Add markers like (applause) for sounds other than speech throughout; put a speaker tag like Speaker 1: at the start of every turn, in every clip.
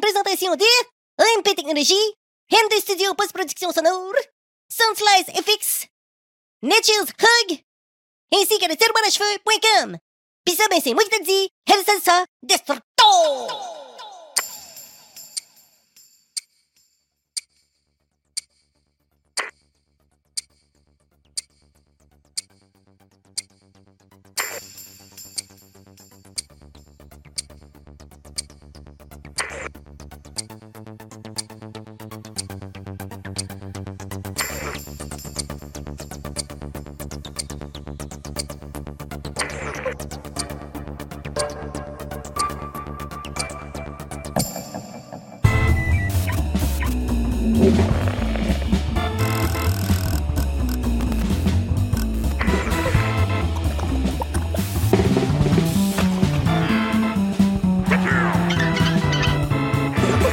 Speaker 1: présentation de OMP Technologies, MD Studio Post-Production Sonore, Sunslice FX, Nature's Hug, ainsi que le tiroir à cheveux.com. Pis ça, ben c'est moi qui te le dis, elle salsa, destructo!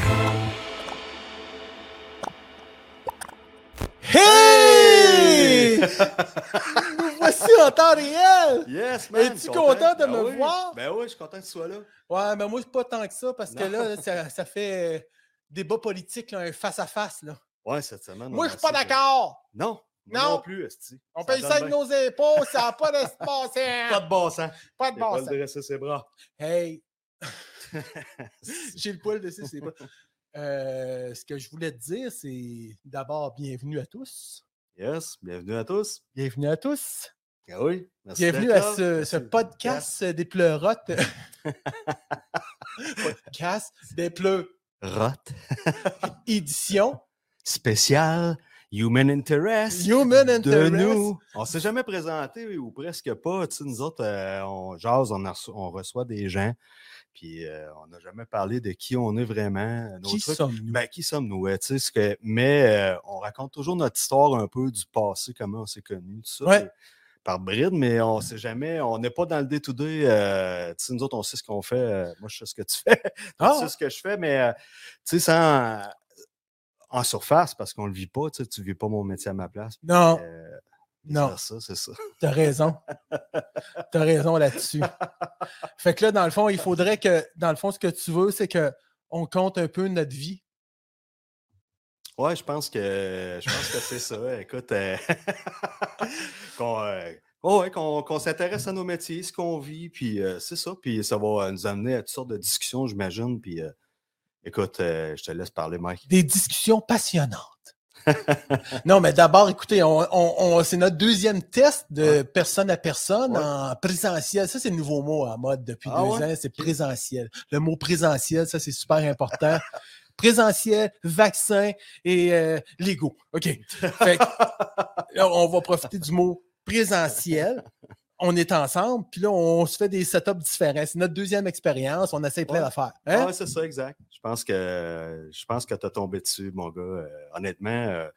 Speaker 2: (laughs)
Speaker 3: Hey! Nous voici en temps réel!
Speaker 2: Yes, man!
Speaker 3: Es-tu
Speaker 2: content,
Speaker 3: content de
Speaker 2: Ben
Speaker 3: me
Speaker 2: oui.
Speaker 3: voir?
Speaker 2: Ben oui, je suis content que tu sois là.
Speaker 3: Ouais, mais moi, pas tant que ça, parce que
Speaker 2: Non.
Speaker 3: là, là, ça, ça fait euh, débat politique, là, un face-à-face. là.
Speaker 2: Ouais, cette semaine.
Speaker 3: Moi,
Speaker 2: on
Speaker 3: je suis
Speaker 2: a
Speaker 3: pas
Speaker 2: assez de-
Speaker 3: d'accord!
Speaker 2: Non, moi
Speaker 3: Non.
Speaker 2: non plus, Esti.
Speaker 3: On
Speaker 2: Ça
Speaker 3: paye
Speaker 2: donne
Speaker 3: ça
Speaker 2: bien.
Speaker 3: avec nos impôts, ça n'a pas de bon
Speaker 2: Pas
Speaker 3: sens!
Speaker 2: de bon sens.
Speaker 3: Pas de
Speaker 2: J'ai pas
Speaker 3: bon
Speaker 2: le
Speaker 3: sens!
Speaker 2: dresser ses bras. (laughs)
Speaker 3: Hey! J'ai le poil dessus, c'est pas. Euh, ce que je voulais te dire, c'est d'abord bienvenue à tous.
Speaker 2: Yes, bienvenue à tous.
Speaker 3: Bienvenue à tous.
Speaker 2: Ah oui, merci.
Speaker 3: Bienvenue
Speaker 2: d'être
Speaker 3: à
Speaker 2: là.
Speaker 3: ce,
Speaker 2: Merci
Speaker 3: ce
Speaker 2: d'être
Speaker 3: podcast des pleurotes. (laughs) podcast des pleurs.
Speaker 2: là. Rot
Speaker 3: édition
Speaker 2: spécial Human Interest.
Speaker 3: Human
Speaker 2: de
Speaker 3: Interest.
Speaker 2: nous. On s'est jamais présenté ou presque pas. Tu sais, nous autres, euh, on jase, on, en reço- on reçoit des gens, puis euh, on n'a jamais parlé de qui on est vraiment. nos
Speaker 3: Qui
Speaker 2: trucs.
Speaker 3: sommes-nous?
Speaker 2: Ben, qui sommes-nous? ouais, tu sais, ce que- Mais euh, on raconte toujours notre histoire un peu du passé, comment on s'est connus, tout ça.
Speaker 3: Ouais.
Speaker 2: euh, Par bride, mais on sait jamais, on n'est pas dans le day-to-day. euh, tu sais, nous autres, on sait ce qu'on fait. euh, moi, je sais ce que tu fais. (laughs)
Speaker 3: Ah,
Speaker 2: je sais ce que je fais, mais euh, tu sais, sans. En surface, parce qu'on ne le vit pas, tu sais, tu ne vis pas mon métier à ma place.
Speaker 3: non,
Speaker 2: euh,
Speaker 3: non,
Speaker 2: faire ça, c'est ça.
Speaker 3: t'as raison. T'as raison là-dessus. Fait que là, dans le fond, il faudrait que, dans le fond, ce que tu veux, c'est que on compte un peu notre vie.
Speaker 2: Ouais, je pense que je pense que c'est ça. Écoute, euh, (laughs) qu'on euh, oh ouais, qu'on- qu'on s'intéresse à nos métiers, ce qu'on vit, puis euh, c'est ça. Puis ça va euh, nous amener à toutes sortes de discussions, j'imagine. Puis euh, écoute, euh, je te laisse parler, Mike.
Speaker 3: Des discussions passionnantes. non, mais d'abord, écoutez, on, on- on- c'est notre deuxième test de
Speaker 2: Ouais.
Speaker 3: personne à personne
Speaker 2: Ouais.
Speaker 3: en présentiel. Ça, c'est le nouveau mot en mode depuis
Speaker 2: Ah
Speaker 3: deux
Speaker 2: ouais?
Speaker 3: ans, c'est présentiel. Le mot présentiel, ça, c'est super important. présentiel, vaccin et euh, Lego. OK. Fait que, là, on va profiter du mot présentiel. On est ensemble, puis là, on se fait des setups différents. C'est notre deuxième expérience. On essaie plein
Speaker 2: Ouais.
Speaker 3: d'affaires.
Speaker 2: Ah
Speaker 3: Hein?
Speaker 2: ouais, c'est ça, exact. Je pense que je pense que tu as tombé dessus, mon gars. Euh, honnêtement, euh,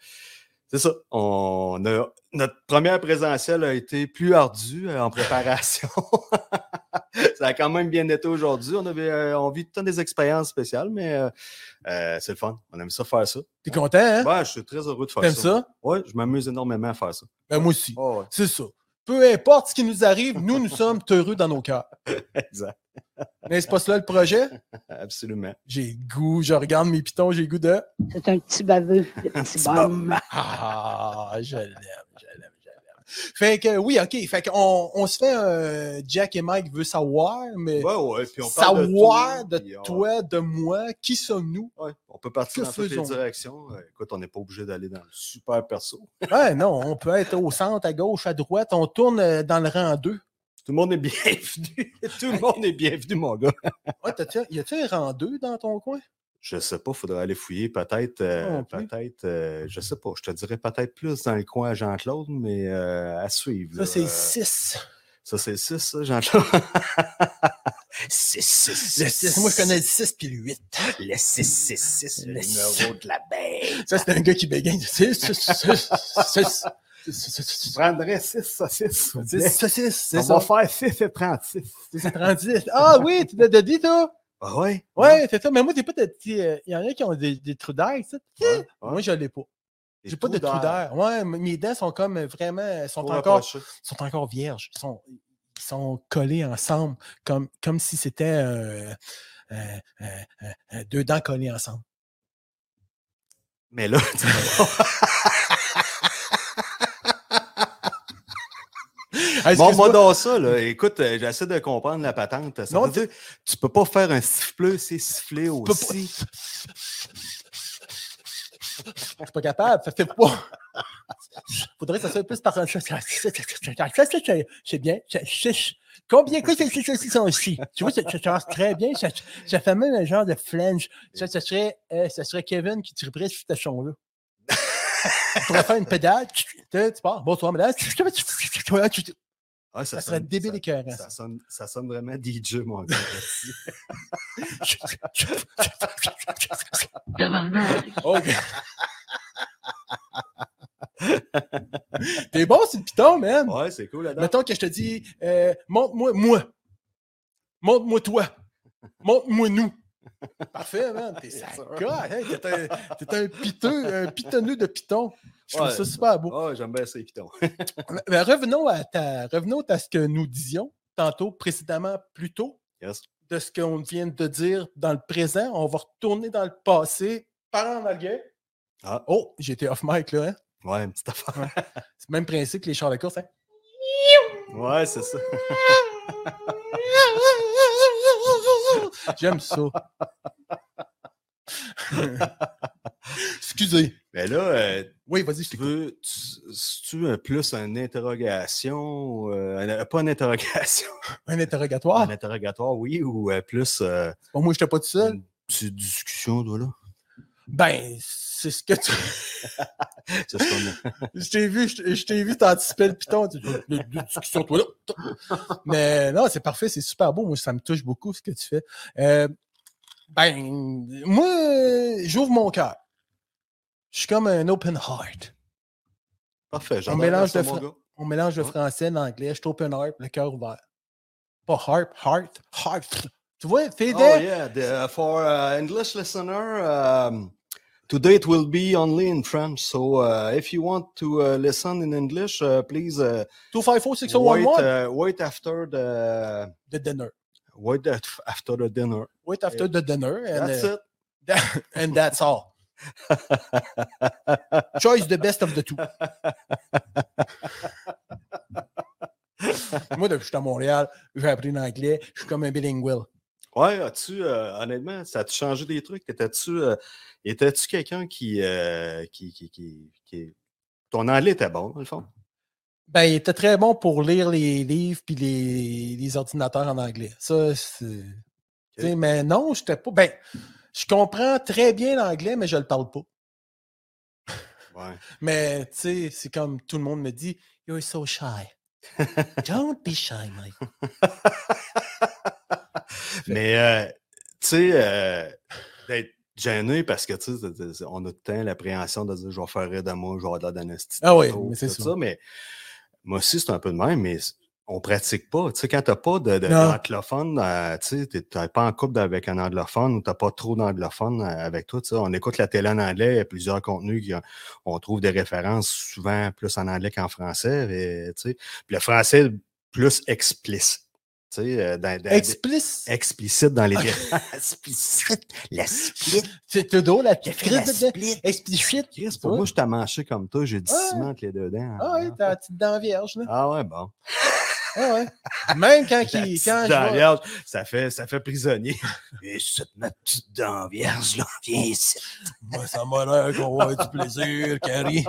Speaker 2: c'est ça. On a, notre première présentielle a été plus ardue euh, en préparation. (laughs) ça a quand même bien été aujourd'hui. On, avait, euh, on vit tant des expériences spéciales, mais euh, euh, c'est le fun. On aime ça faire ça.
Speaker 3: T'es content, hein?
Speaker 2: Ouais, je suis très heureux de faire
Speaker 3: T'aimes
Speaker 2: ça.
Speaker 3: ça?
Speaker 2: Oui, je m'amuse énormément à faire ça.
Speaker 3: Ben, moi aussi.
Speaker 2: Oh, ouais.
Speaker 3: C'est ça. Peu importe ce qui nous arrive, nous, nous sommes heureux dans nos cœurs.
Speaker 2: (laughs) Exact.
Speaker 3: N'est-ce pas cela le projet?
Speaker 2: Euh, Absolument.
Speaker 3: J'ai le goût, je regarde mes pitons, j'ai le goût de.
Speaker 4: C'est (laughs) un petit baveux, le petit bum.
Speaker 3: Ah, je l'aime, je l'aime, je l'aime. Fait que oui, OK. Fait qu'on on se fait un Jack et Mike veut savoir, mais
Speaker 2: Ouais, ouais. Puis on parle de
Speaker 3: savoir
Speaker 2: tout,
Speaker 3: de,
Speaker 2: puis on-
Speaker 3: toi, de moi, qui sommes-nous?
Speaker 2: Ouais, on peut partir
Speaker 3: Que
Speaker 2: dans toutes les
Speaker 3: faisons-nous?
Speaker 2: directions. Euh, Écoute, on n'est pas obligé d'aller dans le super perso.
Speaker 3: Ouais, non, on peut être au centre, à gauche, à droite, on tourne euh, dans le rang 2.
Speaker 2: Tout le monde est bienvenu. Tout le monde est bienvenu, mon gars.
Speaker 3: Ouais, t'as-tu- y a-tu un rang 2 dans ton coin?
Speaker 2: Je sais pas, faudrait aller fouiller peut-être, euh,
Speaker 3: Non plus.
Speaker 2: peut-être, euh, je sais pas, je te dirais peut-être plus dans le coin à Jean-Claude, mais euh, à suivre.
Speaker 3: Ça,
Speaker 2: là.
Speaker 3: c'est
Speaker 2: Euh,
Speaker 3: 6.
Speaker 2: Ça, c'est 6, ça, Jean-Claude. 6, 6,
Speaker 3: Le 6. Moi, je connais le 6 puis le 8.
Speaker 2: le 6, 6, 6,
Speaker 3: le
Speaker 2: numéro de la bête.
Speaker 3: Ça, c'est un gars qui bégaye. C'est c'est- c'est- c'est- c'est- c'est-
Speaker 2: Je prendrais 6, ça, 6.
Speaker 3: c'est- c'est- c'est- c'est
Speaker 2: On
Speaker 3: ça.
Speaker 2: va faire 6 et 36.
Speaker 3: C'est 36. Ah oui, tu l'as dit, toi.
Speaker 2: Ah ouais?
Speaker 3: Ouais, c'est ça. Mais moi, t'es pas de. Il y en a qui ont des, des trous d'air, ça.
Speaker 2: Ouais, ouais.
Speaker 3: Moi, je l'ai pas. J'ai pas de trous d'air. Ouais, m- mes dents sont comme euh, vraiment. elles Sont
Speaker 2: Trop
Speaker 3: encore,
Speaker 2: rapprochés.
Speaker 3: sont encore vierges. Ils sont, ils sont collés ensemble, comme, comme si c'était euh, euh, euh, euh, euh, deux dents collées ensemble.
Speaker 2: Mais là, (laughs) tu vois, bon, moi,
Speaker 3: Excuse-moi.
Speaker 2: dans ça, là, écoute, euh, j'essaie de comprendre la patente. Ça
Speaker 3: Non,
Speaker 2: veut dire, tu peux pas faire un siffleux, c'est siffler
Speaker 3: peux pas- (laughs)
Speaker 2: aussi.
Speaker 3: Je suis pas capable. Fait, fait pas. Faudrait que ça soit plus par un. C'est bien. c'est- c'est- Combien que c'est c'est- c'est- c'est ça aussi? Tu vois, ça ça change très bien. Ça, ça fait même un genre de flange. Ça, ça serait, euh, ça serait Kevin qui triperait sur ce son-là. Tu pourrais faire une pédale. Tu, tu tu pars. Bonsoir, madame. Ça
Speaker 2: Ah, ça,
Speaker 3: serait
Speaker 2: sonne-
Speaker 3: débile
Speaker 2: ça-
Speaker 3: et cohérent.
Speaker 2: Ça sonne, ça sonne vraiment DJ, mon
Speaker 3: (laughs)
Speaker 2: gars.
Speaker 3: Ok. (laughs) T'es bon, c'est le piton, man.
Speaker 2: ouais, c'est cool là-dedans.
Speaker 3: Mettons que je te dis, euh, montre-moi moi. Montre-moi toi. Montre-moi nous. Parfait, man. T'es
Speaker 2: Yes, sir.
Speaker 3: sacoche, hein, T'es un, t'es un piteux, un pitonneux de piton. Je trouve
Speaker 2: Ouais.
Speaker 3: ça super beau.
Speaker 2: Ah, j'aime bien ça, les pitons.
Speaker 3: Mais- mais revenons, à ta- revenons à ce que nous disions tantôt, précédemment, plus tôt,
Speaker 2: Yes.
Speaker 3: de ce qu'on vient de dire dans le présent. On va retourner dans le passé. Parlant en anglais.
Speaker 2: Ah.
Speaker 3: Oh, j'étais off mic, là. Hein?
Speaker 2: Ouais, une
Speaker 3: (laughs)
Speaker 2: petite affaire.
Speaker 3: C'est le même principe que les chars de course. Hein?
Speaker 2: Ouais, c'est ça.
Speaker 3: J'aime ça. (laughs) Excusez.
Speaker 2: Mais là, euh,
Speaker 3: Oui, vas-y, je
Speaker 2: tu
Speaker 3: t'écoute.
Speaker 2: veux, tu un plus une interrogation, euh, un- pas une interrogation,
Speaker 3: Un interrogatoire.
Speaker 2: un interrogatoire, oui, ou euh, plus euh,
Speaker 3: Bon, moi, je n'étais pas tout seul.
Speaker 2: une petite discussion, toi, là.
Speaker 3: Ben, c'est ce que tu.
Speaker 2: C'est ce
Speaker 3: (laughs)
Speaker 2: qu'on a.
Speaker 3: Je t'ai vu, je je t'ai vu t'anticiper le piton. Tu dis, discussion, toi là. Mais non, c'est parfait, c'est super beau. Moi, ça me touche beaucoup ce que tu fais. Euh, ben, moi, euh, j'ouvre mon cœur. Je suis comme un open heart.
Speaker 2: Parfait, j'en
Speaker 3: Un mélange
Speaker 2: reste à
Speaker 3: de
Speaker 2: mon
Speaker 3: fra-
Speaker 2: gars.
Speaker 3: On mélange le
Speaker 2: Ouais.
Speaker 3: français, l'anglais. Je suis open heart, le cœur ouvert. Pas harp, heart, heart. Tu vois, Fede,
Speaker 2: Oh, yeah, the- for uh, English listener, um, today it will be only in French. So uh, if you want to uh, listen in English, uh, please uh,
Speaker 3: 254-6011,
Speaker 2: wait, uh, wait after the
Speaker 3: the dinner.
Speaker 2: wait af- after the dinner.
Speaker 3: Wait after the dinner. And,
Speaker 2: euh, That's
Speaker 3: uh,
Speaker 2: it.
Speaker 3: That- (laughs) and that's all. Choice the best of the two. Moi, depuis que je suis à Montréal, j'ai appris l'anglais. Je suis comme un bilingual.
Speaker 2: Ouais, as-tu, euh, honnêtement, ça a-tu changé des trucs? Étais-tu euh, étais-tu quelqu'un qui, euh, qui, qui, qui, qui- Ton anglais était bon, dans le fond?
Speaker 3: Ben, il était très bon pour lire les livres puis les, les ordinateurs en anglais. Ça, c'est. tu sais, Mais non, j'étais pas. Ben, je comprends très bien l'anglais, mais je le parle pas.
Speaker 2: Ouais.
Speaker 3: Mais tu sais, c'est comme tout le monde me dit, You're so shy. Don't be shy, Mike.
Speaker 2: Mais, euh, tu sais, euh, d'être gêné parce que, tu sais, c'est- c'est- on a tout le temps l'appréhension de dire je vais faire rire de moi, je vais avoir de l'air d'un esti de
Speaker 3: Ah oui,
Speaker 2: tôt,
Speaker 3: mais c'est
Speaker 2: tout
Speaker 3: ça.
Speaker 2: Mais moi aussi, c'est un peu de même, mais c- on pratique pas. Tu sais, quand t'as pas de, de-
Speaker 3: Non.
Speaker 2: d'anglophone, euh, tu sais, t'es- t'es pas en couple avec un anglophone ou t'as pas trop d'anglophones euh, avec toi, tu sais. On écoute la télé en anglais, il y a plusieurs contenus, qui, ont- on trouve des références souvent plus en anglais qu'en français, et, tu sais. Puis le français plus explicite. Tu sais, euh, dans- dans-
Speaker 3: Explicite.
Speaker 2: explicite dans les
Speaker 3: Ah, (laughs)
Speaker 2: explicite, la split.
Speaker 3: C'est tout drôle, la petite
Speaker 2: La
Speaker 3: crise de
Speaker 2: split.
Speaker 3: explicite.
Speaker 2: Chris, pour moi, je t'ai manché comme toi, j'ai du
Speaker 3: Ouais.
Speaker 2: ciment entre les deux dents.
Speaker 3: Ah ouais, t'as la petite dent vierge, là.
Speaker 2: Ah ouais, bon.
Speaker 3: Ah ouais. Même quand,
Speaker 2: La
Speaker 3: il,
Speaker 2: petite
Speaker 3: quand
Speaker 2: dent
Speaker 3: je vois-
Speaker 2: vierge, ça fait, ça
Speaker 3: (laughs)
Speaker 2: fait prisonnier. Et cette ma petite dent vierge, là, viens ici.
Speaker 3: Moi, ça m'a l'air qu'on va avoir du plaisir, Carrie.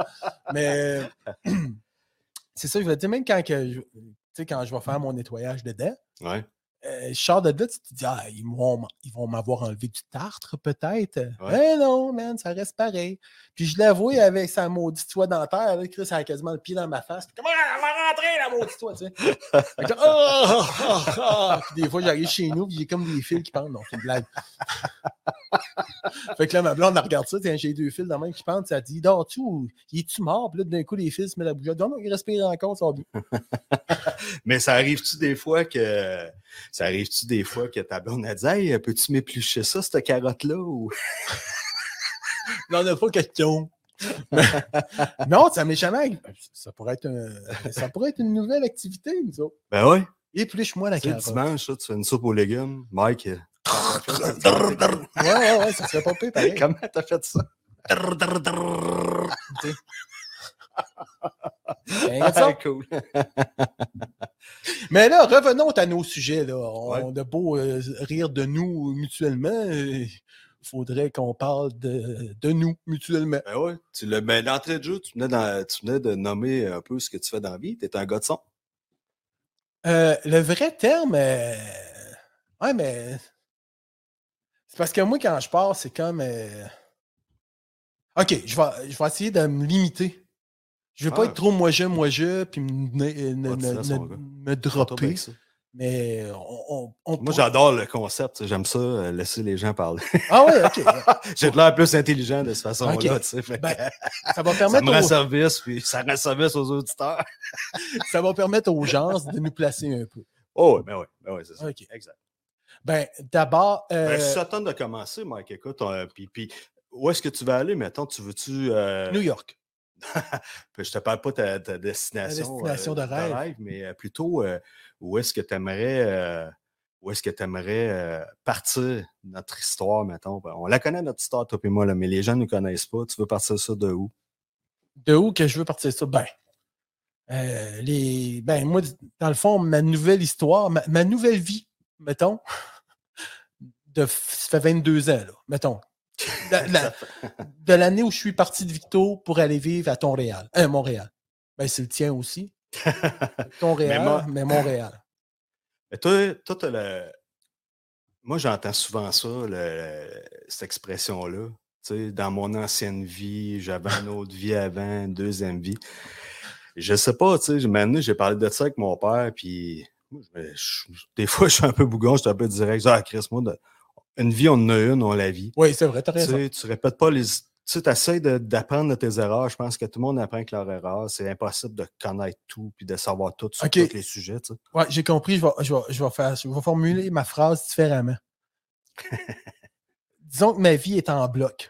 Speaker 3: Mais (clears throat) c'est ça, je veux dire, même quand, que je, tu sais, quand je vais faire mon nettoyage de dents,
Speaker 2: Ouais,
Speaker 3: euh, je sors de là, tu te dis, ah, ils vont, m- ils vont m'avoir enlevé du tartre, peut-être.
Speaker 2: Ouais.
Speaker 3: Mais non, man, ça reste pareil. Puis je l'avoue, avec sa maudite soie dentaire, là, Chris, elle a quasiment le pied dans ma face. Puis, comment elle va rentrer, la maudite soie, tu sais? Fait que là, Ah, ah, ah. Puis des fois, j'arrive chez nous, puis j'ai comme des fils qui pendent. Non, c'est une blague. fait que là, ma blonde, elle regarde ça, tiens, j'ai deux fils dans le même qui pendent, ça dit, dors-tu ou il est-tu mort? Puis là, d'un coup, les fils se mettent la bouche. Non, non, il respire encore, ça va bien.
Speaker 2: Mais ça arrive-tu des fois que. Ça arrive-tu des fois que ta blonde a dit Hey, peux-tu m'éplucher ça, cette carotte-là? Ou...
Speaker 3: Non, a pas question. (laughs) non, ça m'est jamais. arrivé. Ça pourrait être, un- ça pourrait être une nouvelle activité, nous autres.
Speaker 2: Ben ouais.
Speaker 3: Épluche-moi la
Speaker 2: Tu sais,
Speaker 3: carotte. (laughs)
Speaker 2: dimanche, là, tu fais une soupe aux légumes. Mike, (laughs) euh,
Speaker 3: Ouais, ouais, ouais, ça serait pas pire,
Speaker 2: (laughs)
Speaker 3: pareil.
Speaker 2: Comment t'as fait ça?
Speaker 3: Ben, regarde ça.
Speaker 2: (laughs) cool.
Speaker 3: Mais là, revenons à nos sujets. Là. On,
Speaker 2: Ouais.
Speaker 3: on a beau euh, rire de nous mutuellement, il faudrait qu'on parle de, de nous mutuellement.
Speaker 2: Ben ouais, tu le, ben, d'entrée de jeu, tu venais, dans- tu venais de nommer un peu ce que tu fais dans la vie. T'es un gars de son.
Speaker 3: Euh, le vrai terme, euh, ouais, mais c'est parce que moi, quand je pars, c'est comme. euh, Ok, je vais, je vais essayer de me limiter. Je ne vais pas
Speaker 2: Ah.
Speaker 3: être trop moi je, moi je, puis me, euh, ne- ne-
Speaker 2: Ah, tu
Speaker 3: ne-
Speaker 2: laisses ton
Speaker 3: ne-
Speaker 2: gars.
Speaker 3: me
Speaker 2: Toi, ben,
Speaker 3: dropper.
Speaker 2: ça.
Speaker 3: Mais on. on- on
Speaker 2: Moi,
Speaker 3: pourrait-
Speaker 2: j'adore le concept. tu sais, J'aime ça, euh, laisser les gens parler. (laughs)
Speaker 3: Ah ouais, ok.
Speaker 2: J'ai de l'air plus intelligent de cette façon-là.
Speaker 3: Ok.
Speaker 2: tu sais, fait que
Speaker 3: Ben, ça va
Speaker 2: (laughs) ça
Speaker 3: permettre
Speaker 2: me rend
Speaker 3: aux-
Speaker 2: service, puis ça rend service aux auditeurs. (laughs)
Speaker 3: ça va permettre aux gens de nous placer un peu.
Speaker 2: Oh, oui, ben oui, ben oui, c'est ça.
Speaker 3: OK.
Speaker 2: Exact.
Speaker 3: Ben, d'abord, euh,
Speaker 2: Ben, je suis certain de commencer, Mike. Écoute, euh, puis, puis où est-ce que tu vas aller, mettons? Tu veux-tu. euh,
Speaker 3: New York.
Speaker 2: Puis Je te parle pas de ta, ta destination,
Speaker 3: destination de rêve.
Speaker 2: mais euh, plutôt euh, où est-ce que tu aimerais, euh, où est-ce que t'aimerais, euh, partir notre histoire, mettons. Ben, On la connaît, notre histoire, toi et moi, là, mais les gens ne nous connaissent pas. Tu veux partir ça de où?
Speaker 3: De où que je veux partir ça? Ben, euh, les, ben, moi, dans le fond, ma nouvelle histoire, ma, ma nouvelle vie, mettons, de, f- ça fait 22 ans, là, mettons. La- la- de l'année où je suis parti de Victo pour aller vivre à Montréal. Euh, Montréal. Ben, c'est le tien aussi.
Speaker 2: (laughs) Mais moi-
Speaker 3: Montréal, mais, Montréal.
Speaker 2: Mais toi, toi, t'as le. Moi, j'entends souvent ça, le- cette expression-là. Tu sais, dans mon ancienne vie, j'avais une autre vie avant, une deuxième vie. Je sais pas, tu sais, je- un moment donné, j'ai parlé de ça avec mon père, puis moi, je- je- des (laughs) fois, je suis un peu bougon, je suis un peu direct. Je dis, Ah, Chris, moi, de- une vie, on en a une, on la vit.
Speaker 3: Oui, c'est vrai, t'as
Speaker 2: Tu
Speaker 3: raison.
Speaker 2: sais, tu répètes pas les. Tu essaies d'apprendre de tes erreurs. Je pense que tout le monde apprend que leur erreur, c'est impossible de connaître tout puis de savoir tout sur
Speaker 3: Ok.
Speaker 2: tous les sujets. tu sais.
Speaker 3: Ouais, j'ai compris. Je vais, je, vais, je, vais faire, je vais formuler ma phrase
Speaker 2: (laughs)
Speaker 3: différemment. Disons que ma vie est en bloc.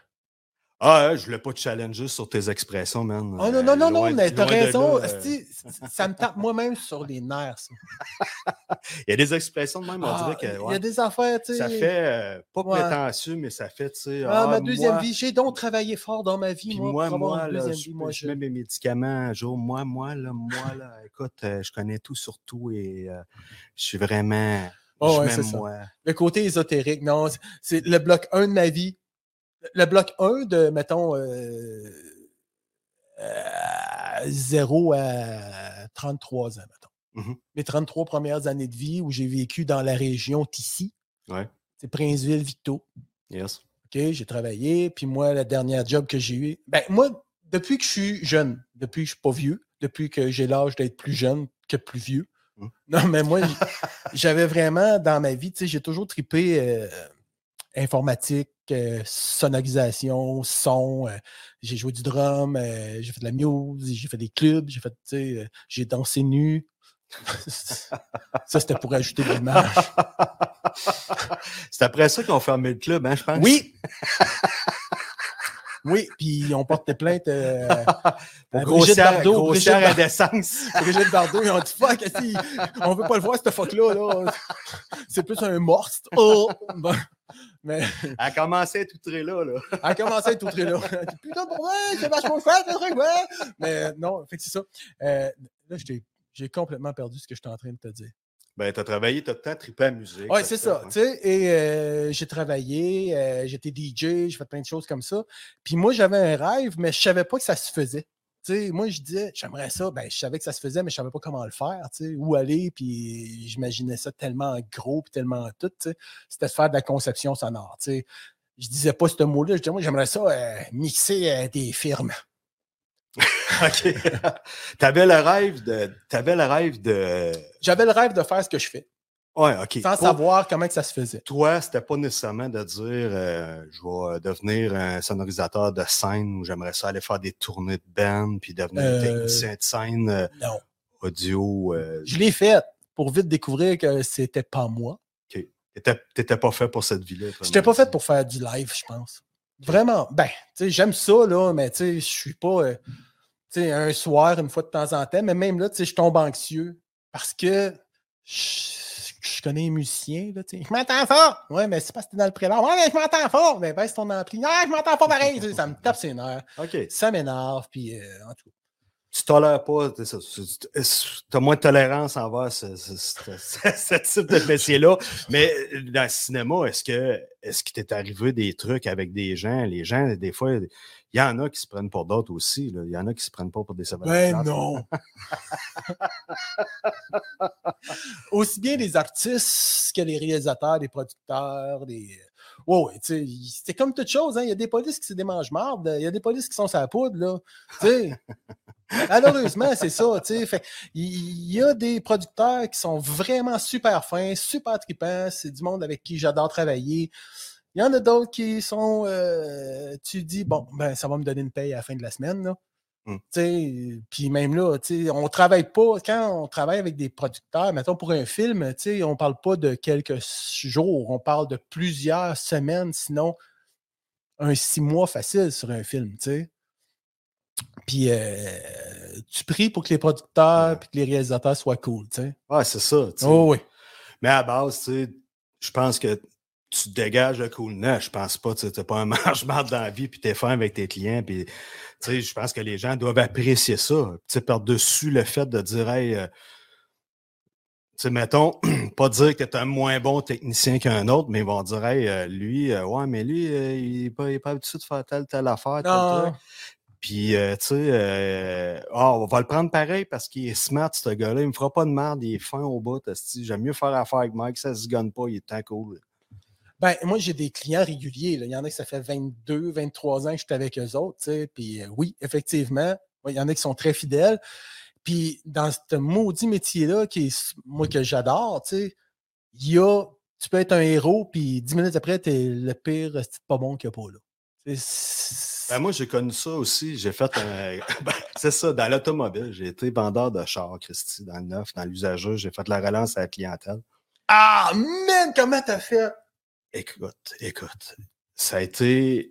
Speaker 2: Ah, ouais, je voulais pas te challenger sur tes expressions, man.
Speaker 3: Oh
Speaker 2: Euh,
Speaker 3: non, non, non,
Speaker 2: loin-
Speaker 3: non, mais t'as
Speaker 2: loin de
Speaker 3: raison.
Speaker 2: là, euh,
Speaker 3: esti, ça me tape moi-même sur les nerfs. ça.
Speaker 2: Il y a des expressions de même, on
Speaker 3: Ah,
Speaker 2: dirait que
Speaker 3: Il y
Speaker 2: ouais,
Speaker 3: a des affaires, tu sais.
Speaker 2: ça fait euh, pas
Speaker 3: Ouais.
Speaker 2: prétentieux, mais ça fait, tu sais.
Speaker 3: Ah, ma
Speaker 2: moi,
Speaker 3: deuxième vie, j'ai donc travaillé fort dans ma vie,
Speaker 2: Puis
Speaker 3: moi,
Speaker 2: moi,
Speaker 3: pour avoir
Speaker 2: moi,
Speaker 3: une
Speaker 2: là,
Speaker 3: deuxième
Speaker 2: je,
Speaker 3: vie, moi,
Speaker 2: je
Speaker 3: je...
Speaker 2: mets mes médicaments un jour. Moi, moi, là, moi, là, écoute, euh, je connais tout sur tout et euh, je suis vraiment.
Speaker 3: Oh,
Speaker 2: je
Speaker 3: ouais, c'est
Speaker 2: m'aime,
Speaker 3: ça.
Speaker 2: moi.
Speaker 3: Le côté ésotérique, non, c'est- c'est le bloc 1 de ma vie. Le bloc 1 de, mettons, euh, euh, 0 à 33 ans, mettons.
Speaker 2: Mhm.
Speaker 3: Mes 33 premières années de vie où j'ai vécu dans la région Tissi.
Speaker 2: Ouais.
Speaker 3: C'est Princeville-Victo.
Speaker 2: Yes.
Speaker 3: OK, j'ai travaillé. Puis moi, la dernière job que j'ai eue, ben moi, depuis que je suis jeune, depuis que je suis pas vieux, depuis que j'ai l'âge d'être plus jeune que plus vieux,
Speaker 2: Mm.
Speaker 3: (laughs) non, mais moi, j- j'avais vraiment dans ma vie, tu sais, j'ai toujours tripé euh, informatique, euh, sonorisation, son. euh, j'ai joué du drum, euh, j'ai fait de la musique, j'ai fait des clubs, j'ai fait, tu sais, euh, j'ai dansé nu. (laughs) Ça, c'était pour ajouter de l'image.
Speaker 2: C'est après ça qu'on fermé le club, hein, je pense.
Speaker 3: Oui. (laughs) oui, puis on porte des plaintes euh,
Speaker 2: Pour
Speaker 3: à Brigitte
Speaker 2: Hein? grossière,
Speaker 3: Bardot.
Speaker 2: grossière
Speaker 3: Brigitte,
Speaker 2: indécence.
Speaker 3: Bar- Brigitte Bardot, ils ont dit fuck, esti, on veut pas le voir, ce fuck-là. là. C'est plus un morse. Oh. Bon. Mais
Speaker 2: Elle a commencé à être outrée là, là.
Speaker 3: elle a commencé à être outrée là. Elle dit, Putain, pour moi, c'est vachement chouette, le truc, ouais. Mais non, fait que c'est ça. Euh, là, je t'ai- j'ai complètement perdu ce que j'étais en train de te dire.
Speaker 2: Ben, t'as travaillé, t'as le temps trippé à la musique.
Speaker 3: Oui,
Speaker 2: t'as
Speaker 3: c'est
Speaker 2: fait,
Speaker 3: ça.
Speaker 2: ouais.
Speaker 3: Tu sais, et euh, j'ai travaillé, euh, j'étais DJ, j'ai fait plein de choses comme ça. Puis moi, j'avais un rêve, mais je savais pas que ça se faisait. Tu sais, moi, je disais, j'aimerais ça. Ben, je savais que ça se faisait, mais je savais pas comment le faire, tu sais, où aller. Puis j'imaginais ça tellement gros, puis tellement tout. tu sais. C'était de faire de la conception sonore. Tu sais. Je disais pas ce mot-là. Je disais, moi, j'aimerais ça euh, mixer euh, des firmes.
Speaker 2: OK. (laughs) T'avais le rêve de. T'avais le rêve de.
Speaker 3: J'avais le rêve de faire ce que je fais,
Speaker 2: Ouais, OK.
Speaker 3: sans
Speaker 2: Pour
Speaker 3: savoir comment que ça se faisait.
Speaker 2: Toi, c'était pas nécessairement de dire euh, je vais devenir un sonorisateur de scène ou j'aimerais ça aller faire des tournées de band puis devenir
Speaker 3: Euh,
Speaker 2: technicien de scène euh,
Speaker 3: Non.
Speaker 2: audio. euh,
Speaker 3: Je l'ai fait pour vite découvrir que c'était pas moi.
Speaker 2: T'étais t'étais pas fait pour cette vie-là.
Speaker 3: J'étais pas fait pour faire du live, je pense. Vraiment. Ben, tu sais, j'aime ça, là, mais tu sais, je suis pas. euh, tu sais, un soir, une fois de temps en temps, mais même là, tu sais, je tombe anxieux parce que je je connais les musiciens, là, tu sais. Je m'entends fort! Ouais, mais c'est parce que t'es dans le prélat. Ouais, mais je m'entends fort! Mais baisse ton ampli. Non, je m'entends pas pareil! Tu sais, ça me tape ses nerfs.
Speaker 2: OK.
Speaker 3: Ça m'énerve, puis euh, en tout cas.
Speaker 2: Tu tolères pas. Tu as moins de tolérance envers ce, ce- ce- ce- (laughs) ce type de métier-là. Mais euh, dans le cinéma, est-ce que est-ce qu'il t'est arrivé des trucs avec des gens? Les gens, des fois, il y en a qui se prennent pour d'autres aussi. là. Il y en a qui se prennent pas pour des savants.
Speaker 3: Ben non! (laughs) Aussi bien les artistes que les réalisateurs, les producteurs, les. euh, Ouais, ouais, tu sais, il- c'est comme toute chose, hein. Il y a des polices qui se démangent marde, il y a des polices qui sont sur la poudre, là. Tu (laughs) sais. Malheureusement, c'est ça, tu sais. Fait que Il y a des producteurs qui sont vraiment super fins, super tripants. C'est du monde avec qui j'adore travailler. Il y en a d'autres qui sont. euh, tu dis, bon, ben, ça va me donner une paye à la fin de la semaine, là. Tu sais, Puis même là, tu sais, on travaille pas, quand on travaille avec des producteurs, mettons pour un film, tu sais, on parle pas de quelques s- jours, on parle de plusieurs semaines, sinon un six mois facile sur un film, tu sais. Puis euh, tu pries pour que les producteurs
Speaker 2: Ouais.
Speaker 3: puis que les réalisateurs soient cool, tu sais.
Speaker 2: Ouais, Ah, c'est ça. tu sais.
Speaker 3: Oh oui.
Speaker 2: Mais à base, tu sais, je pense que tu te dégages le coolness. Je pense pas, tu n'as pas un (laughs) marche-marde dans la vie, puis tu es fin avec tes clients. Puis, tu sais, je pense que les gens doivent apprécier ça. Tu sais, par-dessus le fait de dire, hey, euh, tu sais, mettons, (clears throat) pas dire que tu es un moins bon technicien qu'un autre, mais ils vont dire, hey, euh, lui, euh, ouais, mais lui, euh, il n'est pas, il est pas habitué de faire telle, telle affaire, telle,
Speaker 3: Non.
Speaker 2: truc. Puis, euh, tu sais, euh, Ah, on va le prendre pareil parce qu'il est smart, ce gars-là. Il me fera pas de merde, il est fin au bout. esti. J'aime mieux faire affaire avec Mike, ça se gagne pas, il est tant cool.
Speaker 3: Ben, moi, j'ai des clients réguliers. là. Il y en a qui ça fait 22, 23 ans que je suis avec eux autres. tu sais. Puis euh, oui, effectivement, ouais, il y en a qui sont très fidèles. Puis dans ce maudit métier-là, qui est s- moi que j'adore, tu sais, il y a, tu peux être un héros, puis 10 minutes après, tu es le pire, euh, c'est pas bon qu'il n'y a pas là. C'est- c'est-
Speaker 2: Ben, moi, j'ai connu ça aussi. J'ai fait un. (laughs) Ben, c'est ça, dans l'automobile, j'ai été vendeur de char, Christy, dans le neuf, dans l'usager. J'ai fait de la relance à la clientèle.
Speaker 3: Ah, man, comment t'as fait?
Speaker 2: Écoute, écoute. Ça a été.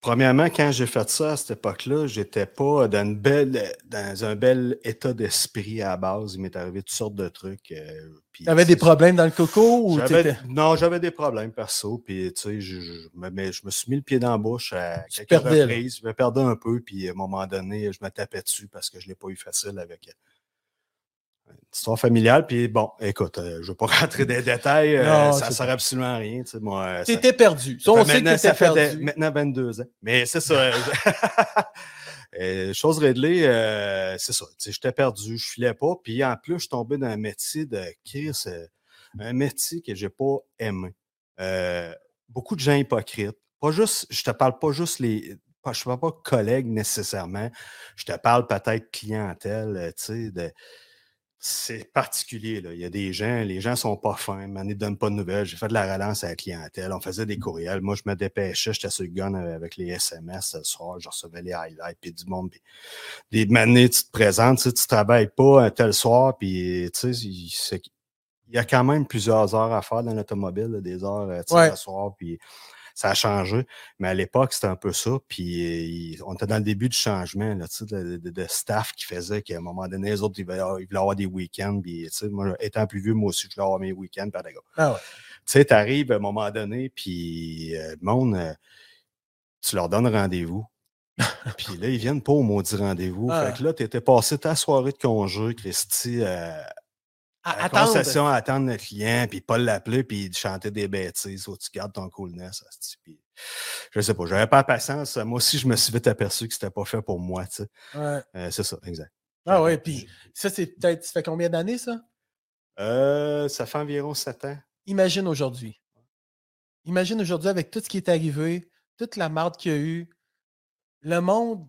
Speaker 2: Premièrement, quand j'ai fait ça à cette époque-là, j'étais pas dans, une belle, dans un bel état d'esprit à la base. Il m'est arrivé toutes sortes de trucs. euh, puis
Speaker 3: T'avais des
Speaker 2: c'est-
Speaker 3: problèmes dans le coco ou
Speaker 2: J'avais-
Speaker 3: t'étais-
Speaker 2: Non, j'avais des problèmes perso. Puis, tu sais, je, je me, mais je me suis mis le pied dans la bouche à
Speaker 3: Tu te
Speaker 2: quelques
Speaker 3: perdais, là.
Speaker 2: reprises. Je me perdais un peu. Puis, à un moment donné, je me tapais dessus parce que je ne l'ai pas eu facile avec euh, une histoire familiale. Puis, bon, écoute, euh, je ne vais pas (laughs) rentrer dans les détails. euh,
Speaker 3: Non,
Speaker 2: ça
Speaker 3: c'est
Speaker 2: ne sert absolument à rien. Tu sais, moi, euh, ça-
Speaker 3: t'étais perdu? Ça,
Speaker 2: ça
Speaker 3: on
Speaker 2: fait
Speaker 3: sait que
Speaker 2: maintenant- ça
Speaker 3: t'étais
Speaker 2: fait de-
Speaker 3: perdu.
Speaker 2: maintenant 22 ans. Mais c'est ça. euh, (laughs) euh, chose réglée, euh, c'est ça. Tu sais, J'étais perdu, je filais pas. Puis en plus, je suis tombé dans un métier de Chris, euh, un métier que j'ai pas aimé. Euh, beaucoup de gens hypocrites. Pas juste, je te parle pas juste les. pas- Je ne parle pas collègues nécessairement. Je te parle peut-être clientèle, euh, tu sais, de- C'est particulier, là. Il y a des gens, les gens sont pas fins, mais on ne donne pas de nouvelles. J'ai fait de la relance à la clientèle, on faisait des courriels. Moi, je me dépêchais, j'étais sur le gun euh, avec les SMS euh, le soir, je recevais les highlights, puis du monde. puis des manées, tu te présentes, tu sais, tu travailles pas un tel soir, puis tu sais, il- c'est- il y a quand même plusieurs heures à faire dans l'automobile, là, des heures euh, tu sais,
Speaker 3: Ouais.
Speaker 2: le soir, puis ça a changé. Mais à l'époque, c'était un peu ça. Puis euh, il- on était dans le début du changement, là, tu sais, de, de- de staff qui faisait qu'à un moment donné, les autres, ils voulaient, ils voulaient avoir des week-ends. Puis, tu sais, moi, étant plus vieux, moi aussi, je voulais avoir mes week-ends. par les gars.
Speaker 3: Ah ouais.
Speaker 2: Tu sais, t'arrives à un moment donné, puis euh, le monde, euh, tu leur donnes rendez-vous. puis là, ils viennent pas au maudit rendez-vous.
Speaker 3: (laughs) Ah.
Speaker 2: Fait que là, t'étais passé ta soirée de congé, Christy, euh,
Speaker 3: À-
Speaker 2: à la
Speaker 3: attendre.
Speaker 2: concession à attendre le client, puis pas l'appeler, puis de chanter des bêtises, ou tu gardes ton coolness. asti, puis je sais pas, j'avais pas la patience. Moi aussi, je me suis vite aperçu que c'était pas fait pour moi, tu sais.
Speaker 3: Ouais.
Speaker 2: Euh, c'est ça, exact.
Speaker 3: Ah ouais, puis ça, c'est peut-être, ça fait combien d'années, ça?
Speaker 2: Euh, ça fait environ sept ans.
Speaker 3: imagine aujourd'hui. Imagine aujourd'hui avec tout ce qui est arrivé, toute la marde qu'il y a eu. Le monde,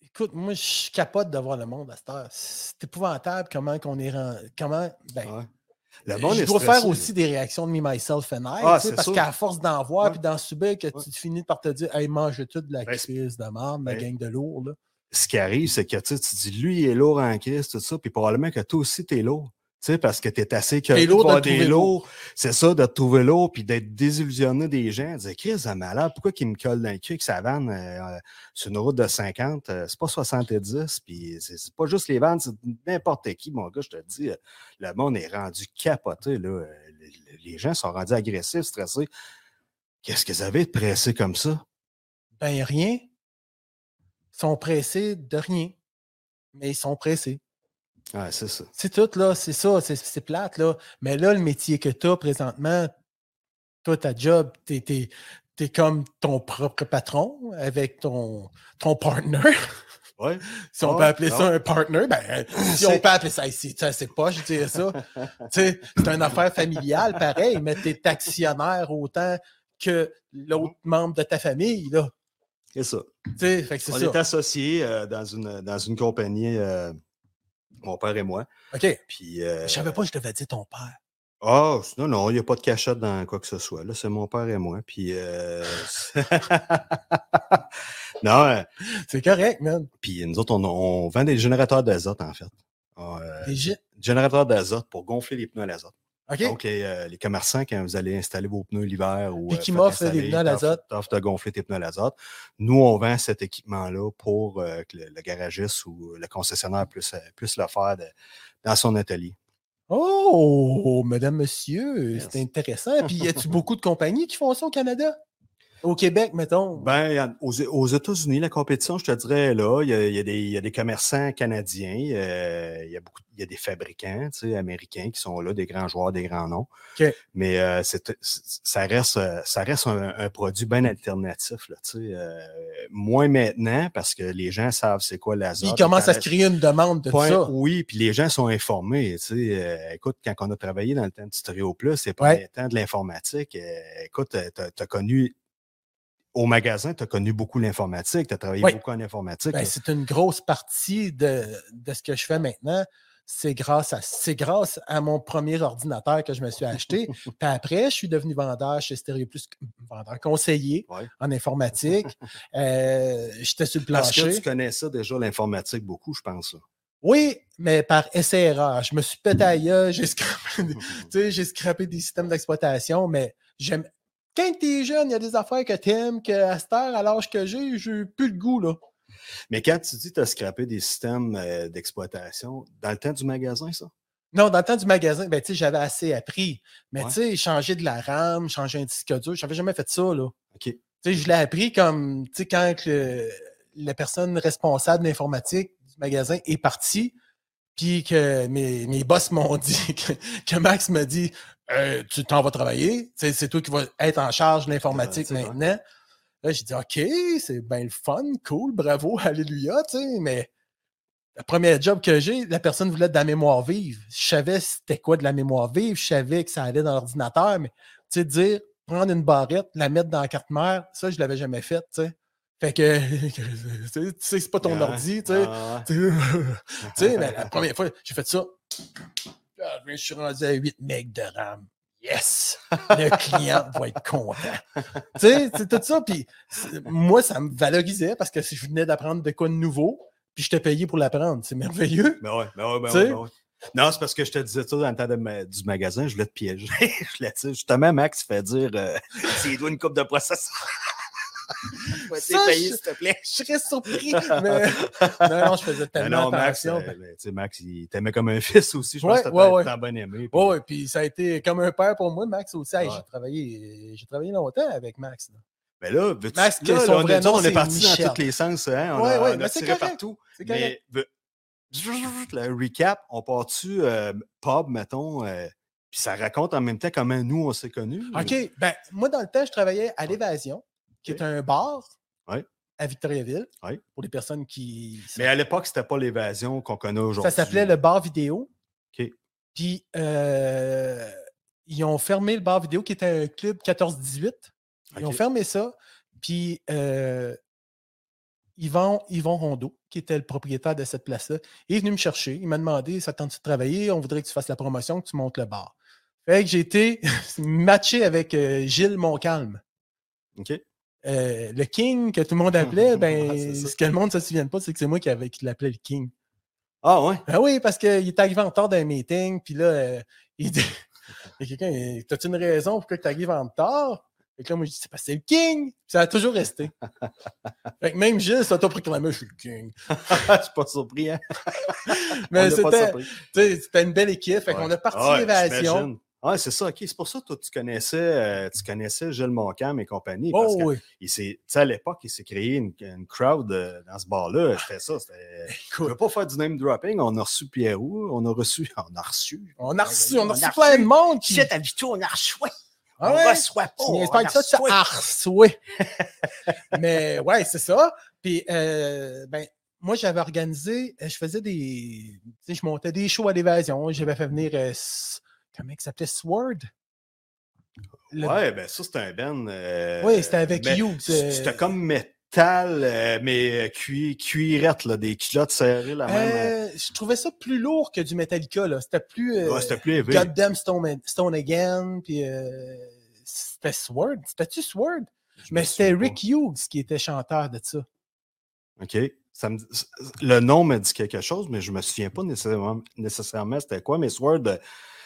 Speaker 3: écoute, moi, je capote de voir le monde à cette heure. C'est épouvantable comment qu'on est rendu. Comment. Ben,
Speaker 2: Ouais. Le monde
Speaker 3: je
Speaker 2: est
Speaker 3: dois
Speaker 2: stressé,
Speaker 3: faire
Speaker 2: là.
Speaker 3: aussi des réactions de me, myself and I,
Speaker 2: Ah,
Speaker 3: tu sais,
Speaker 2: c'est
Speaker 3: parce
Speaker 2: sûr.
Speaker 3: qu'à force d'en voir
Speaker 2: Ouais.
Speaker 3: puis d'en subir, que
Speaker 2: Ouais.
Speaker 3: tu finis par te dire, hey, mange tout de la
Speaker 2: Ben, c'est-
Speaker 3: crise de marde, ma
Speaker 2: ben,
Speaker 3: gang de lourds. Là.
Speaker 2: Ce qui arrive, c'est que tu sais, tu dis, lui, il est lourd en crise, tout ça, puis probablement que toi aussi, t'es lourd. sais, parce que tu es assez
Speaker 3: T'es
Speaker 2: curieux de
Speaker 3: lourd de
Speaker 2: voir
Speaker 3: te
Speaker 2: des
Speaker 3: trouver
Speaker 2: lots. C'est ça, de te trouver lourd, puis d'être désillusionné des gens. Dire, Chris, un malade, pourquoi qu'il me colle dans le cul avec sa vanne euh, euh, sur une route de 50? euh, c'est pas 70, puis c'est, c'est pas juste les vannes, c'est n'importe qui, mon gars, je te le dis. euh, Le monde est rendu capoté, là. euh, le- le- Les gens sont rendus agressifs, stressés. Qu'est-ce que vous avez de pressé comme ça?
Speaker 3: Ben, rien. Ils sont pressés de rien. Mais ils sont pressés.
Speaker 2: Ouais, c'est ça.
Speaker 3: C'est tout, là. C'est ça. C'est- C'est plate, là. Mais là, le métier que tu as présentement, toi, ta job, t'es es, comme ton propre patron avec ton, ton partner. (laughs)
Speaker 2: Ouais.
Speaker 3: Si on
Speaker 2: Ah,
Speaker 3: peut appeler
Speaker 2: non.
Speaker 3: ça un partner,
Speaker 2: (laughs)
Speaker 3: ben, si on peut appeler ça ici, ça, c'est pas, je dirais ça. Tu sais, c'est une affaire familiale, pareil, mais t'es actionnaire autant que l'autre membre de ta famille, là.
Speaker 2: C'est ça.
Speaker 3: Tu sais, fait que c'est
Speaker 2: On
Speaker 3: ça.
Speaker 2: est associés euh, dans, une, dans une compagnie, euh, mon père et moi.
Speaker 3: OK.
Speaker 2: Puis, euh,
Speaker 3: Je savais pas que je devais dire ton père.
Speaker 2: Ah, c- non, non, il n'y a pas de cachette dans quoi que ce soit. Là, c'est mon père et moi. Puis, euh, (laughs) c'est- non, euh,
Speaker 3: C'est correct, man.
Speaker 2: puis nous autres, on, on vend des générateurs d'azote, en fait. Ah, euh,
Speaker 3: Les gens-
Speaker 2: générateurs d'azote pour gonfler les pneus à l'azote.
Speaker 3: OK.
Speaker 2: Donc, les, euh, les commerçants, quand vous allez installer vos pneus l'hiver ou.
Speaker 3: Puis
Speaker 2: euh,
Speaker 3: qui
Speaker 2: faites
Speaker 3: m'offrent des
Speaker 2: installer,
Speaker 3: pneus à
Speaker 2: t'offres-
Speaker 3: l'azote.
Speaker 2: t'offres de gonfler tes pneus à l'azote. Nous, on vend cet équipement-là pour euh, que le, le garagiste ou le concessionnaire puisse, euh, puisse le faire de- dans son atelier.
Speaker 3: Oh, madame, monsieur,
Speaker 2: Yes.
Speaker 3: c'est intéressant. Puis, y a-tu beaucoup de compagnies qui font ça au Canada? Au Québec, mettons.
Speaker 2: Ben, il y a- aux, aux États-Unis, la compétition, je te dirais, est là, il y a, il y a des, il y a des commerçants canadiens, euh, il, y a beaucoup, il y a des fabricants tu sais, américains qui sont là, des grands joueurs, des grands noms.
Speaker 3: OK.
Speaker 2: Mais euh, c'est- c'est- ça reste, euh, ça reste un, un produit bien alternatif. Là, tu sais, euh, moins maintenant, parce que les gens savent c'est quoi
Speaker 3: Puis,
Speaker 2: l'azote.
Speaker 3: ils commencent à se
Speaker 2: connaissent-
Speaker 3: créer une demande de tout
Speaker 2: Point-
Speaker 3: ça.
Speaker 2: Oui, puis les gens sont informés. Tu sais, euh, écoute, quand on a travaillé dans le temps du Stéréo Plus, c'est pas
Speaker 3: Ouais.
Speaker 2: le temps de l'informatique. euh, écoute, tu as, connu, au magasin, tu as connu beaucoup l'informatique, tu as travaillé
Speaker 3: Ouais.
Speaker 2: beaucoup en informatique.
Speaker 3: Ben,
Speaker 2: là.
Speaker 3: c'est une grosse partie de, de ce que je fais maintenant. C'est grâce, à, c'est grâce à mon premier ordinateur que je me suis
Speaker 2: (laughs)
Speaker 3: acheté. Puis après, je suis devenu vendeur chez Stereo Plus, vendeur conseiller
Speaker 2: Ouais.
Speaker 3: en
Speaker 2: (laughs)
Speaker 3: informatique. Euh, j'étais sur le
Speaker 2: Parce
Speaker 3: plancher.
Speaker 2: que tu connais ça déjà, l'informatique, beaucoup, je
Speaker 3: (laughs)
Speaker 2: pense. là.
Speaker 3: Oui, mais par essai-erreur. Je me suis pété à la gueule, j'ai scrappé, des- tu sais, j'ai scrappé des systèmes d'exploitation, mais j'aime. Quand t'es jeune, il y a des affaires que t'aimes, qu'à cette heure, à l'âge que j'ai, j'ai plus le goût, là.
Speaker 2: (laughs) Mais quand tu dis que tu as scrappé des systèmes euh, d'exploitation, dans le temps du magasin, ça?
Speaker 3: Non, dans le temps du magasin, ben, tu sais, j'avais assez appris. Mais
Speaker 2: Ouais.
Speaker 3: tu sais, changer de la RAM, changer un disque dur, j'avais jamais fait ça, là.
Speaker 2: OK.
Speaker 3: Tu sais, je l'ai appris comme, tu sais, quand que le- la personne responsable de l'informatique du magasin est partie, puis que mes, mes boss m'ont (laughs) dit, que, que Max me dit, Euh, tu t'en vas travailler, tu sais, c'est toi qui vas être en charge de l'informatique
Speaker 2: Informatique, ouais.
Speaker 3: maintenant. Là, j'ai dit, OK, c'est bien le fun, cool, bravo, (laughs) alléluia, tu sais, mais le premier job que j'ai, la personne voulait de la mémoire vive. Je savais c'était quoi de la mémoire vive, je savais que ça allait dans l'ordinateur, mais tu sais, dire, prendre une barrette, la mettre dans la carte mère, ça, je l'avais jamais fait, tu sais. Fait que, (laughs) tu sais, tu sais, c'est pas ton
Speaker 2: Ah,
Speaker 3: ordi, tu (laughs) sais.
Speaker 2: ah,
Speaker 3: Tu
Speaker 2: ouais.
Speaker 3: sais, mais
Speaker 2: (laughs)
Speaker 3: la première fois, j'ai fait ça. Ah, Je suis rendu à 8 mecs de RAM. Yes! Le client va être content. Tu sais, c'est tout ça. Puis c'est- moi, ça me valorisait parce que si je venais d'apprendre de quoi de nouveau, puis je t'ai payé pour l'apprendre. C'est merveilleux.
Speaker 2: Ben ouais, ben ouais, ben
Speaker 3: Tu sais?
Speaker 2: ouais, ben ouais. Non, c'est parce que je te disais ça dans le temps de ma- du magasin, je voulais te piéger. (laughs) je voulais, tu sais, justement, Max fait dire euh, s'il doit une coupe de processeur. Ouais,
Speaker 3: Ça,
Speaker 2: t'es payé,
Speaker 3: je-
Speaker 2: s'il te plaît.
Speaker 3: Je serais surpris,
Speaker 2: (laughs)
Speaker 3: mais non, non, je faisais
Speaker 2: Non,
Speaker 3: tellement
Speaker 2: non, Max,
Speaker 3: attention.
Speaker 2: euh, ben, tu sais, Max, il t'aimait comme un (laughs) fils aussi. Je
Speaker 3: Ouais,
Speaker 2: pense que
Speaker 3: ouais,
Speaker 2: t'as
Speaker 3: ouais.
Speaker 2: t'as bien aimé. puis-
Speaker 3: Oh, et puis ça a été comme un père pour moi, Max aussi. Hey,
Speaker 2: Ouais.
Speaker 3: J'ai travaillé, j'ai travaillé longtemps avec Max. là.
Speaker 2: Mais ben là, veux-tu-
Speaker 3: Max, que
Speaker 2: là,
Speaker 3: son
Speaker 2: là, on,
Speaker 3: vrai
Speaker 2: est-
Speaker 3: nom,
Speaker 2: on est
Speaker 3: c'est
Speaker 2: parti
Speaker 3: Michel.
Speaker 2: dans tous les sens. Hein? On
Speaker 3: Ouais,
Speaker 2: a,
Speaker 3: ouais,
Speaker 2: on a
Speaker 3: mais c'est
Speaker 2: tiré
Speaker 3: correct,
Speaker 2: partout.
Speaker 3: C'est correct.
Speaker 2: Mais veux- le recap, on part-tu euh, pub, mettons, euh, puis ça raconte en même temps comment nous, on s'est connus.
Speaker 3: OK. Ben, moi, dans le temps, je travaillais à l'Évasion, qui
Speaker 2: Ok.
Speaker 3: est un bar
Speaker 2: Ouais.
Speaker 3: à Victoriaville.
Speaker 2: Ouais.
Speaker 3: Pour les personnes qui.
Speaker 2: Mais à l'époque, c'était pas l'évasion qu'on connaît
Speaker 3: ça
Speaker 2: aujourd'hui.
Speaker 3: s'appelait le bar vidéo.
Speaker 2: OK.
Speaker 3: Puis, euh, ils ont fermé le bar vidéo, qui était un club 14-18. Ils ont
Speaker 2: OK.
Speaker 3: fermé ça. Puis, euh, Yvon, Yvon Rondeau, qui était le propriétaire de cette place-là, est venu me chercher. Il m'a demandé Ça te tente de travailler On voudrait que tu fasses la promotion, que tu montes le bar. Fait que j'ai été (laughs) matché avec euh, Gilles Montcalm.
Speaker 2: OK.
Speaker 3: Euh, le
Speaker 2: (laughs)
Speaker 3: King que tout le monde appelait, ben,
Speaker 2: Ouais, c'est ça.
Speaker 3: ce que le monde ne se souvient pas, c'est que c'est moi qui, avais- qui l'appelais le King.
Speaker 2: Ah ouais? (laughs)
Speaker 3: Ah oui, parce qu'il est arrivé en retard d'un meeting, puis là, euh, il dit (laughs) il y a quelqu'un, t'as-tu une raison pourquoi tu arrives en retard? Fait que là, moi, je dis, c'est parce que c'est le king! Puis ça a toujours
Speaker 2: (laughs)
Speaker 3: resté. Fait que même Gilles s'auto-proclamait, je suis le king.
Speaker 2: Je suis pas surpris, hein?
Speaker 3: Mais
Speaker 2: On n'est pas
Speaker 3: c'était
Speaker 2: surpris.
Speaker 3: tu sais, c'était une belle équipe, fait qu'on
Speaker 2: Ouais.
Speaker 3: a parti
Speaker 2: Ah ouais,
Speaker 3: l'évasion.
Speaker 2: j'imagine. Ah, c'est ça, OK. C'est pour ça que toi, tu connaissais, euh, tu connaissais Gilles Moncam et compagnie. parce
Speaker 3: Oh
Speaker 2: que
Speaker 3: oui,
Speaker 2: il s'est- tu sais, à l'époque, il s'est créé une, une crowd euh, dans ce bar-là. C'était ça. c'était- Je ne veux
Speaker 3: écoute,
Speaker 2: pas faire du name dropping. On a reçu Pierrot. On a reçu. (laughs) On a reçu.
Speaker 3: on a reçu, on
Speaker 2: On
Speaker 3: a
Speaker 2: a
Speaker 3: reçu plein de monde. Qui...
Speaker 2: à on a reçu.
Speaker 3: Ah ouais,
Speaker 2: Oh, reçoit pas.
Speaker 3: tu niaises pas avec ça, tu arsouais. (laughs) Mais ouais, c'est ça. Puis, euh, ben, moi, j'avais organisé, euh, je faisais des. Tu sais, je montais des shows à l'évasion. J'avais fait venir. euh, S- comment il s'appelait Sword? Le-
Speaker 2: Ouais, ben ça, c'était un Ben.
Speaker 3: oui, c'était avec
Speaker 2: You.
Speaker 3: You. euh,
Speaker 2: C'était comme métal, euh, mais euh, cui- cuirette, là, des culottes serrées la même.
Speaker 3: Euh, je trouvais ça plus lourd que du Metallica. là. C'était plus. euh,
Speaker 2: Ouais, c'était plus élevé.
Speaker 3: Goddamn Stone, Stone Again. Puis, euh, c'était Sword. C'était-tu Sword?
Speaker 2: Je me
Speaker 3: Mais c'était
Speaker 2: souviens pas.
Speaker 3: Rick Hughes qui était chanteur de ça.
Speaker 2: OK. Ça me- le nom me dit quelque chose, mais je ne me souviens pas nécessairement, nécessairement c'était quoi. Mais Sword, euh,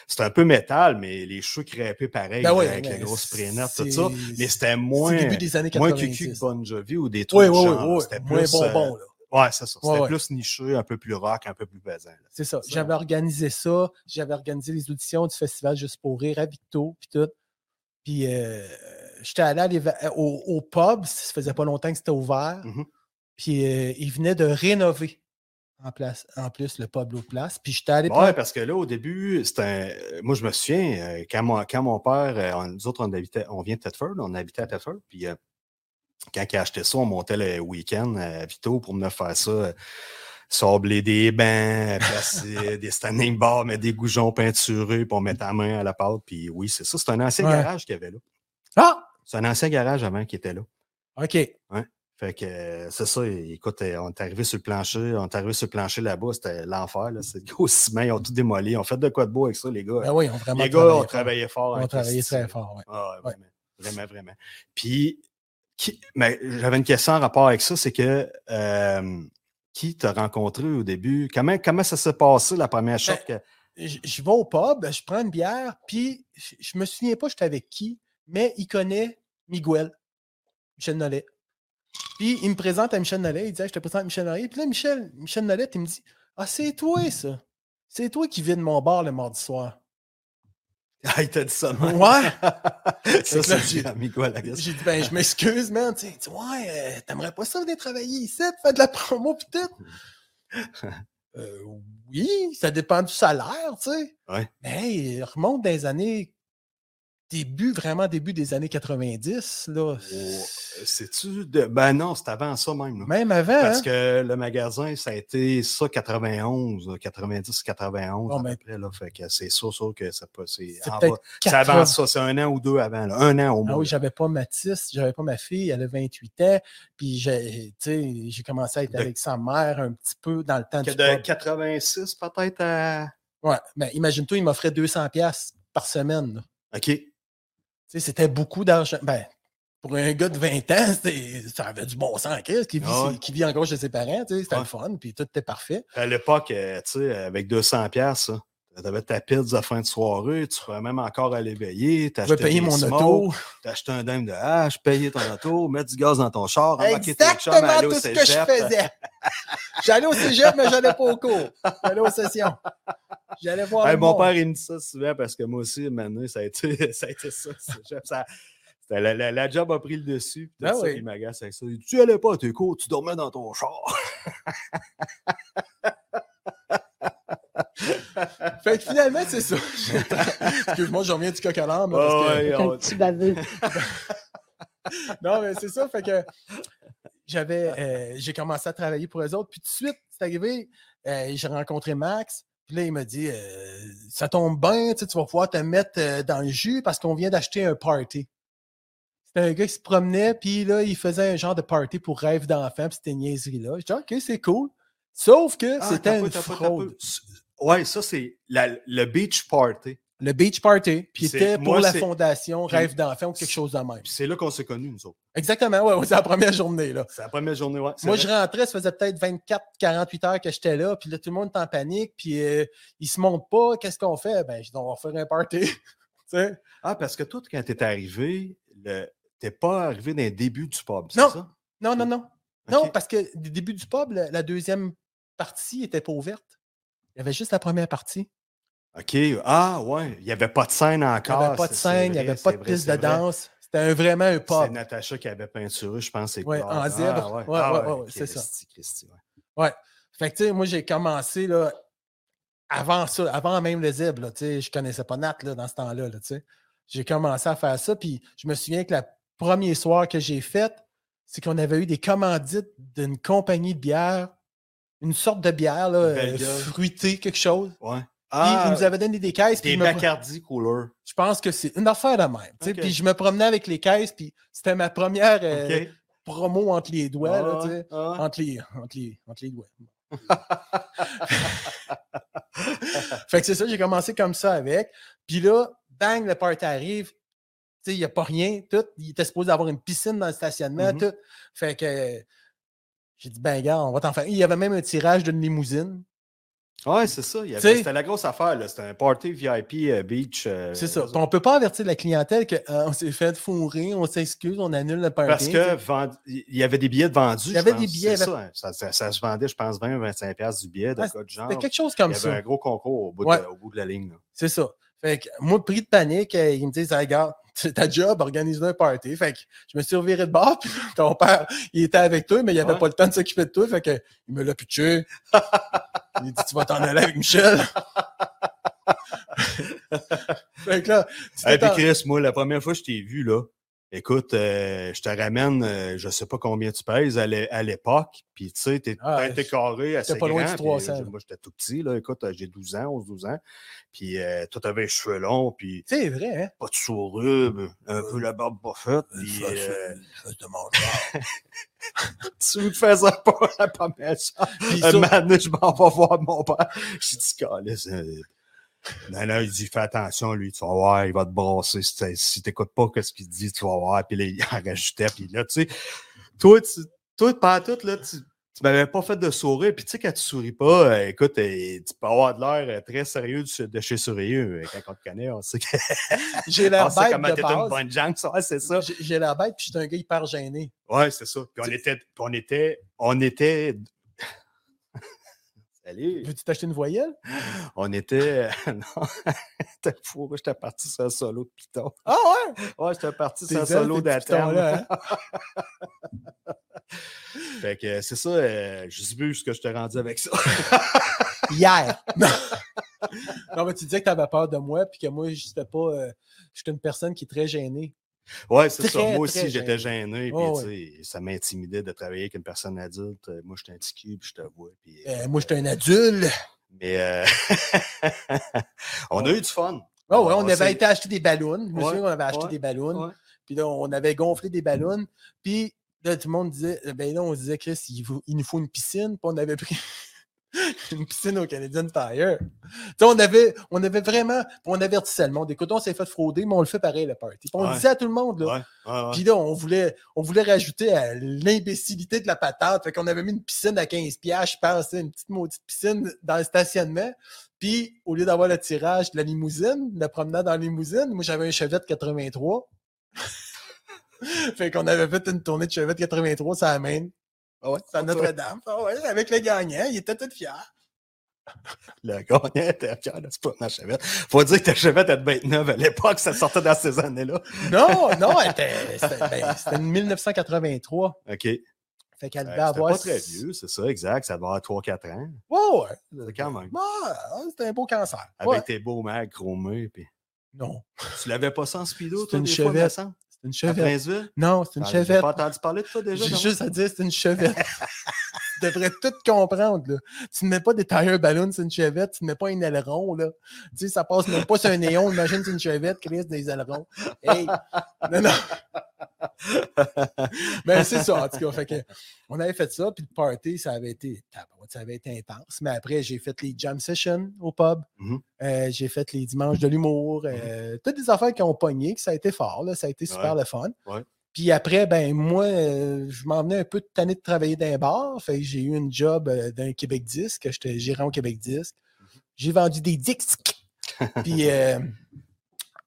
Speaker 2: c'était un peu métal, mais les cheveux crêpés pareil,
Speaker 3: Ben oui,
Speaker 2: avec la
Speaker 3: mais
Speaker 2: grosse prénette, tout
Speaker 3: c'est-
Speaker 2: ça. Mais c'était moins,
Speaker 3: C'est le début des années
Speaker 2: moins
Speaker 3: 90.
Speaker 2: cucu que Bon Jovi ou des trucs
Speaker 3: Oui, oui,
Speaker 2: du
Speaker 3: oui.
Speaker 2: genre. là.
Speaker 3: oui.
Speaker 2: C'était
Speaker 3: Moins
Speaker 2: plus,
Speaker 3: bonbon, là.
Speaker 2: euh, ouais, c'est ça. C'était
Speaker 3: Ouais, ouais.
Speaker 2: plus niché, un peu plus rock, un peu plus pesant. là.
Speaker 3: C'est ça.
Speaker 2: ça.
Speaker 3: J'avais organisé ça. J'avais organisé les auditions du festival Juste pour rire à Victo, puis tout. Puis euh, j'étais allé à l'éva- au, au pub, ça faisait pas longtemps que c'était ouvert.
Speaker 2: Mhm.
Speaker 3: Puis euh, ils venaient de rénover en, place, en plus le pub l'autre place. Puis j'étais allé
Speaker 2: Ouais, parce que là, au début, c'était un- moi, je me souviens, euh, quand mon, quand mon père, euh, on- nous autres, on, habitait, on vient de Thetford, on habitait à Thetford, puis euh, quand il a acheté ça, on montait le week-end à Vito pour me faire ça. euh, sabler des bancs, euh, placer des standing bars, mettre des goujons peinturés, puis on mettait la main à la pâte. Puis oui, c'est ça. C'est un ancien
Speaker 3: Ouais.
Speaker 2: garage qu'il y avait là.
Speaker 3: Ah!
Speaker 2: C'est un ancien garage avant qui était là.
Speaker 3: OK.
Speaker 2: Fait que euh, c'est ça, é- écoute, euh, on est arrivé sur le plancher, on est arrivé sur le plancher là-bas, c'était l'enfer, là. C'est gros ciment, ils ont tout démoli. On fait de quoi de beau avec ça, les gars.
Speaker 3: Ben oui, on vraiment
Speaker 2: les gars ont
Speaker 3: travaillé
Speaker 2: travaillé fort.
Speaker 3: fort.
Speaker 2: hein,
Speaker 3: On travaillait
Speaker 2: Christy.
Speaker 3: très fort, ouais.
Speaker 2: Ah, ouais,
Speaker 3: Ouais.
Speaker 2: Vraiment, vraiment, vraiment. Puis, qui- mais j'avais une question en rapport avec ça, c'est que euh, qui t'a rencontré au début? Comment, comment ça s'est passé la
Speaker 3: Ben
Speaker 2: première shot? que- (laughs)
Speaker 3: je, je vais au pub, je prends une bière, puis je, je me souviens pas j'étais avec qui, mais il connaît Miguel, Michel Nollet. Puis il me présente à Michel Nollet, il dit Hey, Je te présente Michel Nollet. Puis là, Michel, Michel Nollet, il me dit Ah, c'est toi ça. C'est toi qui viens de mon bar le mardi soir.
Speaker 2: Ah, il t'a dit ça, de même.
Speaker 3: Ouais.
Speaker 2: ça,
Speaker 3: que là,
Speaker 2: c'est
Speaker 3: j'ai-
Speaker 2: amigo à la gueule.
Speaker 3: J'ai dit Ben, je m'excuse, man. Tu sais, il dit, Ouais, euh, t'aimerais pas ça venir travailler ici, faire de la promo, pis
Speaker 2: (laughs)
Speaker 3: tout. Euh, oui, ça dépend du salaire, tu sais.
Speaker 2: Ouais.
Speaker 3: Mais il remonte des années. Début, vraiment début des années 90, là. Euh,
Speaker 2: Oh, C'est-tu de. Ben non, c'est avant ça même. là.
Speaker 3: Même avant,
Speaker 2: Parce
Speaker 3: hein.
Speaker 2: que le magasin, ça a été ça 91, 90, 91
Speaker 3: Bon,
Speaker 2: à
Speaker 3: ben,
Speaker 2: peu près. Là, fait que c'est sûr, sûr que ça peut. C'est
Speaker 3: c'est
Speaker 2: en
Speaker 3: peut-être
Speaker 2: bas. C'est avant
Speaker 3: 80.
Speaker 2: ça, c'est un an ou deux avant. là, Un an au moins.
Speaker 3: Ah oui, j'avais pas Mathis, j'avais pas ma fille, elle a 28 ans, puis j'ai, tu sais, j'ai commencé à être
Speaker 2: De-
Speaker 3: avec sa mère un petit peu dans le temps
Speaker 2: Que
Speaker 3: du
Speaker 2: de
Speaker 3: pub.
Speaker 2: 86 peut-être à.
Speaker 3: Ouais, mais imagine-toi, il m'offrait 200 pièces par semaine. là.
Speaker 2: OK.
Speaker 3: Tu sais, c'était beaucoup d'argent. Ben, pour un gars de 20 ans, c'était- ça avait du bon sens, Chris, qui vit,
Speaker 2: Ah ouais.
Speaker 3: ses- qui vit encore chez ses parents, tu sais, c'était
Speaker 2: Ouais.
Speaker 3: le fun, puis tout était parfait.
Speaker 2: À l'époque, euh, tu sais, avec 200 pièces, t'avais ta pizza à fin de soirée, tu pouvais même encore à l'éveiller,
Speaker 3: Je vais
Speaker 2: t'achetais
Speaker 3: payer
Speaker 2: des
Speaker 3: mon
Speaker 2: smokes,
Speaker 3: auto.
Speaker 2: t'achetais un dame de hache, payais ton auto, mettre du gaz dans ton char, embarquer tes chums,
Speaker 3: Exactement
Speaker 2: aller au
Speaker 3: tout ce que je
Speaker 2: cégep.
Speaker 3: faisais. J'allais au cégep, mais j'allais pas au cours. J'allais aux sessions. J'allais voir
Speaker 2: Hey,
Speaker 3: le
Speaker 2: mon
Speaker 3: monde.
Speaker 2: père, il me dit ça souvent parce que moi aussi, maintenant, ça a été (laughs) ça. A été ça, le cégep. Ça- c'était la, la- la job a pris le dessus. puis tout
Speaker 3: Ah
Speaker 2: ça,
Speaker 3: oui.
Speaker 2: puis Il m'agace avec ça. Il dit, tu allais pas à tes cours, tu dormais dans ton
Speaker 3: (laughs)
Speaker 2: char.
Speaker 3: Fait que finalement, c'est ça. (laughs) Excuse-moi, je reviens du coq à l'âne, parce que-
Speaker 2: Ah
Speaker 3: Ah,
Speaker 2: Ouais,
Speaker 4: C'est
Speaker 2: on-
Speaker 3: (laughs)
Speaker 4: un petit (laughs) baveux.
Speaker 3: Non, mais c'est ça. Fait que j'avais, euh, j'ai commencé à travailler pour eux autres. Puis tout de suite, c'est arrivé, euh, j'ai rencontré Max. Puis là, il m'a dit, euh, ça tombe bien, tu sais, tu vas pouvoir te mettre euh, dans le jus parce qu'on vient d'acheter un party. C'était un gars qui se promenait, puis là, il faisait un genre de party pour rêve d'enfant, puis c'était niaiserie-là. Je dis, OK, c'est cool. Sauf que
Speaker 2: Ah,
Speaker 3: c'était
Speaker 2: t'as
Speaker 3: une
Speaker 2: pas, t'as pas, t'as pas.
Speaker 3: fraude.
Speaker 2: Ouais, ça, c'est la- le beach party.
Speaker 3: Le Beach Party, puis
Speaker 2: C'est-
Speaker 3: était pour
Speaker 2: moi,
Speaker 3: la
Speaker 2: c'est-
Speaker 3: fondation
Speaker 2: puis-
Speaker 3: Rêve d'enfant ou quelque chose de même.
Speaker 2: Puis c'est là qu'on s'est connus, nous autres.
Speaker 3: Exactement, ouais, ouais, c'est la première journée, là.
Speaker 2: C'est la première journée, ouais. c'est
Speaker 3: Moi, je
Speaker 2: vrai.
Speaker 3: rentrais, ça faisait peut-être 24, 48 heures que j'étais là, puis là, tout le monde est en panique, puis euh, ils se montent pas. Qu'est-ce qu'on fait? Ben, je dis, on va faire un party. (laughs) Tu sais?
Speaker 2: Ah, parce que toi, quand t'es arrivé, le... t'es pas arrivé dans le début du pub, c'est
Speaker 3: Non.
Speaker 2: ça?
Speaker 3: non, non, non.
Speaker 2: Ok.
Speaker 3: Non, parce que du début du pub, la, la deuxième partie était pas ouverte. Il y avait juste la première partie.
Speaker 2: OK. Ah, ouais. Il n'y avait pas de scène
Speaker 3: Il n'y
Speaker 2: encore.
Speaker 3: avait pas de
Speaker 2: Ah, c'est- c'est
Speaker 3: scène, il n'y
Speaker 2: vrai,
Speaker 3: avait
Speaker 2: c'est
Speaker 3: pas de
Speaker 2: vrai,
Speaker 3: piste
Speaker 2: c'est
Speaker 3: de
Speaker 2: vrai.
Speaker 3: danse. C'était un- vraiment un
Speaker 2: C'est
Speaker 3: pub.
Speaker 2: Natacha qui avait peinturé, je pense, c'est
Speaker 3: Ouais,
Speaker 2: clair.
Speaker 3: en
Speaker 2: Ah,
Speaker 3: zèbre.
Speaker 2: ouais,
Speaker 3: Ouais,
Speaker 2: ah,
Speaker 3: ouais, ouais, ouais,
Speaker 2: ok,
Speaker 3: c'est ça.
Speaker 2: Christi, Christi, ouais.
Speaker 3: Fait que, tu sais, moi, j'ai commencé, là, avant ça, avant même le zèbre, là, tu sais, je connaissais pas Nat, là, dans ce temps-là, là, tu sais. J'ai commencé à faire ça, puis je me souviens que le premier soir que j'ai fait, c'est qu'on avait eu des commandites d'une compagnie de bière, une sorte de bière, là,
Speaker 2: Belle
Speaker 3: euh,
Speaker 2: gueule.
Speaker 3: fruitée, quelque chose.
Speaker 2: Ouais.
Speaker 3: Puis,
Speaker 2: Ah,
Speaker 3: ils nous avaient donné des caisses. puis
Speaker 2: des
Speaker 3: je me-
Speaker 2: Bacardi couleur.
Speaker 3: Je pense que c'est une affaire de même. tu sais.
Speaker 2: Ok.
Speaker 3: Puis je me promenais avec les caisses, puis c'était ma première euh,
Speaker 2: OK.
Speaker 3: promo entre les doigts. là,
Speaker 2: Ah,
Speaker 3: tu sais.
Speaker 2: ah.
Speaker 3: entre, les, entre, les, entre les doigts.
Speaker 2: (laughs)
Speaker 3: fait que c'est ça, j'ai commencé comme ça avec. Puis là, bang, le party arrive. Tu sais, il n'y a pas rien. Tout. Il était supposé avoir une piscine dans le stationnement.
Speaker 2: Mhm.
Speaker 3: Tout. Fait que euh, j'ai dit, ben, gars, on va t'en faire. Il y avait même un tirage d'une limousine. Ah.
Speaker 2: Ouais, c'est ça. il y avait-
Speaker 3: T'sais-
Speaker 2: C'était la grosse affaire. là. C'était un party VIP euh, beach. euh,
Speaker 3: C'est ça. Puis on ne peut pas avertir la clientèle qu'on s'est fait fourrer, on s'excuse, on annule le party.
Speaker 2: Parce
Speaker 3: tu sais.
Speaker 2: que vend- il y avait des billets de vendus.
Speaker 3: Il y
Speaker 2: je
Speaker 3: avait des
Speaker 2: pense,
Speaker 3: billets,
Speaker 2: c'est
Speaker 3: il y
Speaker 2: Ça, hein. Ça- ça- ça se vendait, je pense, 20 25 piastres du billet de
Speaker 3: Ouais,
Speaker 2: quoi de genre.
Speaker 3: C'était
Speaker 2: Il
Speaker 3: quelque chose
Speaker 2: y
Speaker 3: comme
Speaker 2: avait
Speaker 3: ça.
Speaker 2: un gros concours au bout, de,
Speaker 3: Ouais.
Speaker 2: au bout de la ligne. là.
Speaker 3: C'est ça. Fait que moi, pris de panique, euh, ils me disent Ah, Regarde, (laughs) c'est ta job, organise un party. Fait que je me suis reviré de bord, (laughs) puis ton père, il était avec toi, mais il n'avait
Speaker 2: Ouais.
Speaker 3: pas le temps de s'occuper de toi. Fait que il me l'a pitché. (laughs) il dit Tu vas t'en aller avec Michel. (laughs) fait que là, tu
Speaker 2: Hey,
Speaker 3: t'es
Speaker 2: puis
Speaker 3: en-
Speaker 2: Chris, moi, la première fois que je t'ai vu, là, écoute, euh, je te ramène, euh, je sais pas combien tu pèses à l'é- à l'époque, puis tu sais, t'es
Speaker 3: Ah,
Speaker 2: ben, t'es carré assez
Speaker 3: j'étais pas loin
Speaker 2: grand,
Speaker 3: du
Speaker 2: puis,
Speaker 3: 300,
Speaker 2: euh,
Speaker 3: là.
Speaker 2: moi, j'étais tout petit, là, écoute, euh, j'ai 12 ans, 11-12 ans, puis euh, toi, t'avais les cheveux longs, puis
Speaker 3: C'est vrai, hein?
Speaker 2: pas de sourire, un peu la barbe pas faite, puis euh, tu me faisais (laughs) pas la première chose.
Speaker 3: Puis ça-
Speaker 2: Un moment donné, Euh, je m'en vais voir mon père. J'ai dit, Calisse, euh, non, non, il dit, fais attention, lui, tu vas voir, il va te brasser. Si t'as- Si t'écoutes pas ce qu'il dit, tu vas voir. Puis là, il (laughs) en rajoutait. Puis là, tu sais, toi, tu, toi, pas tout, là, tu, tu m'avais pas fait de sourire. Puis tu sais, quand tu souris pas, euh, écoute, euh, tu peux avoir de l'air euh, très sérieux de, de chez Sérieux. Quand on te connaît, on sait, que,
Speaker 3: j'ai
Speaker 2: (laughs) on
Speaker 3: l'air
Speaker 2: sait
Speaker 3: bête
Speaker 2: comment
Speaker 3: de
Speaker 2: t'es une
Speaker 3: base.
Speaker 2: bonne jambe. Ouais, c'est ça.
Speaker 3: J'ai- J'ai l'air bête, puis je suis un gars hyper gêné.
Speaker 2: Ouais, c'est ça. Puis on était, puis on était, on était. Salut.
Speaker 3: Veux-tu t'acheter une voyelle?
Speaker 2: On était. (laughs) Non, t'es fou, j'étais parti sur un solo de Python.
Speaker 3: Ah ouais!
Speaker 2: Ouais, j'étais parti sur
Speaker 3: T'es
Speaker 2: un
Speaker 3: zen,
Speaker 2: solo
Speaker 3: tes petits
Speaker 2: d'attente.
Speaker 3: pitons-là, hein?
Speaker 2: Fait que euh, c'est ça, euh, je sais plus ce que je t'ai rendu avec ça. (laughs)
Speaker 3: hier. (laughs) non, Non, mais tu disais que tu avais peur de moi, puis que moi, je n'étais pas. euh, je suis une personne qui est très gênée.
Speaker 2: Ouais, c'est ça.
Speaker 3: Très,
Speaker 2: Moi
Speaker 3: très
Speaker 2: aussi, j'étais gêné. Puis,
Speaker 3: Ouais,
Speaker 2: tu sais, ça m'intimidait de travailler avec une personne adulte. Euh, Moi, j'étais un petit cul, puis je te vois. Puis,
Speaker 3: Euh, moi, j'étais un adulte.
Speaker 2: Mais euh, (laughs) on a eu du fun.
Speaker 3: Oh, ouais, on,
Speaker 2: On
Speaker 3: avait
Speaker 2: s'est-
Speaker 3: été acheter des ballons. Je me
Speaker 2: Ouais,
Speaker 3: souviens, on avait acheté
Speaker 2: ouais,
Speaker 3: des ballons.
Speaker 2: ouais.
Speaker 3: Puis là, on avait gonflé des ballons. Puis là, tout le monde disait, euh, ben là, on disait, Chris, il, vous- il nous faut une piscine. Puis on avait pris (laughs) une piscine au Canadian Tire. Tu sais, on avait, on avait vraiment. puis on avertissait le monde. Écoute, on s'est fait frauder, mais on le fait pareil, le party. Puis on
Speaker 2: Ouais.
Speaker 3: disait à tout le monde, là,
Speaker 2: Ouais, ouais, ouais.
Speaker 3: Puis là, on voulait, on voulait rajouter à l'imbécilité de la patate. Fait qu'on avait mis une piscine à 15 piastres, je pense, une petite maudite piscine dans le stationnement. Puis, au lieu d'avoir le tirage de la limousine, la promenade en limousine, moi, j'avais un Chevette 83. (laughs) fait qu'on avait fait une tournée de Chevette 83, ça amène. Ah ouais, c'est à Notre-Dame. Ah ouais, avec le gagnant, il était tout fier.
Speaker 2: Le gagnant était (laughs) fier de se promener à Chevette. Faut dire que ta Chevette était bête neuve à l'époque, ça sortait dans ces années-là.
Speaker 3: Non, non, elle était- c'était ben, c'était une 1983.
Speaker 2: OK. Euh,
Speaker 3: Fait qu'elle devait
Speaker 2: c'était
Speaker 3: avoir.
Speaker 2: pas très vieux, c'est ça, exact. Ça devait avoir 3-4 ans.
Speaker 3: Ouais, ouais.
Speaker 2: C'est quand même.
Speaker 3: Ouais, ouais, c'était un beau cancer.
Speaker 2: Avec
Speaker 3: Ouais.
Speaker 2: tes beaux mags chromés. Puis...
Speaker 3: Non.
Speaker 2: Tu l'avais pas sans speedo,
Speaker 3: C'est
Speaker 2: toi,
Speaker 3: une
Speaker 2: des fois,
Speaker 3: Chevette.
Speaker 2: me semble,
Speaker 3: C'est une
Speaker 2: à
Speaker 3: chevette.
Speaker 2: Princeville?
Speaker 3: Non, c'est une
Speaker 2: Ah, J'ai
Speaker 3: chevette.
Speaker 2: pas entendu parler de toi déjà.
Speaker 3: J'ai
Speaker 2: non?
Speaker 3: juste à dire, c'est une chevette. tu devrais tout comprendre. Là. Tu ne mets pas des tire ballons sur une chevette, tu ne mets pas un aileron. Là. Tu sais, ça passe même pas sur un néon. Imagine c'est une chevette, Chris, des ailerons. Hey! Non, (laughs) non! Mais c'est ça, en tout cas. Fait que, on avait fait ça, puis le party, ça avait été, tabarouette, ça avait été intense. Mais après, j'ai fait les jam sessions au pub.
Speaker 2: Mhm.
Speaker 3: Euh, j'ai fait les dimanches de l'humour. euh, toutes des affaires qui ont pogné, que ça a été fort. là, Ça a été super
Speaker 2: Ouais.
Speaker 3: le fun.
Speaker 2: Ouais.
Speaker 3: Puis après, ben moi, euh, je m'en venais un peu tanné de travailler dans un bar. Fait que j'ai eu une job euh, d'un Québec Disque. J'étais gérant au Québec Disque.
Speaker 2: Mhm.
Speaker 3: J'ai vendu des disques. Puis euh,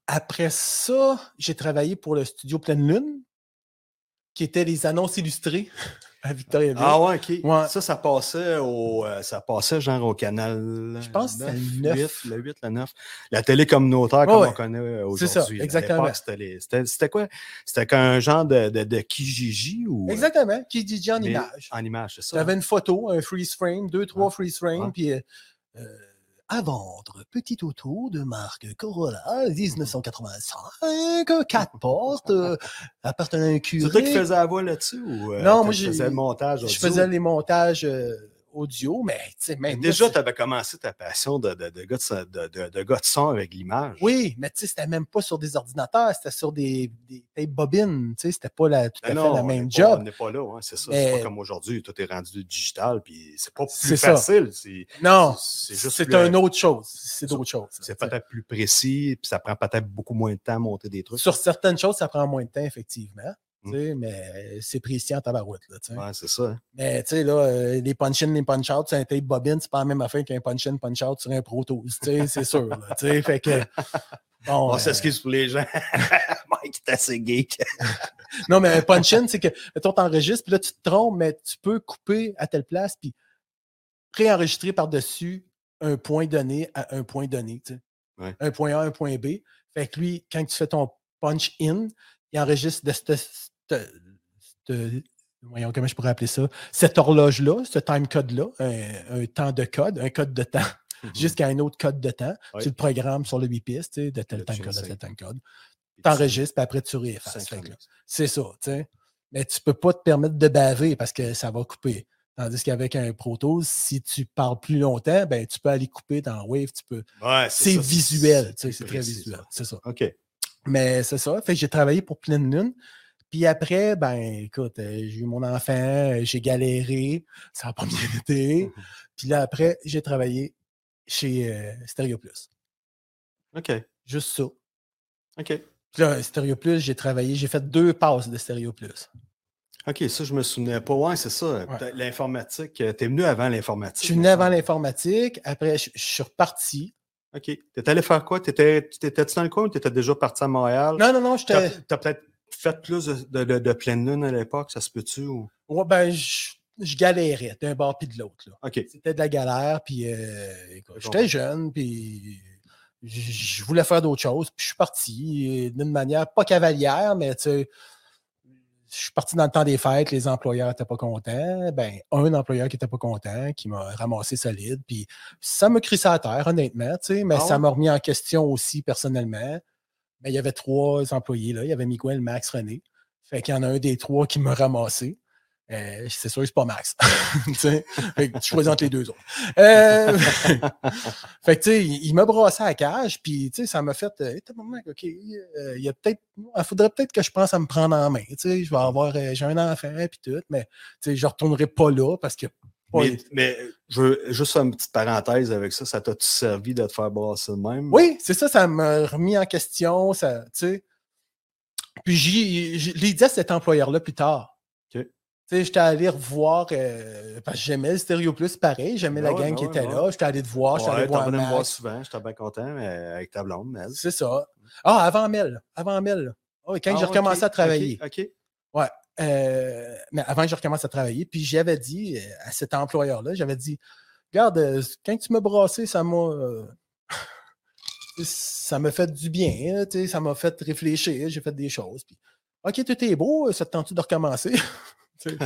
Speaker 3: après ça, j'ai travaillé pour le studio Pleine Lune, qui était les annonces illustrées (laughs) à Victoriaville.
Speaker 2: Ah ouais, OK.
Speaker 3: Ouais.
Speaker 2: Ça, ça passait au euh, ça passait genre au canal.
Speaker 3: Je pense que c'était le
Speaker 2: 9,
Speaker 3: 9.
Speaker 2: 8, le 8, le 9. La télé communautaire comme
Speaker 3: Ouais,
Speaker 2: on connaît euh,
Speaker 3: C'est
Speaker 2: aujourd'hui.
Speaker 3: ça,
Speaker 2: À
Speaker 3: exactement.
Speaker 2: l'époque, c'était les- C'était c'était quoi? C'était qu'un genre de, de, de Kijiji ou. euh,
Speaker 3: Exactement, qui dit en
Speaker 2: mais-
Speaker 3: image.
Speaker 2: En image, c'est ça. Ah.
Speaker 3: J'avais une photo, un freeze frame, deux, trois freeze frames,
Speaker 2: Ouais.
Speaker 3: puis euh, euh, à vendre, petit auto de marque Corolla 1985,
Speaker 2: (laughs)
Speaker 3: quatre portes, euh, appartenant à un
Speaker 2: C'est toi
Speaker 3: curé.
Speaker 2: qui faisais la voix là-dessus ou. euh,
Speaker 3: Non,
Speaker 2: tu
Speaker 3: moi, j'ai-
Speaker 2: faisais le montage.
Speaker 3: Je
Speaker 2: audio?
Speaker 3: faisais les montages euh, audio, mais tu sais, même. là,
Speaker 2: Déjà,
Speaker 3: c'est-
Speaker 2: tu avais commencé ta passion de, de, de, gars de son- de, de- de gars de son avec l'image.
Speaker 3: Oui, mais tu sais, c'était même pas sur des ordinateurs, c'était sur des, des tapes bobines, tu sais, c'était pas la, tout à fait
Speaker 2: Ben non,
Speaker 3: la
Speaker 2: on
Speaker 3: même
Speaker 2: n'est pas-
Speaker 3: job.
Speaker 2: on n'est pas là, hein, c'est ça.
Speaker 3: Mais-
Speaker 2: C'est pas comme aujourd'hui, tout est rendu digital, puis c'est pas
Speaker 3: C'est
Speaker 2: plus
Speaker 3: ça.
Speaker 2: facile. c'est-
Speaker 3: non,
Speaker 2: c'est juste
Speaker 3: c'est
Speaker 2: plus-
Speaker 3: une autre chose, c'est d'autres choses.
Speaker 2: C'est
Speaker 3: là, tu sais.
Speaker 2: peut-être plus précis, puis ça prend peut-être beaucoup moins de temps à monter des trucs.
Speaker 3: Sur certaines choses, ça prend moins de temps, effectivement.
Speaker 2: Mm.
Speaker 3: tu sais, Mais c'est précis en tabarouette. Là, tu sais.
Speaker 2: Ouais, c'est ça. hein.
Speaker 3: Mais tu sais, là, euh, les punch-in, les punch-out, c'est un tape bobine, c'est pas la même affaire qu'un punch-in, punch-out sur un Pro Tools, tu sais, c'est sûr. là, tu sais, fait
Speaker 2: (laughs)
Speaker 3: que. Bon,
Speaker 2: On
Speaker 3: euh,
Speaker 2: s'excuse pour les gens. (laughs) Mike est assez geek.
Speaker 3: non, mais un punch-in, c'est que, mettons, t'enregistres, puis là, tu te trompes, mais tu peux couper à telle place, puis réenregistrer par-dessus un point donné à un point donné, tu sais.
Speaker 2: Ouais.
Speaker 3: Un point A, un point B. Fait que lui, quand tu fais ton punch-in, il enregistre de cette, cette- cette- voyons comment je pourrais appeler ça, cette horloge-là, ce time code-là, un, un temps de code, un code de temps, jusqu'à un autre code de temps.
Speaker 2: Mm-hmm. Ouais.
Speaker 3: Tu le programmes sur le 8 pistes, tu sais, de tel
Speaker 2: Là,
Speaker 3: time
Speaker 2: tu
Speaker 3: code, de
Speaker 2: sais.
Speaker 3: tel time code.
Speaker 2: Puis tu
Speaker 3: T'enregistres, puis après, tu réeffaces. Fait que là,
Speaker 2: synchronises.
Speaker 3: c'est ça, tu sais. Mais tu peux pas te permettre de baver parce que ça va couper. Tandis qu'avec un Pro Tools, si tu parles plus longtemps, ben, tu peux aller couper dans Wave, tu peux.
Speaker 2: Ouais,
Speaker 3: C'est
Speaker 2: Ah, ça,
Speaker 3: visuel, tu sais,
Speaker 2: plus
Speaker 3: c'est très
Speaker 2: précis,
Speaker 3: visuel,
Speaker 2: ça.
Speaker 3: c'est ça.
Speaker 2: OK.
Speaker 3: Mais c'est ça. Fait que j'ai travaillé pour Pleine Lune. Puis après, ben, écoute, euh, j'ai eu mon enfant, euh, j'ai galéré, ça (laughs) n'a pas bien été. Puis là, après, j'ai travaillé chez euh, Stereo Plus.
Speaker 2: OK.
Speaker 3: Juste ça.
Speaker 2: OK.
Speaker 3: Puis là, Stereo Plus, j'ai travaillé, j'ai fait deux passes de Stereo Plus.
Speaker 2: OK, ça, je me souvenais pas. Ouais, c'est ça.
Speaker 3: Ouais.
Speaker 2: Peut-être L'informatique. euh, T'es venu avant
Speaker 3: Je
Speaker 2: l'informatique.
Speaker 3: suis
Speaker 2: me
Speaker 3: venu avant
Speaker 2: semble.
Speaker 3: l'informatique. Après, je, je suis reparti.
Speaker 2: OK. T'es allé faire quoi? T'étais- T'étais-tu dans le coin ou t'étais déjà parti à Montréal?
Speaker 3: Non, non, non,
Speaker 2: T'as
Speaker 3: j'étais.
Speaker 2: t'as peut-être fait plus de, de- de- de pleine lune à l'époque, ça se peut-tu? Ou...
Speaker 3: Ouais, ben, je, je galérais d'un bord puis de l'autre. là.
Speaker 2: OK.
Speaker 3: C'était de la galère, puis euh, écoute,
Speaker 2: Je
Speaker 3: j'étais
Speaker 2: comprends.
Speaker 3: jeune, puis j- je voulais faire d'autres choses, puis je suis parti euh, d'une manière pas cavalière, mais tu sais, je suis parti dans le temps des fêtes, les employeurs n'étaient pas contents. Ben, un employeur qui n'était pas content, qui m'a ramassé solide, puis ça me crissait à terre, honnêtement, tu sais, mais
Speaker 2: Ah
Speaker 3: ça
Speaker 2: ouais?
Speaker 3: m'a remis en question aussi personnellement. Ben, il y avait trois employés là. Il y avait Miguel, Max, René. Fait qu'il y en a un des trois qui m'a ramassé. Euh, c'est sûr que c'est pas Max. (laughs) Tu sais, fait que je choisis entre les deux autres. Euh, (laughs) fait que tu sais, il, il m'a brassé à la cage, puis tu sais, ça m'a fait euh, Attends un moment, OK, euh, il y a peut-être. Il faudrait peut-être que je pense à me prendre en main. Tu sais, je vais avoir. euh, j'ai un enfant puis tout, mais tu sais, je retournerai pas là parce que.
Speaker 2: Mais, mais je veux juste faire une petite parenthèse avec ça. Ça t'a-tu servi de te faire brasser le même?
Speaker 3: Oui, c'est ça, ça m'a remis en question, ça, tu sais. Puis j'y- je l'ai dit à cet employeur-là plus tard.
Speaker 2: OK.
Speaker 3: Tu sais, j'étais allé revoir, euh, parce que j'aimais le Stéréo Plus, pareil, j'aimais
Speaker 2: Ben
Speaker 3: la
Speaker 2: ouais,
Speaker 3: gang
Speaker 2: ben
Speaker 3: qui
Speaker 2: ouais,
Speaker 3: était
Speaker 2: ben
Speaker 3: là, j'étais allé te voir, j'étais allé
Speaker 2: Ouais, t'en
Speaker 3: voir
Speaker 2: venais me voir
Speaker 3: Max.
Speaker 2: souvent, j'étais bien content mais avec ta blonde, mais...
Speaker 3: C'est ça. Ah, avant Mel, avant Mel. Oh, quand
Speaker 2: Ah,
Speaker 3: j'ai
Speaker 2: ok,
Speaker 3: recommencé à travailler.
Speaker 2: OK, ok.
Speaker 3: Euh, mais avant que je recommence à travailler, puis j'avais dit euh, à cet employeur-là, j'avais dit Regarde, euh, quand tu m'as brassé, ça m'a. euh, ça m'a fait du bien, hein, tu sais, ça m'a fait réfléchir, j'ai fait des choses. Puis, OK, tout est beau, ça te tente-tu de recommencer? (laughs) Tu sais.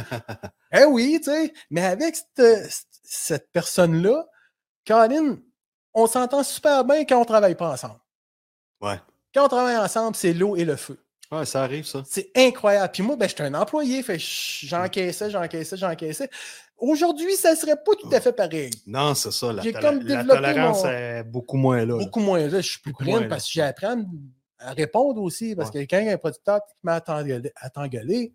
Speaker 3: eh oui, tu sais, mais avec cette, cette personne-là, Caroline, on s'entend super bien quand on travaille pas ensemble.
Speaker 2: Ouais.
Speaker 3: Quand on travaille ensemble, c'est l'eau et le feu.
Speaker 2: Ouais, ça arrive, ça.
Speaker 3: C'est incroyable. Puis moi, ben, j'étais un employé. Fait que je- j'encaissais, j'encaissais, j'encaissais. Aujourd'hui, ça serait pas tout à fait pareil.
Speaker 2: Non, c'est ça. La,
Speaker 3: J'ai
Speaker 2: tol-
Speaker 3: comme
Speaker 2: la
Speaker 3: développé
Speaker 2: tolérance
Speaker 3: mon-
Speaker 2: est beaucoup moins là.
Speaker 3: Beaucoup moins là, je suis plus
Speaker 2: Beaucoup
Speaker 3: prêt
Speaker 2: moins là.
Speaker 3: parce que j'apprends à répondre aussi. Parce que quand il y a un producteur qui te met à t'engueuler- à t'engueuler,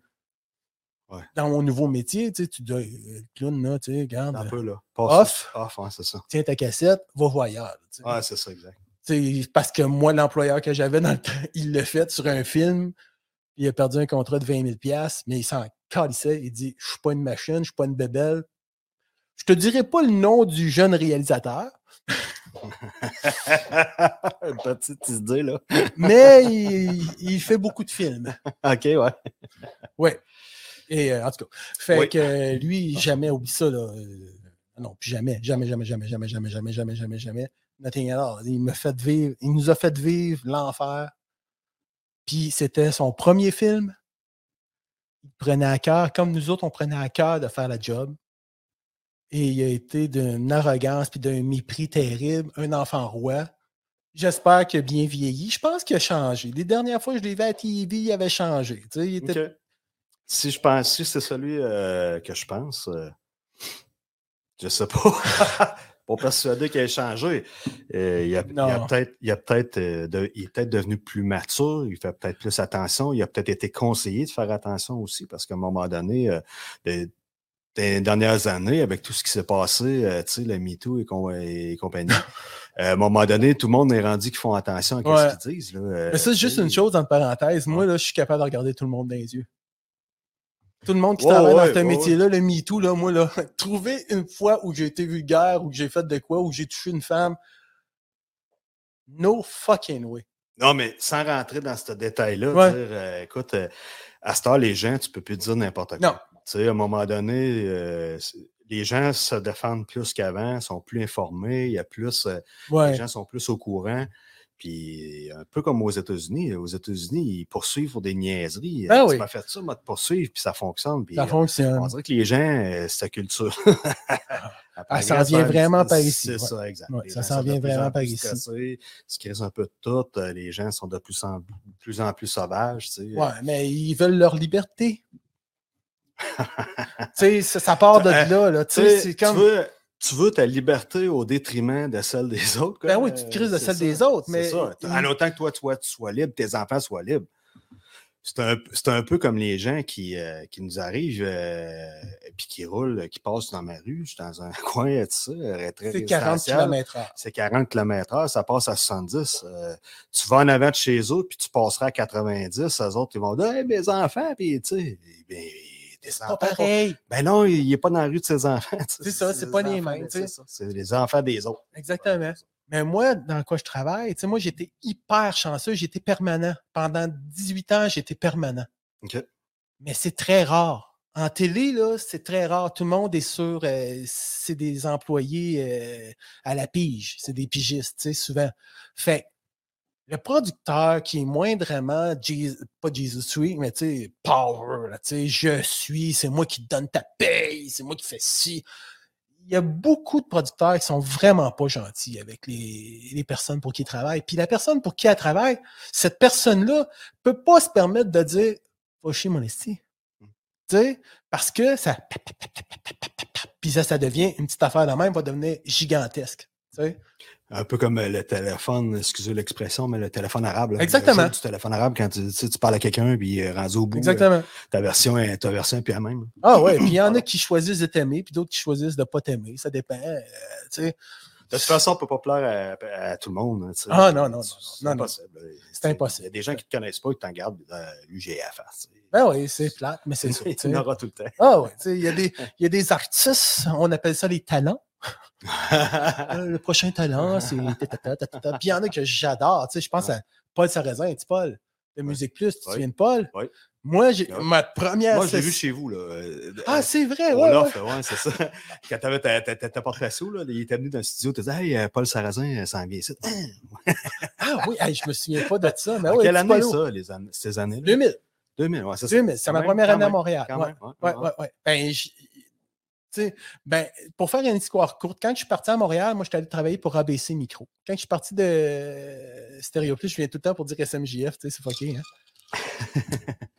Speaker 2: Ouais.
Speaker 3: dans mon nouveau métier, tu sais, tu dis, euh, clown, là, tu sais,
Speaker 2: là. Un
Speaker 3: regarde, euh,
Speaker 2: peu, là. Passe-
Speaker 3: off,
Speaker 2: Off, hein, c'est ça.
Speaker 3: tiens ta cassette, va voyeur. tu sais.
Speaker 2: Ah, c'est ça, exact. (laughs)
Speaker 3: C'est parce que moi, l'employeur que j'avais dans le temps, il l'a fait sur un film. Il a perdu un contrat de 20 000 mais il s'en calissait. Il dit Je suis pas une machine, je suis pas une bébelle. Je te dirai pas le nom du jeune réalisateur,
Speaker 2: Une petite idée, là. (laughs)
Speaker 3: mais il, il fait beaucoup de films.
Speaker 2: OK, ouais.
Speaker 3: Et euh, en tout cas, fait
Speaker 2: Oui. Ah.
Speaker 3: que euh, lui, jamais oublie ça. Là. Euh, Non, puis jamais, jamais, jamais, jamais, jamais, jamais, jamais, jamais, jamais, jamais. Nothing at all. Il me fait vivre, il nous a fait vivre l'enfer. Puis c'était son premier film. Il prenait à cœur, comme nous autres, on prenait à cœur de faire la job. Et il a été d'une arrogance puis d'un mépris terrible, un enfant roi. J'espère qu'il a bien vieilli. Je pense qu'il a changé. Les dernières fois que je l'ai vu à TV, il avait changé. Tu sais, il était
Speaker 2: OK. Si je pense, si c'est celui euh, que je pense, euh, je sais pas. (laughs) Pour persuader qu'il ait changé. Euh, il a, il a
Speaker 3: Non.
Speaker 2: peut-être il a peut-être, euh, de- il est peut-être devenu plus mature, il fait peut-être plus attention, il a peut-être été conseillé de faire attention aussi, parce qu'à un moment donné, euh, les, des dernières années, avec tout ce qui s'est passé, euh, tu sais, le MeToo et, com- et
Speaker 3: (laughs)
Speaker 2: compagnie, euh, à un moment donné, tout le monde est rendu qu'ils font attention à
Speaker 3: Ouais.
Speaker 2: ce qu'ils disent. là. Euh,
Speaker 3: Mais ça, c'est juste
Speaker 2: tu sais,
Speaker 3: une chose, en parenthèse.
Speaker 2: Ah.
Speaker 3: Moi, là, je suis capable de regarder tout le monde dans les yeux. Tout le monde qui
Speaker 2: Ouais,
Speaker 3: travaille
Speaker 2: ouais,
Speaker 3: dans ce
Speaker 2: ouais,
Speaker 3: métier-là, le MeToo, là, moi, là, (laughs) trouver une fois où j'ai été vulgaire, où j'ai fait de quoi, où j'ai touché une femme, no fucking way.
Speaker 2: Non, mais sans rentrer dans ce détail-là,
Speaker 3: Ouais.
Speaker 2: dire, euh, écoute, euh, à ce temps, les gens, tu peux plus dire n'importe quoi.
Speaker 3: Non.
Speaker 2: Tu sais, à un moment donné, euh, c'est- les gens se défendent plus qu'avant, sont plus informés, il y a plus, euh, les
Speaker 3: Ouais.
Speaker 2: gens sont plus au courant. Puis, un peu comme aux États-Unis, aux États-Unis, ils poursuivent pour des niaiseries.
Speaker 3: Ben
Speaker 2: tu
Speaker 3: oui.
Speaker 2: m'as fait ça, moi, te poursuivre, puis ça fonctionne. Puis,
Speaker 3: Ça
Speaker 2: euh, on
Speaker 3: fonctionne.
Speaker 2: dirait que les gens, euh, cette culture.
Speaker 3: (laughs) Ah, ça en vient vraiment par ici,
Speaker 2: C'est
Speaker 3: ouais.
Speaker 2: ça, exact.
Speaker 3: Ouais,
Speaker 2: Les
Speaker 3: ça
Speaker 2: gens
Speaker 3: s'en
Speaker 2: sont de
Speaker 3: vient
Speaker 2: plus
Speaker 3: vraiment
Speaker 2: en
Speaker 3: par
Speaker 2: plus
Speaker 3: ici.
Speaker 2: stressés, Ils se crissent un peu de tout. euh, Les gens sont de plus en plus, en plus sauvages. tu sais.
Speaker 3: Ouais, mais ils veulent leur liberté. tu sais, ça, ça part
Speaker 2: (laughs)
Speaker 3: de
Speaker 2: Euh,
Speaker 3: là, là. Tu
Speaker 2: Tu,
Speaker 3: sais,
Speaker 2: sais,
Speaker 3: c'est
Speaker 2: tu
Speaker 3: comme.
Speaker 2: veux, tu veux ta liberté au détriment de celle des (laughs) autres.
Speaker 3: Ben
Speaker 2: comme,
Speaker 3: oui, tu te
Speaker 2: euh,
Speaker 3: crises de
Speaker 2: c'est
Speaker 3: celle
Speaker 2: ça.
Speaker 3: des autres,
Speaker 2: C'est
Speaker 3: mais.
Speaker 2: ça. En autant que toi, toi, tu sois libre, tes enfants soient libres. C'est un, c'est un peu comme les gens qui, euh, qui nous arrivent et puis qui roulent, qui passent dans ma rue. Je suis dans un (laughs) coin, tu sais, euh, retraite
Speaker 3: C'est 40
Speaker 2: résidentielle.
Speaker 3: km heure.
Speaker 2: c'est 40 km/h, ça passe à 70. Euh, tu vas en avant de chez eux, puis tu passeras à 90. Eux autres, ils vont dire Hey, mes enfants, puis tu sais, ben, tes enfants.
Speaker 3: Pas pareil.
Speaker 2: Ben non, il n'est pas dans la rue de ses enfants. tu sais.
Speaker 3: C'est ça, c'est
Speaker 2: les
Speaker 3: pas les
Speaker 2: enfants,
Speaker 3: mêmes, tu sais.
Speaker 2: c'est ça, C'est les enfants des autres.
Speaker 3: Exactement. Mais moi, dans quoi je travaille, tu sais, moi, j'étais hyper chanceux, j'étais permanent. Pendant 18 ans, j'étais permanent.
Speaker 2: OK.
Speaker 3: Mais c'est très rare. En télé, là, c'est très rare. Tout le monde est sûr, euh, c'est des employés euh, à la pige, c'est des pigistes, tu sais, souvent. Fait que le producteur qui est moindrement, Jes- pas Jesus Sweet, mais tu sais, power, là, tu sais, je suis, c'est moi qui te donne ta paye, c'est moi qui fais ci, il y a beaucoup de producteurs qui sont vraiment pas gentils avec les, les personnes pour qui ils travaillent. Puis la personne pour qui elle travaille, cette personne-là peut pas se permettre de dire Va chier mon esti. Tu sais, parce que ça. Puis ça, ça devient une petite affaire de même, va devenir gigantesque. Tu sais.
Speaker 2: Un peu comme euh, le téléphone, excusez l'expression, mais le téléphone arabe. là.
Speaker 3: Exactement.
Speaker 2: Le jeu Du téléphone arabe, quand tu, tu sais, tu parles à quelqu'un, puis euh, rendu au bout, euh,
Speaker 3: Exactement.
Speaker 2: ta version est ta version, puis la même.
Speaker 3: Ah ouais, puis il y en a qui choisissent de t'aimer, puis d'autres qui choisissent de pas t'aimer. Ça dépend. euh, tu sais.
Speaker 2: De toute façon, on ne peut pas plaire à, à tout le monde. hein, tu sais.
Speaker 3: Ah, non, non, non,
Speaker 2: C'est
Speaker 3: non, non.
Speaker 2: impossible.
Speaker 3: C'est impossible.
Speaker 2: Il y a des gens qui ne te connaissent pas et qui t'en gardent euh, l'UGA à la face. (laughs)
Speaker 3: Ben oui, c'est plate, mais c'est ça. tu
Speaker 2: Il (laughs)
Speaker 3: sais.
Speaker 2: y en aura tout
Speaker 3: (laughs)
Speaker 2: le temps.
Speaker 3: Ah ouais, tu sais, il y, a des- il y a des artistes, on appelle ça les talents. Euh, le prochain
Speaker 2: (laughs)
Speaker 3: talent, c'est. ta, ta, ta, ta, ta, ta. Puis il y en a que j'adore. Tu sais, je pense à Paul Sarrazin, tu sais, Paul, de
Speaker 2: Ouais.
Speaker 3: Musique Plus, tu te
Speaker 2: Ouais.
Speaker 3: souviens de Paul?
Speaker 2: Ouais.
Speaker 3: Moi, j'ai
Speaker 2: Ouais.
Speaker 3: ma première.
Speaker 2: Moi, je l'ai vu
Speaker 3: session-
Speaker 2: chez vous. Là. euh,
Speaker 3: Ah, c'est vrai,
Speaker 2: On
Speaker 3: ouais, ouais.
Speaker 2: l'offre, ouais, c'est ça. (laughs) Quand t'avais ta, ta, ta, ta porte lasso, là, il était venu dans le studio, tu disais, hey, euh, Paul Sarrazin, euh, s'en vient ici.
Speaker 3: Ben
Speaker 2: Ah,
Speaker 3: Ah oui, hey, je me souviens pas de ça. Mais
Speaker 2: en
Speaker 3: ouais,
Speaker 2: quelle
Speaker 3: petit
Speaker 2: année
Speaker 3: Paulo.
Speaker 2: ça, les années, ces années-là?
Speaker 3: 2000.
Speaker 2: 2000, ouais, c'est ça.
Speaker 3: 2000, c'est
Speaker 2: Quand
Speaker 3: ma
Speaker 2: même,
Speaker 3: première
Speaker 2: quand
Speaker 3: année à
Speaker 2: même,
Speaker 3: Montréal.
Speaker 2: Quand
Speaker 3: ouais.
Speaker 2: même, ouais,
Speaker 3: Ouais,
Speaker 2: ouais.
Speaker 3: ouais, ouais. Ben, je- tu sais, ben, pour faire une histoire courte, quand je suis parti à Montréal, moi, je suis allé travailler pour ABC Micro. Quand je suis parti de Stéréoplus, je viens tout le temps pour dire
Speaker 2: (laughs)
Speaker 3: SMJF, tu sais, c'est fucké, hein.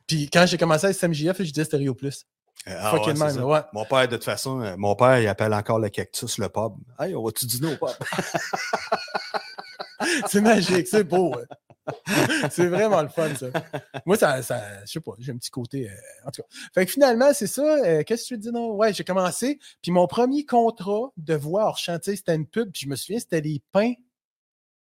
Speaker 3: Puis quand j'ai commencé à SMJF, je disais Stéréoplus.
Speaker 2: Ah ouais,
Speaker 3: Fucking
Speaker 2: c'est
Speaker 3: man,
Speaker 2: ça.
Speaker 3: ouais.
Speaker 2: Mon père, de toute façon, euh, mon père, il appelle encore le cactus le pub. Hey, on va-tu dîner au pub?
Speaker 3: (laughs) C'est magique, c'est beau. ouais. (laughs) c'est vraiment le fun, ça. Moi, ça, ça je sais pas, j'ai un petit côté. euh, en tout cas. Fait que finalement, c'est ça. euh, Qu'est-ce que tu veux dire? Non? Ouais, j'ai commencé. Puis mon premier contrat de voix hors chantier, c'était une pub. Puis je me souviens, c'était les pains,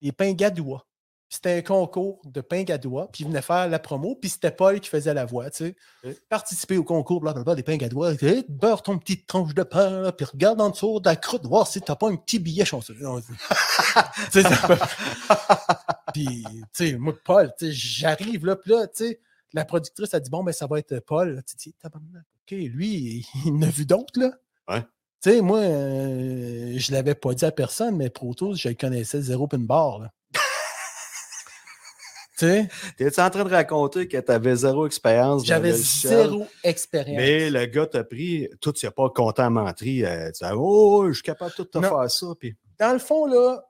Speaker 3: les pains gadois. C'était un concours de pains gadois. Puis il venait faire la promo. Puis c'était Paul qui faisait la voix, tu sais.
Speaker 2: Ok.
Speaker 3: Participer au concours, blablabla, des pains gadois. Eh, Beurre ton petite tranche de pain, là, puis regarde en dessous de la croûte, voir si t'as pas un petit billet chanceux. Non, c'est- Tu sais, c'est à peu puis, tu sais, moi, Paul, tu sais, j'arrive là, puis là, tu sais, la productrice a dit, bon, ben, ça va être Paul. Tu te dis, tabarnak, OK, lui, il en a vu d'autres, là.
Speaker 2: Ouais.
Speaker 3: Tu sais, moi, euh, je l'avais pas dit à personne, mais Pro Tools, je le connaissais zéro pin bar,
Speaker 2: (laughs)
Speaker 3: là. tu sais,
Speaker 2: T'es-tu en train de raconter que t'avais zéro expérience? dans
Speaker 3: j'avais
Speaker 2: le logiciel?
Speaker 3: zéro expérience.
Speaker 2: Mais le gars t'a pris, toi, tu n'as pas content mentir. tu dis, oh, je suis capable de tout te
Speaker 3: Non.
Speaker 2: faire ça. Puis,
Speaker 3: dans le fond, là,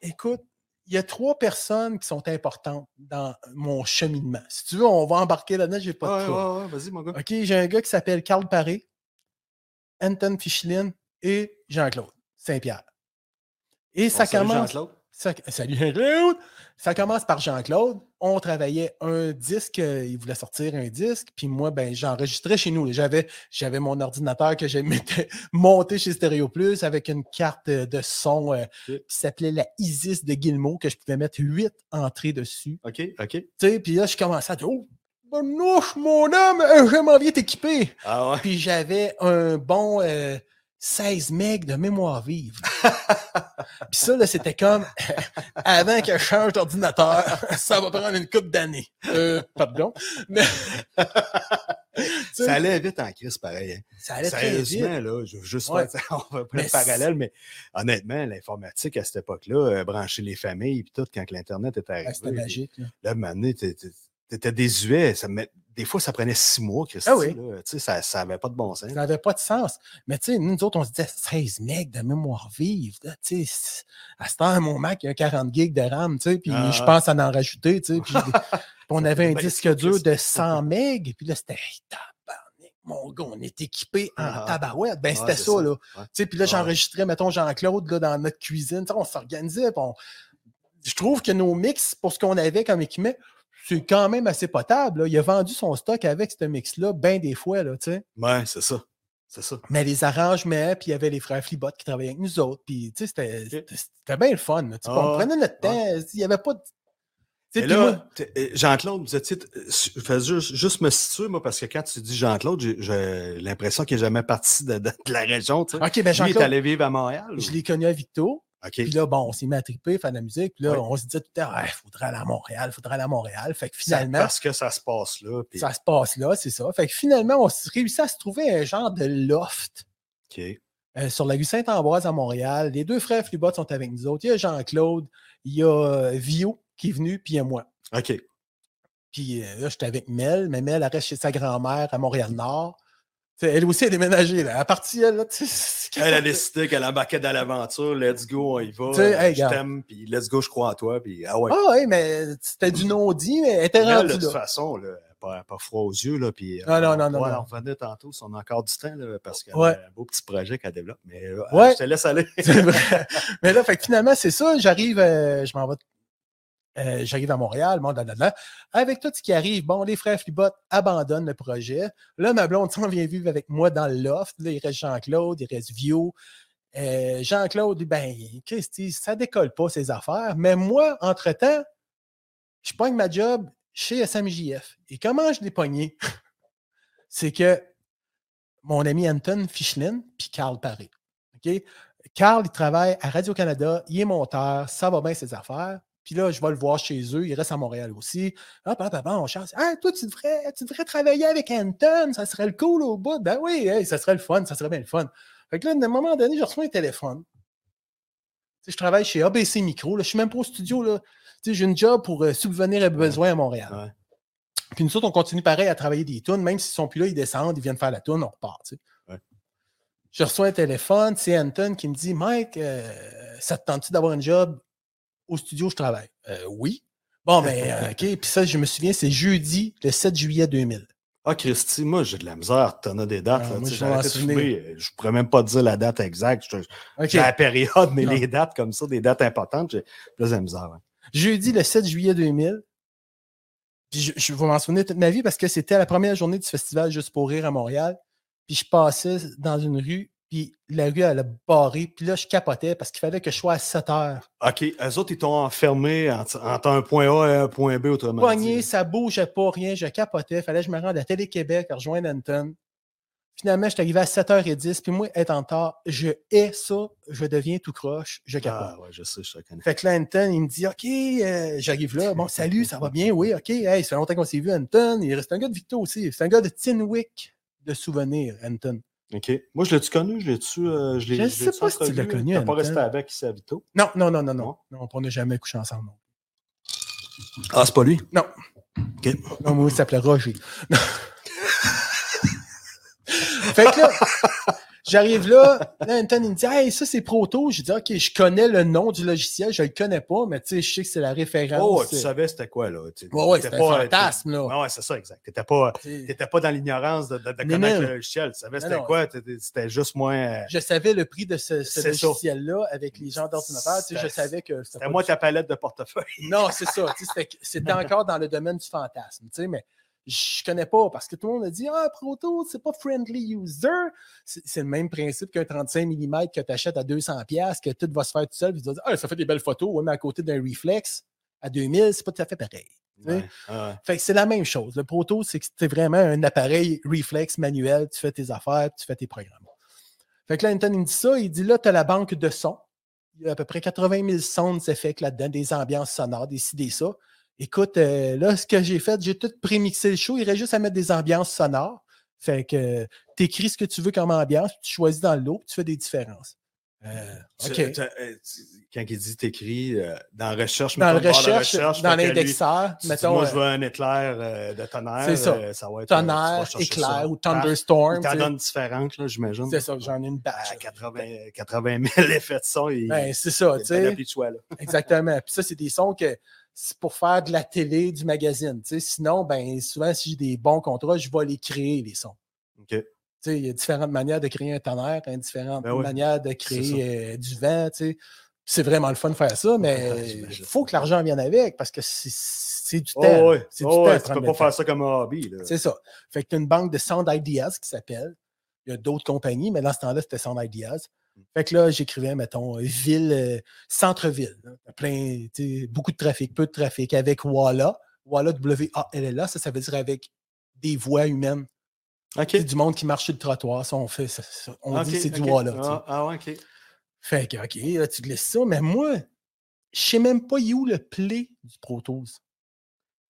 Speaker 3: écoute, il y a trois personnes qui sont importantes dans mon cheminement. Si tu veux, on va embarquer là-dedans, j'ai pas de
Speaker 2: ouais,
Speaker 3: choix.
Speaker 2: ouais, ouais, vas-y, mon gars.
Speaker 3: OK, j'ai un gars qui s'appelle Carl Paré, Anton Fichelin et Jean-Claude Saint-Pierre. Et ça
Speaker 2: On salue
Speaker 3: commence.
Speaker 2: Jean-Claude.
Speaker 3: ça- salut Jean-Claude! Ça commence par Jean-Claude. On travaillait un disque, euh, il voulait sortir un disque, puis moi, ben, j'enregistrais chez nous. J'avais, j'avais mon ordinateur que j'ai monté- (laughs) monté chez Stereo Plus avec une carte euh, de son euh,
Speaker 2: Ok.
Speaker 3: qui s'appelait la Isis de Gilmo, que je pouvais mettre huit entrées dessus.
Speaker 2: OK, OK.
Speaker 3: Tu sais, puis là, je commençais à dire Oh, bonouche, mon homme, euh, je m'en viens t'équiper. (laughs)
Speaker 2: Ah ouais.
Speaker 3: Puis j'avais un bon euh, 16 megs de mémoire (laughs) vive. puis ça, là, c'était comme (laughs) avant que je change d'ordinateur, (laughs) ça va prendre une coupe d'années. Euh, pardon. Mais. Tu sais,
Speaker 2: Ça allait vite en crise, pareil. hein.
Speaker 3: ça allait très vite.
Speaker 2: Sérieusement, là, je veux juste
Speaker 3: Ouais.
Speaker 2: faire- (laughs) on va prendre
Speaker 3: Mais
Speaker 2: le parallèle, mais honnêtement, l'informatique à cette époque-là, euh, brancher les familles, puis tout, quand l'Internet est
Speaker 3: Ah,
Speaker 2: arrivé,
Speaker 3: C'était magique. là.
Speaker 2: là, mané, t'étais désuet. Ça me- Des fois, ça prenait six mois, Christy.
Speaker 3: Ah oui.
Speaker 2: là. Tu sais, ça n'avait pas de bon sens.
Speaker 3: Ça n'avait pas de sens. Mais tu sais, nous nous autres, on se disait 16 megs de mémoire vive. là, tu sais, c'est- à cette heure, mon Mac, il y a 40 gigs de RAM, tu sais, puis
Speaker 2: Ah.
Speaker 3: je pense à en rajouter, tu sais. Puis,
Speaker 2: (laughs)
Speaker 3: puis on
Speaker 2: Ça
Speaker 3: avait
Speaker 2: fait
Speaker 3: un
Speaker 2: bien
Speaker 3: disque
Speaker 2: ça,
Speaker 3: dur
Speaker 2: Christ.
Speaker 3: de 100 megs, puis là, c'était hey, tabarnak, mon gars, on est équipé en
Speaker 2: Ah.
Speaker 3: tabarouette. Ben,
Speaker 2: Ouais,
Speaker 3: c'était
Speaker 2: c'est
Speaker 3: ça,
Speaker 2: ça.
Speaker 3: là.
Speaker 2: Ouais.
Speaker 3: Tu sais, puis là,
Speaker 2: Ouais.
Speaker 3: j'enregistrais, mettons, Jean-Claude, là, dans notre cuisine. Tu sais, on s'organisait, puis on- Je trouve que nos mix, pour ce qu'on avait comme équipement, c'est quand même assez potable. là. Il a vendu son stock avec ce mix-là, bien des fois, là, tu sais.
Speaker 2: Ouais, c'est ça. C'est ça.
Speaker 3: Mais les arrangements, puis il y avait les frères Flibot qui travaillaient avec nous autres. Puis, tu sais, c'était,
Speaker 2: Ok.
Speaker 3: c'était- c'était bien le fun. là. Tu sais,
Speaker 2: Ah
Speaker 3: on
Speaker 2: ouais,
Speaker 3: prenait notre temps. Il n'y avait pas de. tu sais,
Speaker 2: Mais
Speaker 3: puis
Speaker 2: là,
Speaker 3: moi-
Speaker 2: t'es- euh, Jean-Claude, vous étiez. euh, su- fais juste, juste me situer, moi, parce que quand tu dis Jean-Claude, j'ai- j'ai l'impression qu'il n'est jamais parti de, de- de la région. Tu
Speaker 3: OK,
Speaker 2: sais.
Speaker 3: ben
Speaker 2: Lui, il est
Speaker 3: Jean-Claude,
Speaker 2: allé vivre à Montréal. ou-
Speaker 3: je l'ai connu à Victo.
Speaker 2: OK.
Speaker 3: Puis là, bon, on s'est mis à triper, faire de la musique. Puis là,
Speaker 2: Ouais.
Speaker 3: on se disait tout le temps, «Ah, il faudrait aller à Montréal, il faudrait aller à Montréal. Fait que
Speaker 2: Ça-
Speaker 3: finalement,
Speaker 2: Parce que ça se passe là. puis-
Speaker 3: ça se passe là, c'est ça. Fait que finalement, on s- réussit à se trouver un genre de loft
Speaker 2: OK.
Speaker 3: euh, sur la rue Saint-Ambroise à Montréal. Les deux frères Flibot sont avec nous autres. Il y a Jean-Claude, il y a euh, Vio qui est venu, puis il y a moi.
Speaker 2: OK.
Speaker 3: Puis euh, là, j'étais avec Mel, mais Mel, elle reste chez sa grand-mère à Montréal-Nord. Tu sais, elle aussi, elle est déménagée, là. À partir, là, tu sais, (laughs) c'est-
Speaker 2: Elle a décidé qu'elle embarquait dans l'aventure. Let's go, on y va.
Speaker 3: Tu sais, hey,
Speaker 2: je
Speaker 3: gars.
Speaker 2: t'aime, puis let's go, je crois en toi. Puis, ah ouais.
Speaker 3: Ah oui, mais c'était du non-dit, mais elle était
Speaker 2: Mais là,
Speaker 3: rendue
Speaker 2: de toute
Speaker 3: là.
Speaker 2: façon, là, pas, pas froid aux yeux. Là, puis, euh,
Speaker 3: Non, non, non,
Speaker 2: on
Speaker 3: non,
Speaker 2: va
Speaker 3: non.
Speaker 2: en revenir tantôt si on a encore du temps, là, parce qu'elle
Speaker 3: Ouais.
Speaker 2: a un beau petit projet qu'elle développe. Mais euh,
Speaker 3: Ouais.
Speaker 2: je te laisse aller.
Speaker 3: (laughs) C'est vrai. mais là, fait que finalement, c'est ça. J'arrive, euh, je m'en vais. euh, J'arrive à Montréal, bon, blablabla. Avec tout ce qui arrive, bon, les frères Flibot abandonnent le projet. Là, ma blonde s'en vient vivre avec moi dans le loft. Là, il reste Jean-Claude, il reste Vio. Euh, Jean-Claude, lui, ben, Christy, ça décolle pas ses affaires. Mais moi, entre-temps, je pogne ma job chez SMJF. Et comment je l'ai pogné? (laughs) C'est que mon ami Anton Fichlin puis Carl Paré. OK? Carl, il travaille à Radio-Canada, il est monteur, ça va bien ses affaires. Puis là, je vais le voir chez eux, il reste à Montréal aussi. Hop, hop, hop, on chasse. Ah, toi, tu devrais, tu devrais travailler avec Anton, ça serait le cool au bout. Ben oui, hey, ça serait le fun, ça serait bien le fun. Fait que là, à un moment donné, je reçois un téléphone. Tu sais, je travaille chez ABC Micro, là, je suis même pas au studio. Là. Tu sais, J'ai une job pour euh, subvenir à besoins à Montréal.
Speaker 2: Ouais.
Speaker 3: Puis nous autres, on continue pareil à travailler des tunes, même s'ils sont plus là, ils descendent, ils viennent faire la tune, on repart. tu sais je reçois un téléphone, c'est Anton qui me dit Mike, euh, ça te tente-tu d'avoir un job au studio où je travaille Euh, Oui. Bon, ben, euh, OK. Puis ça, je me souviens, c'est jeudi, le 7 juillet 2000.
Speaker 2: Ah, Christy, moi, j'ai de la misère. T'en as des dates.
Speaker 3: Ah,
Speaker 2: là,
Speaker 3: moi,
Speaker 2: tu sais,
Speaker 3: je vais m'en
Speaker 2: j'arrêtais de
Speaker 3: souvenir.
Speaker 2: fumer. euh, Je pourrais même pas te dire la date exacte. Je-
Speaker 3: OK.
Speaker 2: J'ai la période, mais
Speaker 3: Non.
Speaker 2: les dates comme ça, des dates importantes, j'ai plus de la misère. hein.
Speaker 3: Jeudi le 7 juillet 2000. Puis je, je vais m'en souvenir toute ma vie parce que c'était la première journée du festival Juste pour rire à Montréal. Puis je passais dans une rue, puis la rue, elle a barré. Puis là, je capotais parce qu'il fallait que je sois à 7 heures.
Speaker 2: OK, eux autres, ils t'ont enfermé entre, entre un point A et un point B, autrement
Speaker 3: Poigné,
Speaker 2: dit.
Speaker 3: ça bougeait pas, rien, je capotais. Fallait que je me rende à Télé-Québec, à rejoindre Anton. Finalement, je suis arrivé à 7h10, puis moi, être en retard, je hais ça, je deviens tout croche, je capote.
Speaker 2: Ah, ouais, je sais, je te connais.
Speaker 3: Fait que là, Anton, il me dit OK, euh, j'arrive là. Bon, salut, ça va bien? Oui, OK. Hey, ça fait longtemps qu'on s'est vu, Anton. Il reste un gars de Victo aussi. C'est un gars de Tinwick de souvenirs, Anton.
Speaker 2: OK. Moi, je l'ai-tu connu? Je l'ai-tu. euh, je l'ai-
Speaker 3: Je
Speaker 2: l'ai-tu
Speaker 3: sais pas si tu
Speaker 2: entrevu?
Speaker 3: l'as connu,
Speaker 2: T'as pas
Speaker 3: Anton.
Speaker 2: resté avec ici à Vito?
Speaker 3: Non, non, non, non, non.
Speaker 2: Non?
Speaker 3: Non, on n'a jamais couché ensemble. non.
Speaker 2: Ah, c'est pas lui?
Speaker 3: Non, moi, il s'appelait Roger. Non. (laughs) fait que là, j'arrive là, là, Anton, il me dit Hey, ça, c'est Proto. J'ai dit OK, je connais le nom du logiciel, je le connais pas, mais tu sais, je sais que c'est la référence.
Speaker 2: Oh, tu savais c'était quoi, là? Tu-
Speaker 3: Ouais, ouais,
Speaker 2: t'étais
Speaker 3: c'est un
Speaker 2: pas-
Speaker 3: fantasme, là.
Speaker 2: Ouais, ouais, c'est ça, exact. T'étais pas,
Speaker 3: T'sais,
Speaker 2: t'étais pas dans l'ignorance de, de- de
Speaker 3: Mais
Speaker 2: connaître
Speaker 3: non.
Speaker 2: le logiciel. Tu savais
Speaker 3: Non,
Speaker 2: c'était
Speaker 3: non.
Speaker 2: quoi? T'étais- C'était juste moins. euh,
Speaker 3: je savais le prix de ce, ce
Speaker 2: C'est ça.
Speaker 3: logiciel-là avec les gens d'ordinateur. Tu sais, je
Speaker 2: C'était-
Speaker 3: savais que c'était
Speaker 2: C'était
Speaker 3: pas
Speaker 2: moi ta palette
Speaker 3: (laughs)
Speaker 2: de portefeuille.
Speaker 3: Non, c'est ça. tu sais, C'était c'était encore dans le domaine du fantasme. tu sais, Mais je connais pas parce que tout le monde a dit Ah, Proto, c'est pas friendly user. C'est c'est le même principe qu'un 35 mm que tu achètes à 200$, que tout va se faire tout seul. Puis tu vas dire Ah, ça fait des belles photos, ouais, mais à côté d'un reflex à 2000, c'est pas tout à fait pareil. Oui.
Speaker 2: Ouais, ouais.
Speaker 3: Fait que c'est la même chose. Le proto, c'est que c'est vraiment un appareil réflexe manuel. Tu fais tes affaires, tu fais tes programmes. Fait que là, Anton, il me dit ça. Il dit là, tu as la banque de sons. Il y a à peu près 80 000 sons fait que là-dedans, des ambiances sonores, des ci, des ça. Écoute, euh, là, ce que j'ai fait, j'ai tout prémixé le show. Il reste juste à mettre des ambiances sonores. Fait que tu écris ce que tu veux comme ambiance, puis tu choisis dans l'eau, puis tu fais des différences. Euh,
Speaker 2: Tu-
Speaker 3: OK.
Speaker 2: tu- euh, tu- quand il dit t'écris euh, dans recherche,
Speaker 3: Dans
Speaker 2: mettons,
Speaker 3: le
Speaker 2: barre de
Speaker 3: recherche, dans
Speaker 2: fait que lui,
Speaker 3: l'indexeur,
Speaker 2: tu dis,
Speaker 3: mettons.
Speaker 2: moi,
Speaker 3: euh,
Speaker 2: je veux un éclair euh, de tonnerre.
Speaker 3: c'est ça.
Speaker 2: euh, va être, euh, tu vas
Speaker 3: tonnerre,
Speaker 2: chercher
Speaker 3: éclair
Speaker 2: ça.
Speaker 3: ou
Speaker 2: Ah,
Speaker 3: thunderstorm.
Speaker 2: Il
Speaker 3: tu
Speaker 2: t'en
Speaker 3: sais.
Speaker 2: donne différentes, là, j'imagine.
Speaker 3: C'est ça, j'en ai une
Speaker 2: À
Speaker 3: batch.
Speaker 2: 80, 80 000 effets de son. Il,
Speaker 3: Ben, c'est ça,
Speaker 2: il y a
Speaker 3: tu
Speaker 2: une panoplie
Speaker 3: sais.
Speaker 2: de choix, là.
Speaker 3: Exactement. Puis ça, c'est des sons que c'est pour faire de la télé, du magazine. tu sais. Sinon, ben, souvent, si j'ai des bons contrats, je vais les créer, les sons.
Speaker 2: OK.
Speaker 3: Tu sais, il y a différentes manières de créer un tonnerre, hein, différentes
Speaker 2: Ben ouais,
Speaker 3: manières de créer euh, du vent. tu sais. C'est vraiment le fun de faire ça, mais il
Speaker 2: j'imagine.
Speaker 3: faut que l'argent vienne avec parce que c'est- c'est du temps.
Speaker 2: Oh, ouais.
Speaker 3: C'est du
Speaker 2: Oh,
Speaker 3: temps,
Speaker 2: ouais, tu
Speaker 3: prendre le
Speaker 2: peux pas
Speaker 3: temps.
Speaker 2: faire ça comme un hobby. Là.
Speaker 3: C'est ça. Fait que tu as une banque de Sound Ideas qui s'appelle. Il y a d'autres compagnies, mais dans ce temps-là, c'était Sound Ideas.
Speaker 2: Mm.
Speaker 3: Fait que là, j'écrivais, mettons, euh, ville, euh, centre-ville. là. Plein, tu sais, beaucoup de trafic, peu de trafic, avec Walla. Walla, W-A-L-L-A, ça, ça veut dire avec des voix humaines.
Speaker 2: OK.
Speaker 3: C'est du monde qui marche sur le trottoir. Ça, on fait, ça- ça- on dit
Speaker 2: OK,
Speaker 3: que c'est du
Speaker 2: OK.
Speaker 3: Walla. tu sais.
Speaker 2: Ah, ah, ouais, OK.
Speaker 3: Fait que, OK, là, tu glisses ça, mais moi, je sais même pas il est où le play du Pro Tools.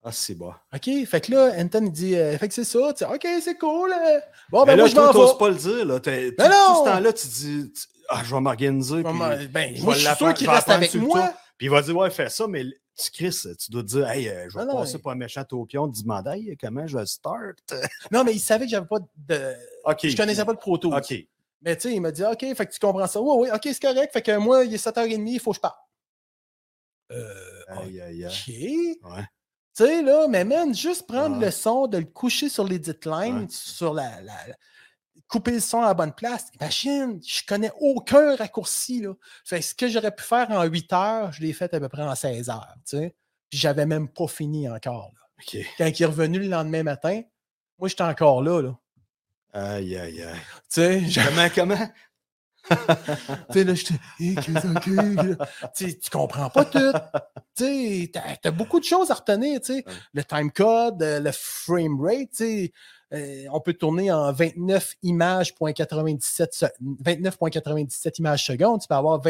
Speaker 2: Ah, c'est bon.
Speaker 3: OK, fait que là, Anton, il dit, euh, fait que c'est ça, tu sais, OK, c'est cool. euh. Bon, ben
Speaker 2: Mais
Speaker 3: moi,
Speaker 2: là,
Speaker 3: je
Speaker 2: toi,
Speaker 3: m'en
Speaker 2: t'oses
Speaker 3: vais.
Speaker 2: pas le dire. Là. T'es- Tout,
Speaker 3: Mais non!
Speaker 2: tout ce temps-là, tu dis tu- Ah, je vais m'organiser.
Speaker 3: Bon,
Speaker 2: puis-
Speaker 3: ben, ben,
Speaker 2: je
Speaker 3: moi,
Speaker 2: vais
Speaker 3: je suis
Speaker 2: l'apprendre-
Speaker 3: sûr qu'il
Speaker 2: je vais
Speaker 3: reste
Speaker 2: apprendre
Speaker 3: avec
Speaker 2: sur le
Speaker 3: moi.
Speaker 2: Puis il va dire Ouais, fais ça, mais le- tu Chris, tu dois te dire Hey, euh, je vais
Speaker 3: Ah, Non, non,
Speaker 2: passer
Speaker 3: mais-
Speaker 2: pas méchant au pion, te demander Hey, comment je vais start.
Speaker 3: Non, mais il savait que j'avais pas de.
Speaker 2: (laughs) OK.
Speaker 3: Je connaissais pas le proto.
Speaker 2: OK.
Speaker 3: Mais tu sais, il m'a dit, OK, fait que tu comprends ça. Oui, oui, OK, c'est correct. Fait que moi, il est 7h30, il faut que je parte. Euh,
Speaker 2: Aïe, aïe, aïe.
Speaker 3: OK.
Speaker 2: Ouais.
Speaker 3: Tu sais, là, mais man, juste prendre
Speaker 2: Ouais.
Speaker 3: le son, de le coucher sur l'edit line,
Speaker 2: Ouais.
Speaker 3: sur la, la- la- Couper le son à la bonne place. Imagine, je connais aucun raccourci, là. Fait que ce que j'aurais pu faire en 8 heures, je l'ai fait à peu près en 16 heures, tu sais. Puis j'avais même pas fini encore, là.
Speaker 2: OK.
Speaker 3: Quand il est revenu le lendemain matin, moi, j'étais encore là, là.
Speaker 2: Aïe, aïe, aïe.
Speaker 3: Tu sais, (laughs) je-
Speaker 2: Comment, comment?
Speaker 3: Tu sais, là, j'étais, Eh, Chris, ok, là. Tu sais, tu comprends pas tout. Tu sais, t'as, t'as beaucoup de choses à retenir, tu sais.
Speaker 2: Ouais.
Speaker 3: Le time code, euh, le frame rate, tu sais. Euh, on peut tourner en 29 images, point 97 se- 29.97 images secondes. Tu peux avoir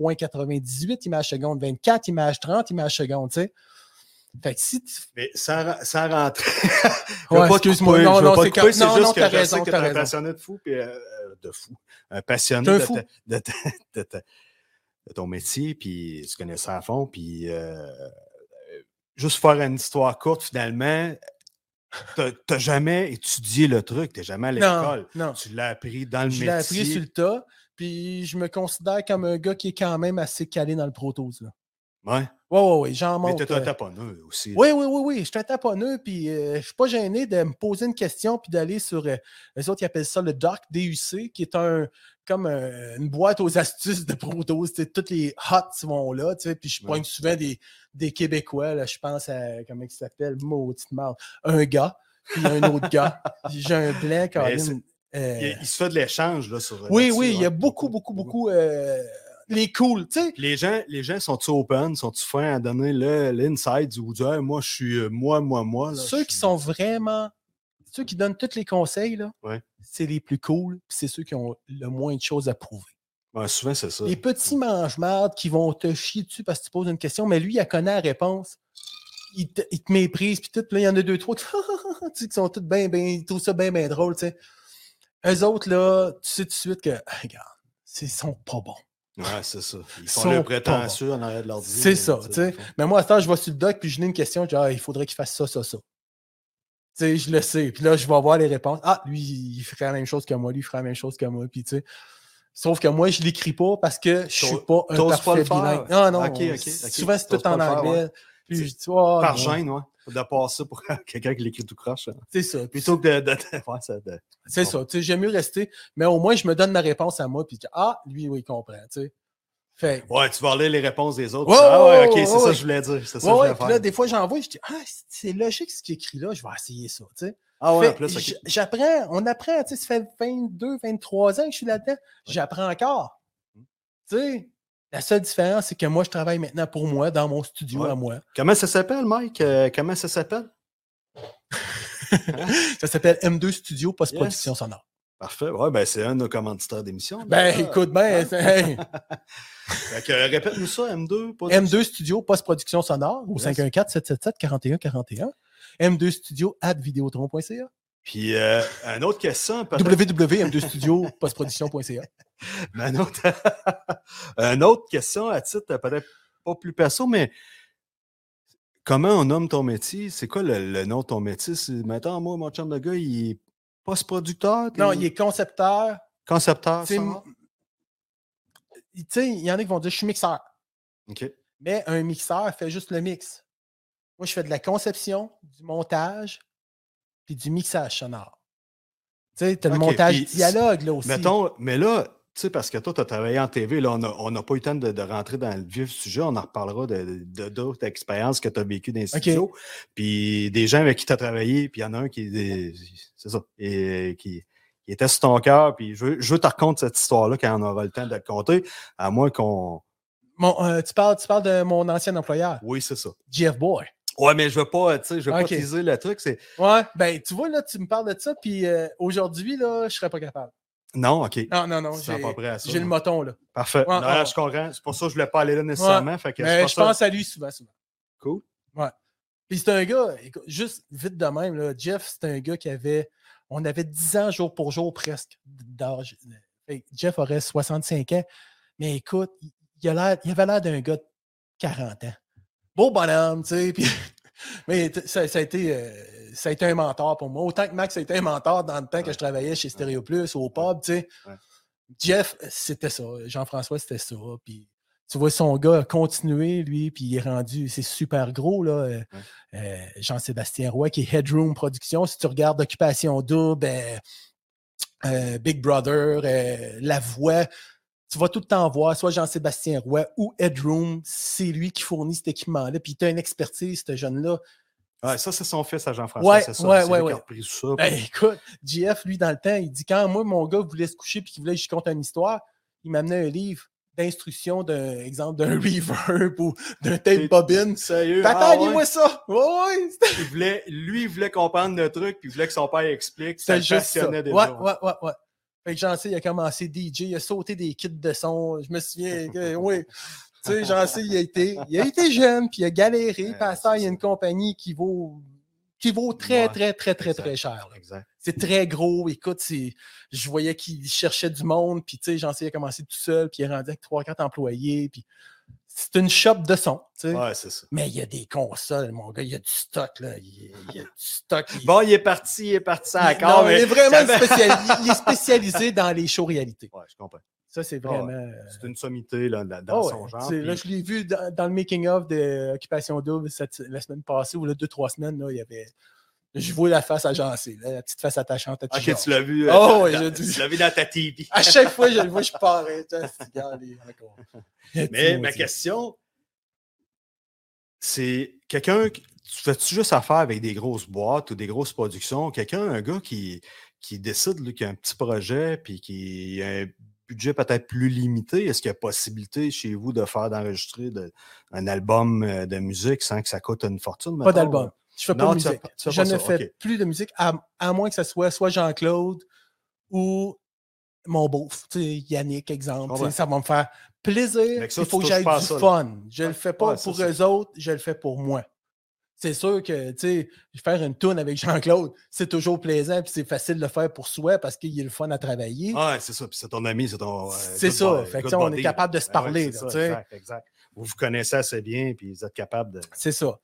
Speaker 3: 23.98 images secondes, 24 images, 30 images secondes, tu sais. Fait que si tu...
Speaker 2: Mais sans, ra- sans
Speaker 3: (laughs)
Speaker 2: rentrer. Je veux
Speaker 3: Ouais,
Speaker 2: pas te
Speaker 3: excuse-moi.
Speaker 2: couper,
Speaker 3: Non,
Speaker 2: je veux
Speaker 3: non,
Speaker 2: pas
Speaker 3: c'est
Speaker 2: te couper,
Speaker 3: correct. Non,
Speaker 2: juste
Speaker 3: non,
Speaker 2: que
Speaker 3: t'as
Speaker 2: je sais
Speaker 3: raison,
Speaker 2: que
Speaker 3: t'as
Speaker 2: t'es un
Speaker 3: raison.
Speaker 2: passionné de fou, puis euh, euh, de fou. Un passionné
Speaker 3: T'es un
Speaker 2: de,
Speaker 3: fou.
Speaker 2: ta- de ta- de ta- de ton métier, puis tu connais ça à fond, puis euh, euh, juste faire une histoire courte, finalement, t'as t'as jamais étudié le truc, t'es jamais à l'école.
Speaker 3: Non, non.
Speaker 2: Tu l'as appris dans le
Speaker 3: Je l'ai
Speaker 2: métier.
Speaker 3: appris sur le tas, puis je me considère comme un gars qui est quand même assez calé dans le protos, là.
Speaker 2: Ouais.
Speaker 3: Oui, oui, oui, j'en
Speaker 2: Mais
Speaker 3: monte.
Speaker 2: t'es
Speaker 3: euh.
Speaker 2: un taponneux aussi.
Speaker 3: Oui, oui, oui, oui. Je suis un taponneux, puis euh, je suis pas gêné de me poser une question, puis d'aller sur. euh, les autres, ils appellent ça le DOC, DUC, qui est un comme un- une boîte aux astuces de protos. Tu sais, Toutes les hots vont là, tu sais, puis je
Speaker 2: Ouais.
Speaker 3: pointe souvent des, des Québécois. Là, je pense à. Comment il s'appelle Maudite marde. Un gars, puis un autre
Speaker 2: (laughs)
Speaker 3: gars. J'ai un blanc, Caroline. euh,
Speaker 2: Il, il se fait de l'échange, là, sur. euh,
Speaker 3: oui,
Speaker 2: là-dessus, hein.
Speaker 3: oui, il y a
Speaker 2: ouais.
Speaker 3: beaucoup, beaucoup, beaucoup. euh, les cool, tu sais.
Speaker 2: Puis Les gens, les gens sont-ils open? Sont-ils fins à donner le- l'inside ou dire hey, moi, je suis euh, moi, moi, moi? là, je
Speaker 3: ceux qui
Speaker 2: suis-
Speaker 3: sont vraiment. Ceux qui donnent tous les conseils, là,
Speaker 2: Ouais.
Speaker 3: c'est les plus cool, puis c'est ceux qui ont le moins de choses à prouver.
Speaker 2: Ouais, souvent, c'est ça.
Speaker 3: Les petits mange-mardes qui vont te chier dessus parce que tu poses une question, mais lui, il connaît la réponse. Il te, il te méprise, puis tout. Puis là, il y en a deux, trois qui, (laughs) tu sais, qui sont tous bien, bien, ils trouvent ça bien, bien drôle, tu sais. Eux autres, là, tu sais tout de suite que, Ah, regarde, c'est- ils sont pas bons.
Speaker 2: Ouais, c'est ça. Ils
Speaker 3: sont
Speaker 2: sont le
Speaker 3: pas
Speaker 2: prétentieux en arrière de l'ordi.
Speaker 3: C'est
Speaker 2: mais,
Speaker 3: ça, tu sais. Mais moi, à ce temps, je vais sur le doc, puis je n'ai une question, je dis, ah, il faudrait qu'il fasse ça, ça, ça. Tu sais, je le sais. Puis là, je vais avoir les réponses. Ah, lui, il ferait la même chose que moi, lui, il ferait la même chose que moi, puis tu sais. Sauf que moi, je l'écris pas parce que je suis
Speaker 2: T'oses-
Speaker 3: pas un
Speaker 2: t'oses pas
Speaker 3: parfait
Speaker 2: le faire.
Speaker 3: bilingue. Non, non,
Speaker 2: Ok, ok, ok.
Speaker 3: souvent, c'est
Speaker 2: T'oses
Speaker 3: tout
Speaker 2: pas
Speaker 3: en
Speaker 2: le faire,
Speaker 3: anglais.
Speaker 2: ouais.
Speaker 3: Puis
Speaker 2: C'est-
Speaker 3: je dis, Ah, non,
Speaker 2: Par gêne, ouais. De passer pour (laughs) quelqu'un qui l'écrit tout croche. hein.
Speaker 3: C'est ça. Puis
Speaker 2: Plutôt que de. de- de- ouais, ça, de-
Speaker 3: C'est
Speaker 2: Bon.
Speaker 3: ça. Tu sais, j'aime mieux rester, mais au moins, je me donne ma réponse à moi, puis que, ah, lui, oui, il comprend, tu sais. Fait que-
Speaker 2: Ouais, tu vas lire les réponses des autres.
Speaker 3: Ouais,
Speaker 2: tu dis, ah
Speaker 3: ouais,
Speaker 2: ouais, ok,
Speaker 3: ouais,
Speaker 2: c'est
Speaker 3: ouais,
Speaker 2: ça
Speaker 3: ouais.
Speaker 2: que je voulais dire. C'est
Speaker 3: Ouais,
Speaker 2: ça que je
Speaker 3: ouais,
Speaker 2: voulais
Speaker 3: puis là,
Speaker 2: faire.
Speaker 3: des fois, j'en vois, je dis, ah, c'est- c'est logique ce qu'il écrit là, je vais essayer ça, tu sais.
Speaker 2: Ah ouais, en
Speaker 3: Fait-
Speaker 2: plus, ok.
Speaker 3: j- J'apprends, on apprend, tu sais, ça fait 22, 23 ans que je suis là-dedans, j'apprends encore.
Speaker 2: Mmh.
Speaker 3: Tu sais, la seule différence, c'est que moi, je travaille maintenant pour moi, dans mon studio
Speaker 2: Ouais.
Speaker 3: à moi.
Speaker 2: Comment ça s'appelle, Mike? Euh, comment ça s'appelle?
Speaker 3: Ça s'appelle M2 Studio Post-Production Sonore.
Speaker 2: Parfait. Ouais, ben c'est un de nos commanditaires d'émission. là.
Speaker 3: Ben, écoute, ben,
Speaker 2: Hein?
Speaker 3: c'est-
Speaker 2: (laughs)
Speaker 3: hey,
Speaker 2: Fait que, euh, répète-nous ça, M2. pas de-
Speaker 3: M2 Studio Post-Production Sonore au
Speaker 2: Yes.
Speaker 3: 514-777-4141. M2 Studio at videotron.ca.
Speaker 2: Puis, euh, une autre question, peut-être.
Speaker 3: www.m2 Studio
Speaker 2: (laughs)
Speaker 3: Post-Production.ca.
Speaker 2: Mais (laughs) une autre, (laughs) une autre question à titre euh, peut-être pas plus perso, mais comment on nomme ton métier? C'est quoi le, le nom de ton métier? C'est- Mettons, moi, mon chum de gars, il est post-producteur? t'es
Speaker 3: Non, il est concepteur.
Speaker 2: Concepteur,
Speaker 3: Tu sais,
Speaker 2: sonore?
Speaker 3: Tu sais, il y en a qui vont dire je suis mixeur.
Speaker 2: OK.
Speaker 3: Mais un mixeur fait juste le mix. Moi, je fais de la conception, du montage, puis du mixage sonore. Tu sais, tu as le
Speaker 2: Ok,
Speaker 3: montage
Speaker 2: puis
Speaker 3: dialogue, là aussi.
Speaker 2: Mettons, mais là, tu sais, parce que toi, tu as travaillé en TV, là, on n'a on n'a pas eu le temps de, de rentrer dans le vif du sujet, on en reparlera de de- d'autres expériences que tu as vécues dans les studios, puis des gens avec qui tu as travaillé, puis il y en a un qui, est- c'est ça, et qui, qui était sur ton cœur, puis je veux, je veux te raconter cette histoire-là quand on aura le temps de le compter, à moins qu'on...
Speaker 3: Mon- euh, tu, parles, tu parles de mon ancien employeur,
Speaker 2: Oui, c'est ça.
Speaker 3: Jeff Boy.
Speaker 2: Ouais, mais je veux pas, tu sais, je veux
Speaker 3: Ah, Ok.
Speaker 2: pas teaser le truc, c'est...
Speaker 3: Ouais, ben, tu vois, là, tu me parles de ça, puis euh, aujourd'hui, là, je serais pas capable.
Speaker 2: Non, OK.
Speaker 3: Non, non, non,
Speaker 2: Tu te
Speaker 3: j'ai
Speaker 2: sens pas prêt à ça,
Speaker 3: j'ai le
Speaker 2: hein.
Speaker 3: moton, là.
Speaker 2: Parfait.
Speaker 3: Ouais,
Speaker 2: Non,
Speaker 3: ouais.
Speaker 2: je comprends. C'est pour ça que je voulais pas aller là nécessairement. fait que
Speaker 3: Mais
Speaker 2: c'est
Speaker 3: je
Speaker 2: pour ça-
Speaker 3: pense à lui souvent, souvent.
Speaker 2: Cool.
Speaker 3: Ouais. Puis c'est un gars, écoute, juste vite de même, là, Jeff, c'est un gars qui avait, on avait 10 ans jour pour jour presque d'âge. euh, Fait que Jeff aurait 65 ans, mais écoute, il, il a l'air- il avait l'air d'un gars de 40 ans. Beau bonhomme, tu sais, (laughs) puis- Mais t- ça, ça a été, euh, ça a été un mentor pour moi. Autant que Max a été un mentor dans le temps que
Speaker 2: Ouais.
Speaker 3: je travaillais chez Stereo Plus, au pub, tu sais.
Speaker 2: Ouais.
Speaker 3: Jeff, euh, c'était ça. Jean-François, c'était ça. Puis tu vois, son gars a continué, lui, puis il est rendu, c'est super gros, là. euh, euh, Jean-Sébastien Roy, qui est Headroom Productions. Si tu regardes Occupation Double, euh, euh, Big Brother, euh, La Voix, tu vas tout le temps voir soit Jean-Sébastien Roy ou Headroom. C'est lui qui fournit cet équipement-là. Puis tu as une expertise, ce jeune-là.
Speaker 2: Ouais, ça, c'est son fils à Jean-François.
Speaker 3: Ouais,
Speaker 2: c'est ça.
Speaker 3: ouais,
Speaker 2: c'est
Speaker 3: ouais,
Speaker 2: lui qui
Speaker 3: ouais.
Speaker 2: a repris ça.
Speaker 3: Ben, écoute, JF, lui, dans le temps, il dit quand moi, mon gars voulait se coucher puis qu'il voulait que je lui conte une histoire, il m'amenait un livre d'instruction d'un exemple d'un (laughs) reverb ou d'un tape
Speaker 2: T'es-
Speaker 3: bobine.
Speaker 2: (laughs) Sérieux?
Speaker 3: Papa,
Speaker 2: ah ouais?
Speaker 3: lis-moi ça! Ouais, ouais, c'était-
Speaker 2: Il voulait, lui, il voulait comprendre le truc, puis il voulait que son père explique. Ça
Speaker 3: C'était
Speaker 2: le
Speaker 3: juste ça.
Speaker 2: passionnait
Speaker 3: Ouais,
Speaker 2: déjà.
Speaker 3: ouais, ouais, ouais. Fait que Jean-Cy, il a commencé DJ, il a sauté des kits de son. Je me souviens que, oui. Tu sais, Jean-Cy, il a été, il a été jeune, puis il a galéré. Puis
Speaker 2: Ouais,
Speaker 3: à ça,
Speaker 2: c'est
Speaker 3: il y a
Speaker 2: ça.
Speaker 3: une compagnie qui vaut, qui vaut très,
Speaker 2: Ouais,
Speaker 3: très, très, très,
Speaker 2: exact.
Speaker 3: très cher. là.
Speaker 2: Exact.
Speaker 3: C'est très gros. Écoute, c'est- je voyais qu'il cherchait du monde, puis tu sais, Jean-Cy a commencé tout seul, puis il est rendu avec 3-4 employés, puis c'est une shop de son, tu sais.
Speaker 2: Ouais, c'est ça.
Speaker 3: Mais il y a des consoles, mon gars, il y a du stock, là. Il y a, il y a du stock. il-
Speaker 2: Bon, il est parti, il est parti
Speaker 3: il-
Speaker 2: encore.
Speaker 3: non,
Speaker 2: mais...
Speaker 3: il est vraiment
Speaker 2: ça- (laughs)
Speaker 3: spécialisé, il est spécialisé dans les shows réalité.
Speaker 2: Ouais, je comprends.
Speaker 3: Ça, c'est vraiment.
Speaker 2: Ah Ouais.
Speaker 3: euh,
Speaker 2: C'est une sommité là, dans dans
Speaker 3: oh,
Speaker 2: son
Speaker 3: ouais.
Speaker 2: genre.
Speaker 3: C'est-
Speaker 2: puis-
Speaker 3: Là, je l'ai vu dans, dans le making-of d'Occupation Double cette- la semaine passée, ou là, deux, trois semaines, là, il y avait. Je vois la face agencée, là, la petite face attachante à
Speaker 2: Ok,
Speaker 3: Tchidor.
Speaker 2: tu l'as vu. euh,
Speaker 3: Oh, ouais,
Speaker 2: dans-
Speaker 3: j'ai dit-
Speaker 2: tu l'as vu dans ta TV.
Speaker 3: À chaque fois, je le vois, je pars. hein, tiens, c'est- regarde, les- encore.
Speaker 2: Mais
Speaker 3: Maudit.
Speaker 2: ma question, c'est quelqu'un, qui- tu fais-tu juste affaire avec des grosses boîtes ou des grosses productions? Quelqu'un, un gars qui, qui décide lui, qu'il a un petit projet puis qui a un budget peut-être plus limité, est-ce qu'il y a possibilité chez vous de faire d'enregistrer de- un album euh, de musique sans que ça coûte une fortune?
Speaker 3: Pas
Speaker 2: mettons,
Speaker 3: d'album.
Speaker 2: là?
Speaker 3: Je fais pas
Speaker 2: Non,
Speaker 3: de
Speaker 2: tu fais
Speaker 3: musique.
Speaker 2: pas- tu fais
Speaker 3: je
Speaker 2: pas
Speaker 3: ne
Speaker 2: ça,
Speaker 3: fais
Speaker 2: ok.
Speaker 3: plus de musique, à, à moins que ce soit soit Jean-Claude ou mon beau, tu sais, Yannick, exemple.
Speaker 2: Je
Speaker 3: Tu sais,
Speaker 2: comprends.
Speaker 3: Ça va me faire plaisir.
Speaker 2: Mais que ça,
Speaker 3: Il faut
Speaker 2: tu
Speaker 3: que
Speaker 2: touches
Speaker 3: j'aille
Speaker 2: pas à
Speaker 3: du
Speaker 2: ça, là.
Speaker 3: fun. Je le fais pas
Speaker 2: Ouais, ça,
Speaker 3: pour
Speaker 2: c'est-
Speaker 3: eux autres, je le fais pour moi. C'est sûr que, tu sais, faire une toune avec Jean-Claude, c'est toujours plaisant puis c'est facile de le faire pour soi parce qu'il est le fun à travailler.
Speaker 2: Ah, Ouais, c'est ça. Puis c'est ton ami, c'est ton. euh,
Speaker 3: C'est
Speaker 2: good
Speaker 3: ça,
Speaker 2: boy-
Speaker 3: fait que
Speaker 2: good
Speaker 3: ça, on est
Speaker 2: buddy,
Speaker 3: capable de se
Speaker 2: Ben
Speaker 3: parler,
Speaker 2: c'est
Speaker 3: là,
Speaker 2: ça,
Speaker 3: tu sais.
Speaker 2: exact, exact. Vous vous connaissez assez bien, puis vous êtes capable de.
Speaker 3: C'est ça.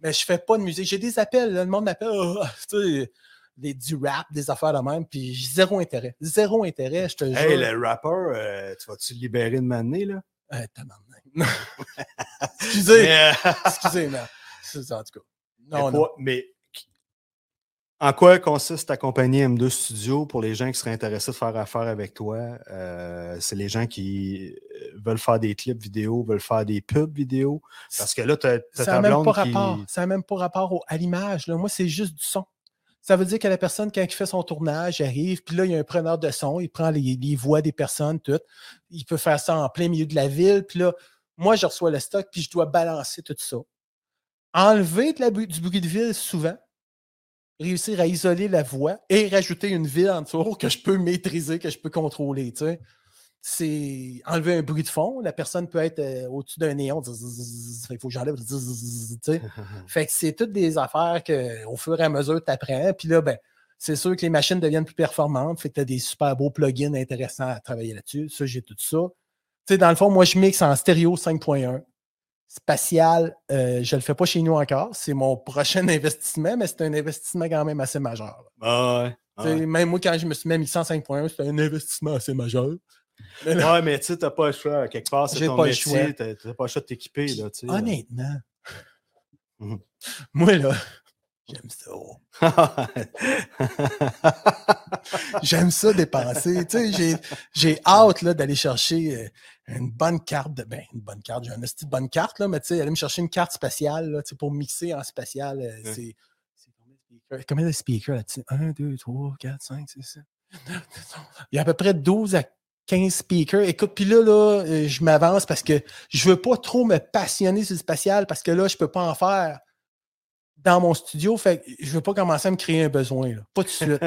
Speaker 3: Mais je fais pas de musique. J'ai des appels, là, le monde m'appelle, Ah, tu sais, des- du rap, des affaires de même, puis j'ai zéro intérêt. Zéro intérêt, je te jure.
Speaker 2: Hey, le rappeur, euh, tu vas-tu le libérer de m'amener, là?
Speaker 3: Euh, tabarnak. (laughs) excusez,
Speaker 2: Mais, euh,
Speaker 3: excusez, mais c'est ça, en tout cas. Non, non.
Speaker 2: mais pour- mais qui- en quoi consiste ta compagnie M2 Studio pour les gens qui seraient intéressés de faire affaire avec toi? Euh, c'est les gens qui euh, veulent faire des clips vidéo, veulent faire des pubs vidéo. Parce que là, tu as,
Speaker 3: Ça
Speaker 2: ta
Speaker 3: n'a même
Speaker 2: blonde
Speaker 3: pas
Speaker 2: qui.
Speaker 3: rapport. Ça n'a même pas rapport au- à l'image. là. Moi, c'est juste du son. Ça veut dire que la personne, quand il fait son tournage, elle arrive, puis là, il y a un preneur de son, il prend les, les voix des personnes, tout. Il peut faire ça en plein milieu de la ville, puis là, moi, je reçois le stock, puis je dois balancer tout ça. Enlever de la, bu- du bruit de ville souvent, réussir à isoler la voix et rajouter une ville en dessous que je peux maîtriser, que je peux contrôler, tu sais. C'est enlever un bruit de fond, la personne peut être euh, au-dessus d'un néon, il faut que j'enlève, zzzz, tu sais. Fait que c'est toutes des affaires que, au fur et à mesure, tu apprends. Puis là, ben, c'est sûr que les machines deviennent plus performantes. Fait que tu as des super beaux plugins intéressants à travailler là-dessus. Ça, j'ai tout ça. Tu sais, dans le fond, moi, je mixe en stéréo 5.1. Spatial, euh, je le fais pas chez nous encore. C'est mon (laughs) prochain investissement, mais c'est un investissement quand même assez majeur. là.
Speaker 2: (laughs) Ah ouais, ah
Speaker 3: Tu sais,
Speaker 2: ouais.
Speaker 3: Même moi, quand je me suis mis en 5.1, c'était un investissement assez majeur.
Speaker 2: Ouais, mais tu sais, t'as pas le choix. Quelque part, c'est
Speaker 3: J'ai
Speaker 2: ton
Speaker 3: pas le choix. Ah,
Speaker 2: métier. T'as t'as pas le choix de t'équiper. là, tu sais, là. (laughs)
Speaker 3: Honnêtement,
Speaker 2: Mhm.
Speaker 3: (laughs) moi, là, j'aime ça. J'aime ça dépenser. tu sais, j'ai, j'ai hâte là, d'aller chercher euh, une bonne carte. De, ben, une bonne carte. J'ai une petite bonne carte, là, mais tu sais, aller me chercher une carte spatiale là, tu sais, pour mixer en spatial. euh,
Speaker 2: Ouais.
Speaker 3: c'est, c'est combien de speakers? Combien de speakers là-dessus? 1, 2, 3, 4, 5, 6, 7. Il y a à peu près 12 à 15 speakers. Écoute, puis là, là, euh, je m'avance parce que je veux pas trop me passionner sur le spatial parce que là, je peux pas en faire dans mon studio. Fait que je veux pas commencer à me créer un besoin. Là. Pas tout de
Speaker 2: (laughs)
Speaker 3: suite.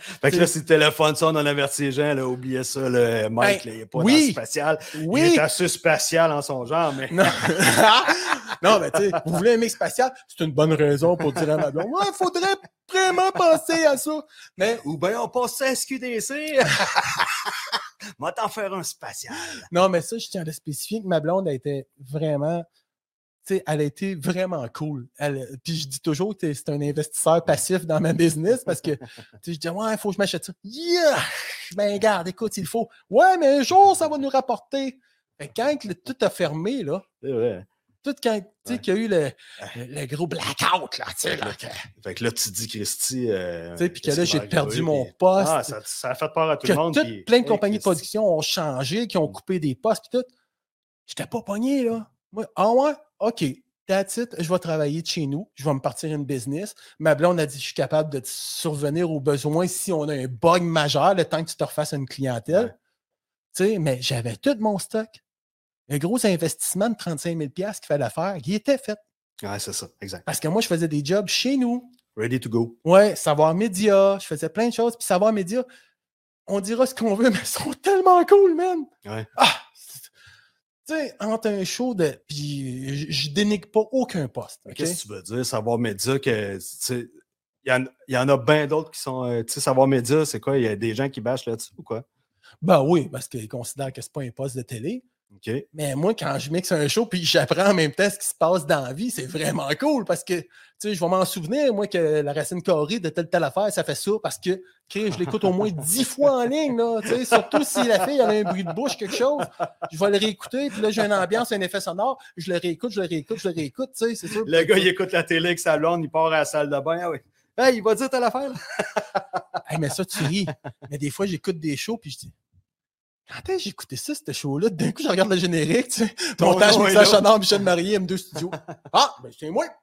Speaker 2: fait que
Speaker 3: C'est-
Speaker 2: là, si le téléphone sonne, on avertit les gens, là, oubliez ça, le Mike,
Speaker 3: Ben,
Speaker 2: là, il n'est pas
Speaker 3: oui.
Speaker 2: dans le spatial. Il
Speaker 3: Oui!
Speaker 2: est assez spatial en son genre, mais
Speaker 3: Non. (laughs) non, mais tu sais, vous voulez un mix spatial, c'est une bonne raison pour dire à ma blonde, ouais, faudrait vraiment penser à ça. Mais
Speaker 2: ou bien on passe à SQDC. (laughs) Moi, t'en faire un spatial.
Speaker 3: non, mais ça, je tiens à le spécifier que ma blonde a été vraiment, tu sais, elle a été vraiment cool. Elle- puis je dis toujours que c'est un investisseur passif dans ma business parce que, tu sais, je dis, ouais, il faut que je m'achète ça. Yeah! Ben, regarde, écoute, il faut. Ouais, mais un jour, ça va nous rapporter. Fait que quand le- tout a fermé, là,
Speaker 2: C'est vrai.
Speaker 3: tout quand, tu sais,
Speaker 2: Ouais.
Speaker 3: qu'il y a eu le, le gros blackout, là, tu sais, là, que-
Speaker 2: Fait que là, tu te dis, Christy. euh,
Speaker 3: Tu sais, puis que
Speaker 2: qu'est-ce
Speaker 3: là,
Speaker 2: qui
Speaker 3: j'ai
Speaker 2: va
Speaker 3: perdu
Speaker 2: arriver,
Speaker 3: mon
Speaker 2: puis-
Speaker 3: poste.
Speaker 2: Ah, ça, ça a fait peur à tout
Speaker 3: que
Speaker 2: le monde.
Speaker 3: toutes-
Speaker 2: puis-
Speaker 3: plein de
Speaker 2: Hey,
Speaker 3: compagnies de
Speaker 2: Christy.
Speaker 3: production ont changé, qui ont coupé des postes, puis tout. J'étais pas pogné, là. Moi, ah ouais? OK. That's it. Je vais travailler de chez nous. Je vais me partir une business. Ma blonde a dit, je suis capable de te survenir aux besoins si on a un bug majeur, le temps que tu te refasses une clientèle.
Speaker 2: Ouais.
Speaker 3: Tu sais, mais j'avais tout mon stock. Un gros investissement de 35 000 qu'il fallait faire, il était fait.
Speaker 2: Ouais, c'est ça, exact.
Speaker 3: Parce que moi, je faisais des jobs chez nous.
Speaker 2: Ready to go.
Speaker 3: Ouais, Savoir Média, je faisais plein de choses. Puis Savoir Média, on dira ce qu'on veut, (laughs) mais ils sont tellement cool, man!
Speaker 2: Ouais.
Speaker 3: Ah! c'est- Tu sais, entre un show de. Puis je- je dénigre pas aucun poste.
Speaker 2: Mais
Speaker 3: ok?
Speaker 2: Qu'est-ce que tu veux dire? Savoir média, que. tu sais, Il y, en- il y en a bien d'autres qui sont. euh, Tu sais, savoir média, c'est quoi? Il y a des gens qui bâchent là-dessus ou quoi?
Speaker 3: Ben oui, parce qu'ils considèrent que c'est pas un poste de télé.
Speaker 2: OK.
Speaker 3: Mais moi, quand je mixe un show puis j'apprends en même temps ce qui se passe dans la vie, c'est vraiment cool parce que, tu sais, je vais m'en souvenir, moi, que la racine carrée de telle telle affaire, ça fait ça parce que, Chris, je l'écoute au moins dix fois en ligne, là, tu sais, surtout si la fille elle a un bruit de bouche, quelque chose, je vais le réécouter, puis là, j'ai une ambiance, un effet sonore, je le réécoute, je le réécoute, je le réécoute, tu sais, c'est sûr.
Speaker 2: Le gars, il écoute la télé avec sa blonde, il part à la salle de bain. Ah oui. Hey, il va dire telle affaire. là.
Speaker 3: Hey, mais ça, tu ris. Mais des fois, j'écoute des shows, puis je dis. Quand est-ce que j'ai écouté ça, ce show-là? D'un coup, je regarde le générique, tu sais.
Speaker 2: Ton
Speaker 3: Montage,
Speaker 2: nom est
Speaker 3: mixage
Speaker 2: là.
Speaker 3: sonore, Michel Marié, M2
Speaker 2: (laughs)
Speaker 3: Studio. Ah, ben, c'est moi! (laughs)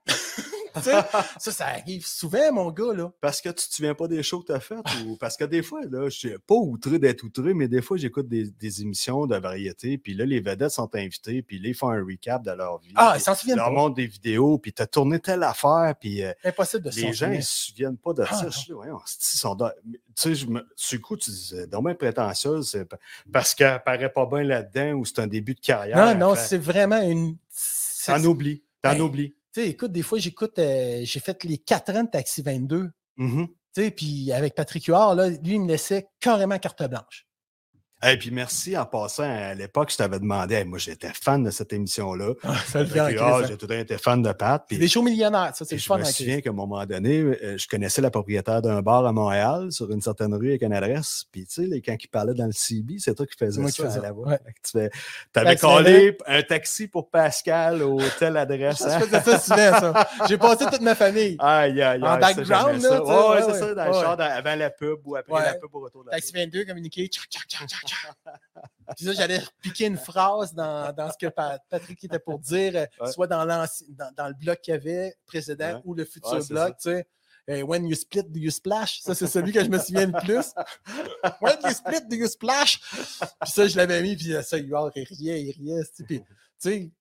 Speaker 3: Tu sais, ça, ça arrive souvent, mon gars, là.
Speaker 2: Parce que tu te souviens pas des shows que tu as faites ou parce que des fois, là, je suis pas outré d'être outré, mais des fois, j'écoute des, des émissions de variété, puis là, les vedettes sont invitées, puis là, ils font un recap de leur vie.
Speaker 3: Ah, ils
Speaker 2: puis
Speaker 3: s'en souviennent
Speaker 2: leur
Speaker 3: pas.
Speaker 2: montre des vidéos, puis t'as tourné telle affaire, puis euh,
Speaker 3: Impossible de s'en
Speaker 2: les gens, ils
Speaker 3: souvenir.
Speaker 2: se souviennent pas de
Speaker 3: Ah,
Speaker 2: ça.
Speaker 3: non.
Speaker 2: Je suis là, voyons, c'est-tu, ils sont dans- mais, tu sais, je me- sur le coup, tu euh, disais, dans prétentieuse, c'est pa- parce qu'elle paraît pas bien là-dedans ou c'est un début de carrière.
Speaker 3: Non, non,
Speaker 2: Fait-
Speaker 3: c'est vraiment une. c'est-
Speaker 2: T'en oublies. T'en
Speaker 3: Ben,
Speaker 2: oublies.
Speaker 3: Tu sais, écoute, des fois, j'écoute, euh, j'ai fait les 4 ans de Taxi 22.
Speaker 2: Mhm.
Speaker 3: Tu sais, puis avec Patrick Huard, là, lui, il me laissait carrément carte blanche.
Speaker 2: Et puis merci en passant. À l'époque, je t'avais demandé, hey, moi j'étais fan de
Speaker 3: (laughs)
Speaker 2: cette émission-là.
Speaker 3: ça le fait en
Speaker 2: Fait que,
Speaker 3: crise,
Speaker 2: ah,
Speaker 3: hein.
Speaker 2: j'ai tout le temps été fan de Pat.
Speaker 3: C'est
Speaker 2: Puis,
Speaker 3: des shows millionnaires, ça, c'est
Speaker 2: puis
Speaker 3: le
Speaker 2: je
Speaker 3: fun hein,
Speaker 2: me
Speaker 3: en crise.
Speaker 2: souviens qu'à un moment donné, euh, je connaissais la propriétaire d'un bar à Montréal sur une certaine rue avec une adresse. Puis, tu sais, les- quand il parlait dans le CB, c'est toi qui faisais
Speaker 3: C'est moi
Speaker 2: ça.
Speaker 3: qui faisais
Speaker 2: à la
Speaker 3: ça,
Speaker 2: voix.
Speaker 3: ouais.
Speaker 2: Fait que Tu fais- t'avais
Speaker 3: Fait que ça
Speaker 2: collé un taxi pour Pascal au telle adresse.
Speaker 3: Ça,
Speaker 2: hein?
Speaker 3: je faisais ça souvent, ça. J'ai passé toute ma famille.
Speaker 2: Aïe, aïe, aïe.
Speaker 3: En
Speaker 2: ça,
Speaker 3: background,
Speaker 2: j'aimais
Speaker 3: là,
Speaker 2: ça.
Speaker 3: tu sais,
Speaker 2: Ouais, ouais,
Speaker 3: ouais,
Speaker 2: c'est
Speaker 3: ouais.
Speaker 2: ça, dans le
Speaker 3: Ouais.
Speaker 2: char, dans- avant la pub ou après
Speaker 3: Ouais.
Speaker 2: la pub au retour de la
Speaker 3: Taxi 22, communiqué. tchac, tchac, tchac, tchac, tchac. Puis là, j'allais piquer une phrase dans, dans ce que Pa- Patrick était pour dire, euh,
Speaker 2: Ouais.
Speaker 3: soit dans, l'anci- dans, dans le bloc qu'il y avait précédent
Speaker 2: Ouais.
Speaker 3: ou le futur
Speaker 2: Ouais, c'est
Speaker 3: bloc, tu sais. Euh, when you split, do you splash? Ça, c'est celui que je me souviens le
Speaker 2: (laughs)
Speaker 3: plus. When you split, do you splash? Puis ça, je l'avais mis, puis euh, ça, Huard, il riait, il riait. tu sais, Puis, tu sais,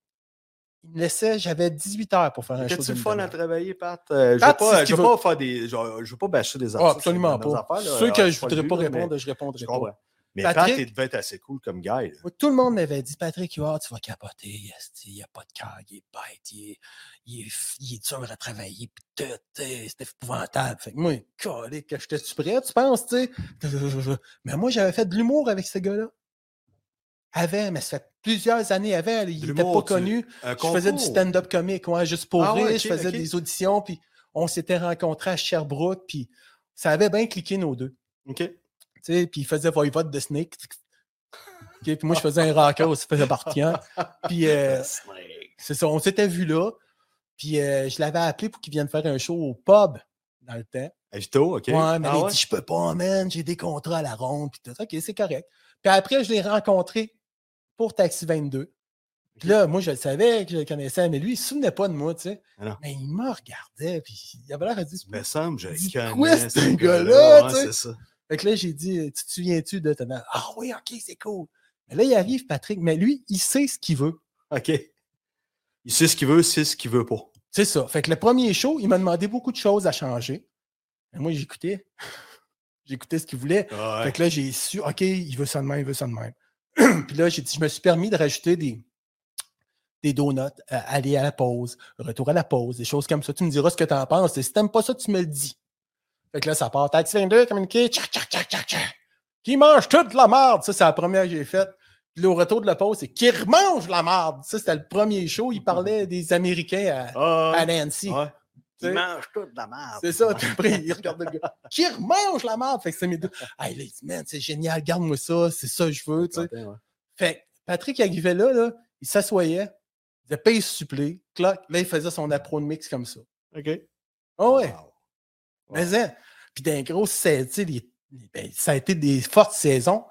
Speaker 3: il me laissait, j'avais 18 heures pour faire un show.
Speaker 2: T'as-tu le
Speaker 3: d'une
Speaker 2: fun à
Speaker 3: demi-heure.
Speaker 2: travailler, Pat? Euh,
Speaker 3: Pat,
Speaker 2: je ne
Speaker 3: c'est ce
Speaker 2: veux,
Speaker 3: qu'il
Speaker 2: pas faire des. genre, je veux pas bâcher des
Speaker 3: Ah,
Speaker 2: artistes.
Speaker 3: absolument
Speaker 2: dans leurs
Speaker 3: pas.
Speaker 2: affaires, là.
Speaker 3: Ceux
Speaker 2: Alors,
Speaker 3: que
Speaker 2: c'est
Speaker 3: je voudrais
Speaker 2: le
Speaker 3: pas
Speaker 2: but, là, mais-
Speaker 3: répondre, je répondrai
Speaker 2: Je
Speaker 3: pas.
Speaker 2: comprends. Mais
Speaker 3: Patrick-
Speaker 2: Pat, il devait être assez cool comme gars. là.
Speaker 3: Moi, Tout le monde m'avait dit, Patrick Huard, tu vas capoter, esti, il a pas de cœur, il est bête, il est, il est, f- il est dur à travailler, pis tout, tu sais, c'est épouvantable. Fait que moi, collé, que j'étais-tu prêt, tu penses, tu sais? (laughs) Mais moi, j'avais fait de l'humour avec ce gars-là. Avant, mais ça fait plusieurs années avant, là, il
Speaker 2: De
Speaker 3: était pas
Speaker 2: l'humour, tu-
Speaker 3: connu.
Speaker 2: Un
Speaker 3: Je faisais du
Speaker 2: concours.
Speaker 3: stand-up comique, ouais, juste pour
Speaker 2: Ah
Speaker 3: rire,
Speaker 2: ouais, ok,
Speaker 3: je faisais
Speaker 2: ok.
Speaker 3: des auditions, puis on s'était rencontrés à Sherbrooke, puis ça avait bien cliqué nos deux.
Speaker 2: OK.
Speaker 3: Tu sais, puis il faisait voivode de Snake. Ok, puis moi, je faisais un rocker aussi, faisait partie. hein. Puis
Speaker 2: (laughs)
Speaker 3: euh, c'est ça, on s'était vu là. Puis euh, je l'avais appelé pour qu'il vienne faire un show au pub dans le temps.
Speaker 2: Agito, OK.
Speaker 3: Ouais, mais
Speaker 2: Ah
Speaker 3: il
Speaker 2: ouais?
Speaker 3: dit Je peux pas, man, j'ai des contrats à la ronde. Puis tout ça, ok, c'est correct. Puis après, je l'ai rencontré pour Taxi 22. Puis là, moi, je le savais, que je le connaissais, mais lui, il se souvenait pas de moi, tu sais.
Speaker 2: Ah non.
Speaker 3: Mais il me regardait, puis il avait l'air de dire
Speaker 2: Il me semble, je
Speaker 3: Dis,
Speaker 2: connais
Speaker 3: quoi, ce
Speaker 2: ce
Speaker 3: gars-là,
Speaker 2: Ouais,
Speaker 3: tu sais?
Speaker 2: c'est ça.
Speaker 3: Fait que là, j'ai dit, tu te souviens-tu de ton Ah oui, ok, c'est cool. Mais là, il arrive, Patrick, mais lui, il sait ce qu'il veut.
Speaker 2: OK. Il sait ce qu'il veut, c'est ce qu'il veut pas.
Speaker 3: C'est ça. Fait que le premier show, il m'a demandé beaucoup de choses à changer. Mais moi, j'écoutais. (laughs) j'écoutais ce qu'il voulait. Fait que là, j'ai su, OK, il veut ça de même, il veut ça de même. (clears throat) Puis là, j'ai dit, je me suis permis de rajouter des, des donuts, euh, aller à la pause, retour à la pause, des choses comme ça. Tu me diras ce que tu en penses. Et si t'aimes pas ça, tu me le dis. Fait que là, ça part. Taxi 22, communiqué, tchac, tchac, tchac, tchac, tchac. Qui mange toute la merde. Ça, c'est la première que j'ai faite. Puis là, au retour de la pause, c'est qui remange la merde. Ça, c'était le premier show. Il parlait des Américains à,
Speaker 2: Ah,
Speaker 3: à Nancy.
Speaker 2: ouais.
Speaker 3: tu sais.
Speaker 2: mange toute la merde.
Speaker 3: C'est ça. Puis après, il regarde le gars. Qui remange la merde? Fait que c'est mes
Speaker 2: (laughs)
Speaker 3: deux. Ah, il a dit, man, c'est génial, garde-moi ça, c'est ça que je veux. tu sais.
Speaker 2: Ouais, ouais.
Speaker 3: Fait que Patrick, il arrivait là, là il s'assoyait, il faisait paye supplé, clac, là, il faisait son appro de mix comme ça.
Speaker 2: OK.
Speaker 3: Ah ouais,
Speaker 2: Wow. Ah,
Speaker 3: mais hein. Puis d'un gros, c'est- tu sais, les- les- ben, ça a été des fortes saisons.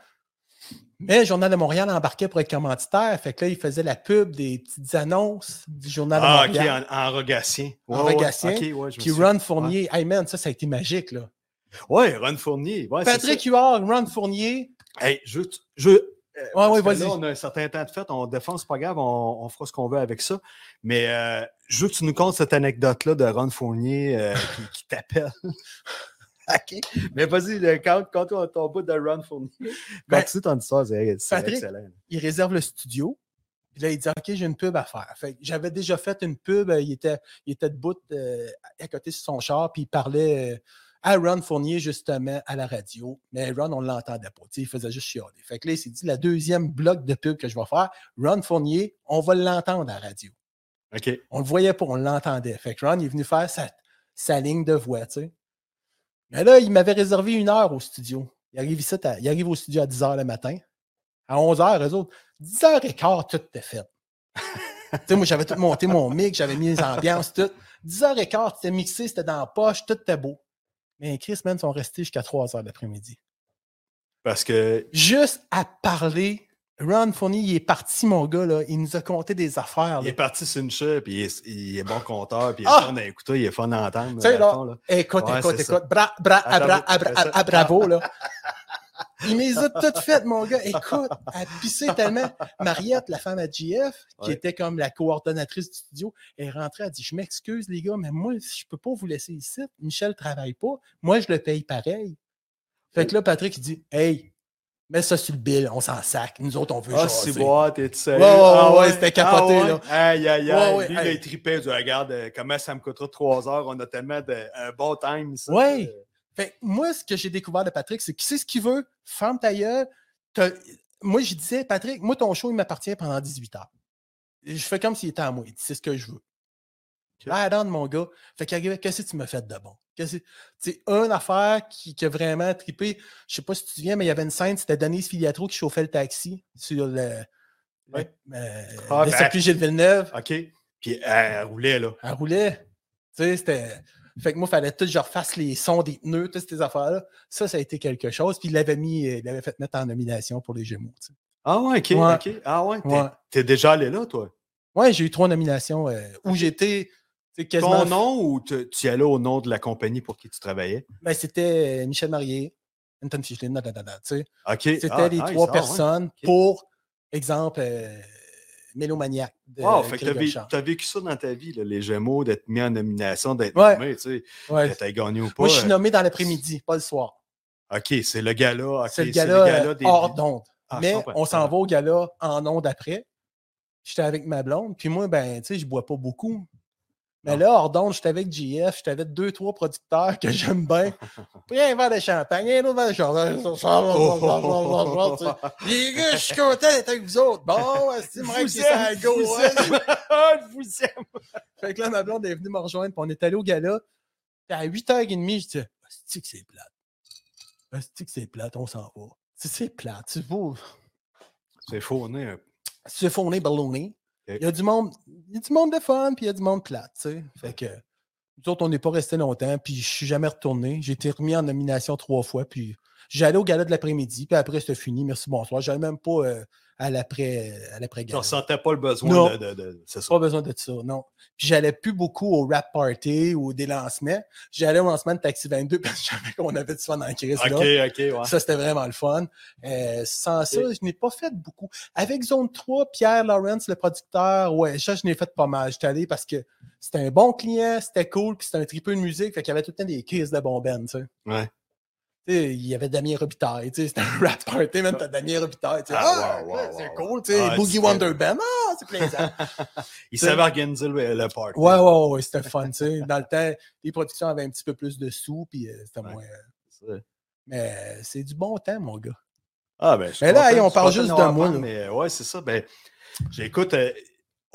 Speaker 3: Mais le Journal de Montréal embarquait pour être commanditaire. Fait que là, il faisait la pub des petites annonces du Journal de
Speaker 2: Ah, OK,
Speaker 3: Montréal.
Speaker 2: en, en rogatien.
Speaker 3: En
Speaker 2: Ouais, ouais,
Speaker 3: rogatien,
Speaker 2: OK, ouais, je me
Speaker 3: Puis
Speaker 2: souviens.
Speaker 3: Ron Fournier, hey man, ça, ça a été magique, là.
Speaker 2: Ouais, Ron Fournier. Ouais, Ah, c'est
Speaker 3: Patrick Huard, Ron Fournier,
Speaker 2: ça. Hey, je... je euh,
Speaker 3: Ouais, ouais,
Speaker 2: Parce que
Speaker 3: vas-y.
Speaker 2: Là, on a un certain temps de fête, on défend, c'est pas grave, on, on fera ce qu'on veut avec ça. Mais euh, je veux que tu nous contes cette anecdote-là de Ron Fournier (laughs) euh, qui, qui t'appelle. (laughs) OK. Mais vas-y, le- quand, quand on ton bout de Ron (laughs) Fournier,
Speaker 3: Ben,
Speaker 2: continue ton histoire, c'est c'est
Speaker 3: Patrick-
Speaker 2: excellent.
Speaker 3: il réserve le studio. Puis là, il dit OK, j'ai une pub à faire. Fait que j'avais déjà fait une pub. euh, Il était, il était debout euh, à côté sur son char, puis il parlait euh, Aaron Fournier, justement, à la radio. Mais Ron, on ne l'entendait pas. Tu sais, Il faisait juste chialer. Fait que là, il s'est dit, la deuxième bloc de pub que je vais faire, Ron Fournier, on va l'entendre à la radio.
Speaker 2: OK.
Speaker 3: On le voyait pas, on l'entendait. Fait que Ron il est venu faire sa, sa ligne de voix, tu sais. Mais là, il m'avait réservé une heure au studio. Il arrive ici, à- il arrive au studio à 10h le matin. À 11h, eux autres, 10h15, tout était fait. tu sais, moi, j'avais tout monté mon mic, j'avais mis les ambiances, tout. 10h15, c'était mixé, c'était dans la poche, tout était beau. Mais Chris, man, sont restés jusqu'à 3h l'après-midi.
Speaker 2: Parce que
Speaker 3: Juste à parler, Ron Fournier, il est parti, mon gars, là. Il nous a conté des affaires.
Speaker 2: il
Speaker 3: là.
Speaker 2: est parti sur une chaîne, puis il est, il est bon compteur, puis il est
Speaker 3: Ah!
Speaker 2: fun à écouter, il est fun à entendre.
Speaker 3: Tu sais,
Speaker 2: dans le
Speaker 3: là,
Speaker 2: fond, là.
Speaker 3: Eh, Écoute,
Speaker 2: Ouais,
Speaker 3: écoute,
Speaker 2: c'est ça.
Speaker 3: écoute. Bra, bra,
Speaker 2: Ah,
Speaker 3: abra,
Speaker 2: j'avoue,
Speaker 3: abra,
Speaker 2: c'est ça.
Speaker 3: abra- bravo,
Speaker 2: (laughs)
Speaker 3: là. Il les a toutes faites, mon gars. Écoute, elle pissait tellement. Mariette, la femme à GF, qui
Speaker 2: Ouais.
Speaker 3: était comme la coordonnatrice du studio, est rentrée, elle dit Je m'excuse, les gars, mais moi, je peux pas vous laisser ici. Michel travaille pas. Moi, je le paye pareil. Fait que là, Patrick, il dit Hey, mets ça sur le bill, on s'en sac. Nous autres, on veut
Speaker 2: Ah,
Speaker 3: jaser.
Speaker 2: c'est bois, t'es tout seul.
Speaker 3: Ouais, ouais,
Speaker 2: Ah,
Speaker 3: ouais, c'était capoté, là.
Speaker 2: Aïe, aïe,
Speaker 3: Ouais,
Speaker 2: aïe.
Speaker 3: ouais,
Speaker 2: Lui, là,
Speaker 3: aïe.
Speaker 2: il tripait. Il dit, regarde, euh, comment ça me coûtera trois heures. On a tellement de, un bon time. Ça,
Speaker 3: Ouais. Fait que moi, ce que j'ai découvert de Patrick, c'est qu'il sait ce qu'il veut, ferme ta gueule. T'as- Moi, je disais, Patrick, moi, ton show, il m'appartient pendant 18 heures. Et je fais comme s'il était à moi. Il dit, C'est ce que je veux. Ah, donne, mon gars. Fait qu'il arrivait, qu'est-ce que tu me fais de bon? Qu'est-ce que- C'est une affaire qui, qui a vraiment trippé. Je sais pas si tu te souviens, mais il y avait une scène, c'était Denise Filiatro qui chauffait le taxi sur le.
Speaker 2: Ouais.
Speaker 3: le- euh,
Speaker 2: Ah,
Speaker 3: le
Speaker 2: ben-
Speaker 3: circuit Gilles Villeneuve.
Speaker 2: OK. Puis elle roulait, là.
Speaker 3: Elle roulait. Tu sais, c'était. Fait que moi, il fallait tout, que je refasse les sons des pneus, toutes ces affaires-là. Ça, ça a été quelque chose. Puis il l'avait mis, euh, il l'avait fait mettre en nomination pour les Gémeaux. tu sais.
Speaker 2: Ah ouais, OK,
Speaker 3: Ouais.
Speaker 2: OK. Ah ouais, t'es,
Speaker 3: Ouais.
Speaker 2: t'es déjà allé là, toi?
Speaker 3: Ouais, j'ai eu trois nominations euh, où j'étais. tu sais, Quasiment,
Speaker 2: Ton nom ou te- tu y allais au nom de la compagnie pour qui tu travaillais?
Speaker 3: Ben, c'était euh, Michel Marié, Anton Fichlin, dadadada, tu sais.
Speaker 2: OK.
Speaker 3: C'était
Speaker 2: ah,
Speaker 3: les
Speaker 2: nice,
Speaker 3: trois
Speaker 2: ah ouais.
Speaker 3: personnes pour, exemple, euh, Mélomaniac. de
Speaker 2: Wow, fait que t'as,
Speaker 3: Greg
Speaker 2: vé-
Speaker 3: Gauchard.
Speaker 2: t'as vécu ça dans ta vie, là, les Gémeaux, d'être mis en nomination, d'être
Speaker 3: Ouais.
Speaker 2: nommé, tu sais,
Speaker 3: Ouais.
Speaker 2: que t'as gagné ou pas.
Speaker 3: Moi, je suis
Speaker 2: euh,
Speaker 3: nommé dans l'après-midi, pas le soir.
Speaker 2: OK, c'est le gala. OK,
Speaker 3: c'est le gala, euh,
Speaker 2: des-
Speaker 3: hors d'onde.
Speaker 2: Ah, je
Speaker 3: mais
Speaker 2: comprends.
Speaker 3: on s'en va au gala en ondes après. J'étais avec ma blonde, puis moi, ben, tu sais, je bois pas beaucoup. Mais
Speaker 2: Non.
Speaker 3: là, hors d'onde, j'étais avec JF, j'étais avec deux, trois producteurs que j'aime
Speaker 2: (laughs)
Speaker 3: bien. Puis un verre de champagne, un autre verre de champagne. tu sais.
Speaker 2: (laughs)
Speaker 3: Les gars, je suis content d'être avec vous autres. Bon, c'est même si c'est à go.
Speaker 2: vous
Speaker 3: hein.
Speaker 2: aime. Ah, je (laughs) vous aime.
Speaker 3: Fait que là, ma blonde est venue me rejoindre, puis on est allé au gala. Puis à 8h30, je dis Hostie que c'est plate. Hostie que c'est plate, on s'en va. C'est- C'est plate, c'est beau.
Speaker 2: C'est faux, on est un
Speaker 3: Se fourner ballonné.
Speaker 2: Ok.
Speaker 3: Il y a du monde, il y a du monde de fun, puis il y a du monde plate, tu sais. Fait que nous autres, on n'est pas resté longtemps, puis je suis jamais retourné. J'ai été remis en nomination trois fois, puis j'allais au gala de l'après-midi, puis après, c'était fini. Merci, bonsoir. J'allais même pas euh, à l'après à
Speaker 2: Tu ne
Speaker 3: l'après-gala.
Speaker 2: ressentais pas le besoin
Speaker 3: Non.
Speaker 2: de, de- de- C'est ça.
Speaker 3: Pas besoin de ça, non. Puis j'allais plus beaucoup au rap party ou des lancements. J'allais au lancement de Taxi 22 (laughs) parce que je savais qu'on avait du fun en crise
Speaker 2: Ok, ok,
Speaker 3: là.
Speaker 2: ouais.
Speaker 3: Ça, c'était vraiment le fun. Euh, sans ça, je n'ai pas fait beaucoup. Avec Zone 3, Pierre Lawrence, le producteur, ouais, ça, je n'ai fait pas mal. J'étais allé parce que c'était un bon client, c'était cool, puis c'était un tripeux de musique, fait qu'il y avait tout le temps des crises de bombaine, tu sais.
Speaker 2: Ouais.
Speaker 3: Tu sais, il y avait Damien Robitaille, tu sais, c'était un (laughs) rap party, même t'as Damien Robitaille, tu sais, ah,
Speaker 2: Ah, wow, wow,
Speaker 3: ouais, c'est
Speaker 2: wow,
Speaker 3: cool, tu sais,
Speaker 2: Ah,
Speaker 3: Boogie
Speaker 2: c'était-
Speaker 3: Wonder Band, ah, c'est
Speaker 2: (laughs)
Speaker 3: plaisant.
Speaker 2: Il savait organiser le, le party.
Speaker 3: Ouais, ouais, ouais, c'était fun, tu sais. Dans le temps, les productions avaient un petit peu plus de sous, puis euh, c'était
Speaker 2: Ouais.
Speaker 3: moins.
Speaker 2: ouais.
Speaker 3: Mais c'est du bon temps, mon gars.
Speaker 2: Ah, ben, je suis
Speaker 3: Mais là,
Speaker 2: content-
Speaker 3: hey, on
Speaker 2: je suis
Speaker 3: parle
Speaker 2: content
Speaker 3: juste
Speaker 2: d'avoir
Speaker 3: de moi,
Speaker 2: parlé, Mais ouais, c'est ça. Ben, j'écoute. euh,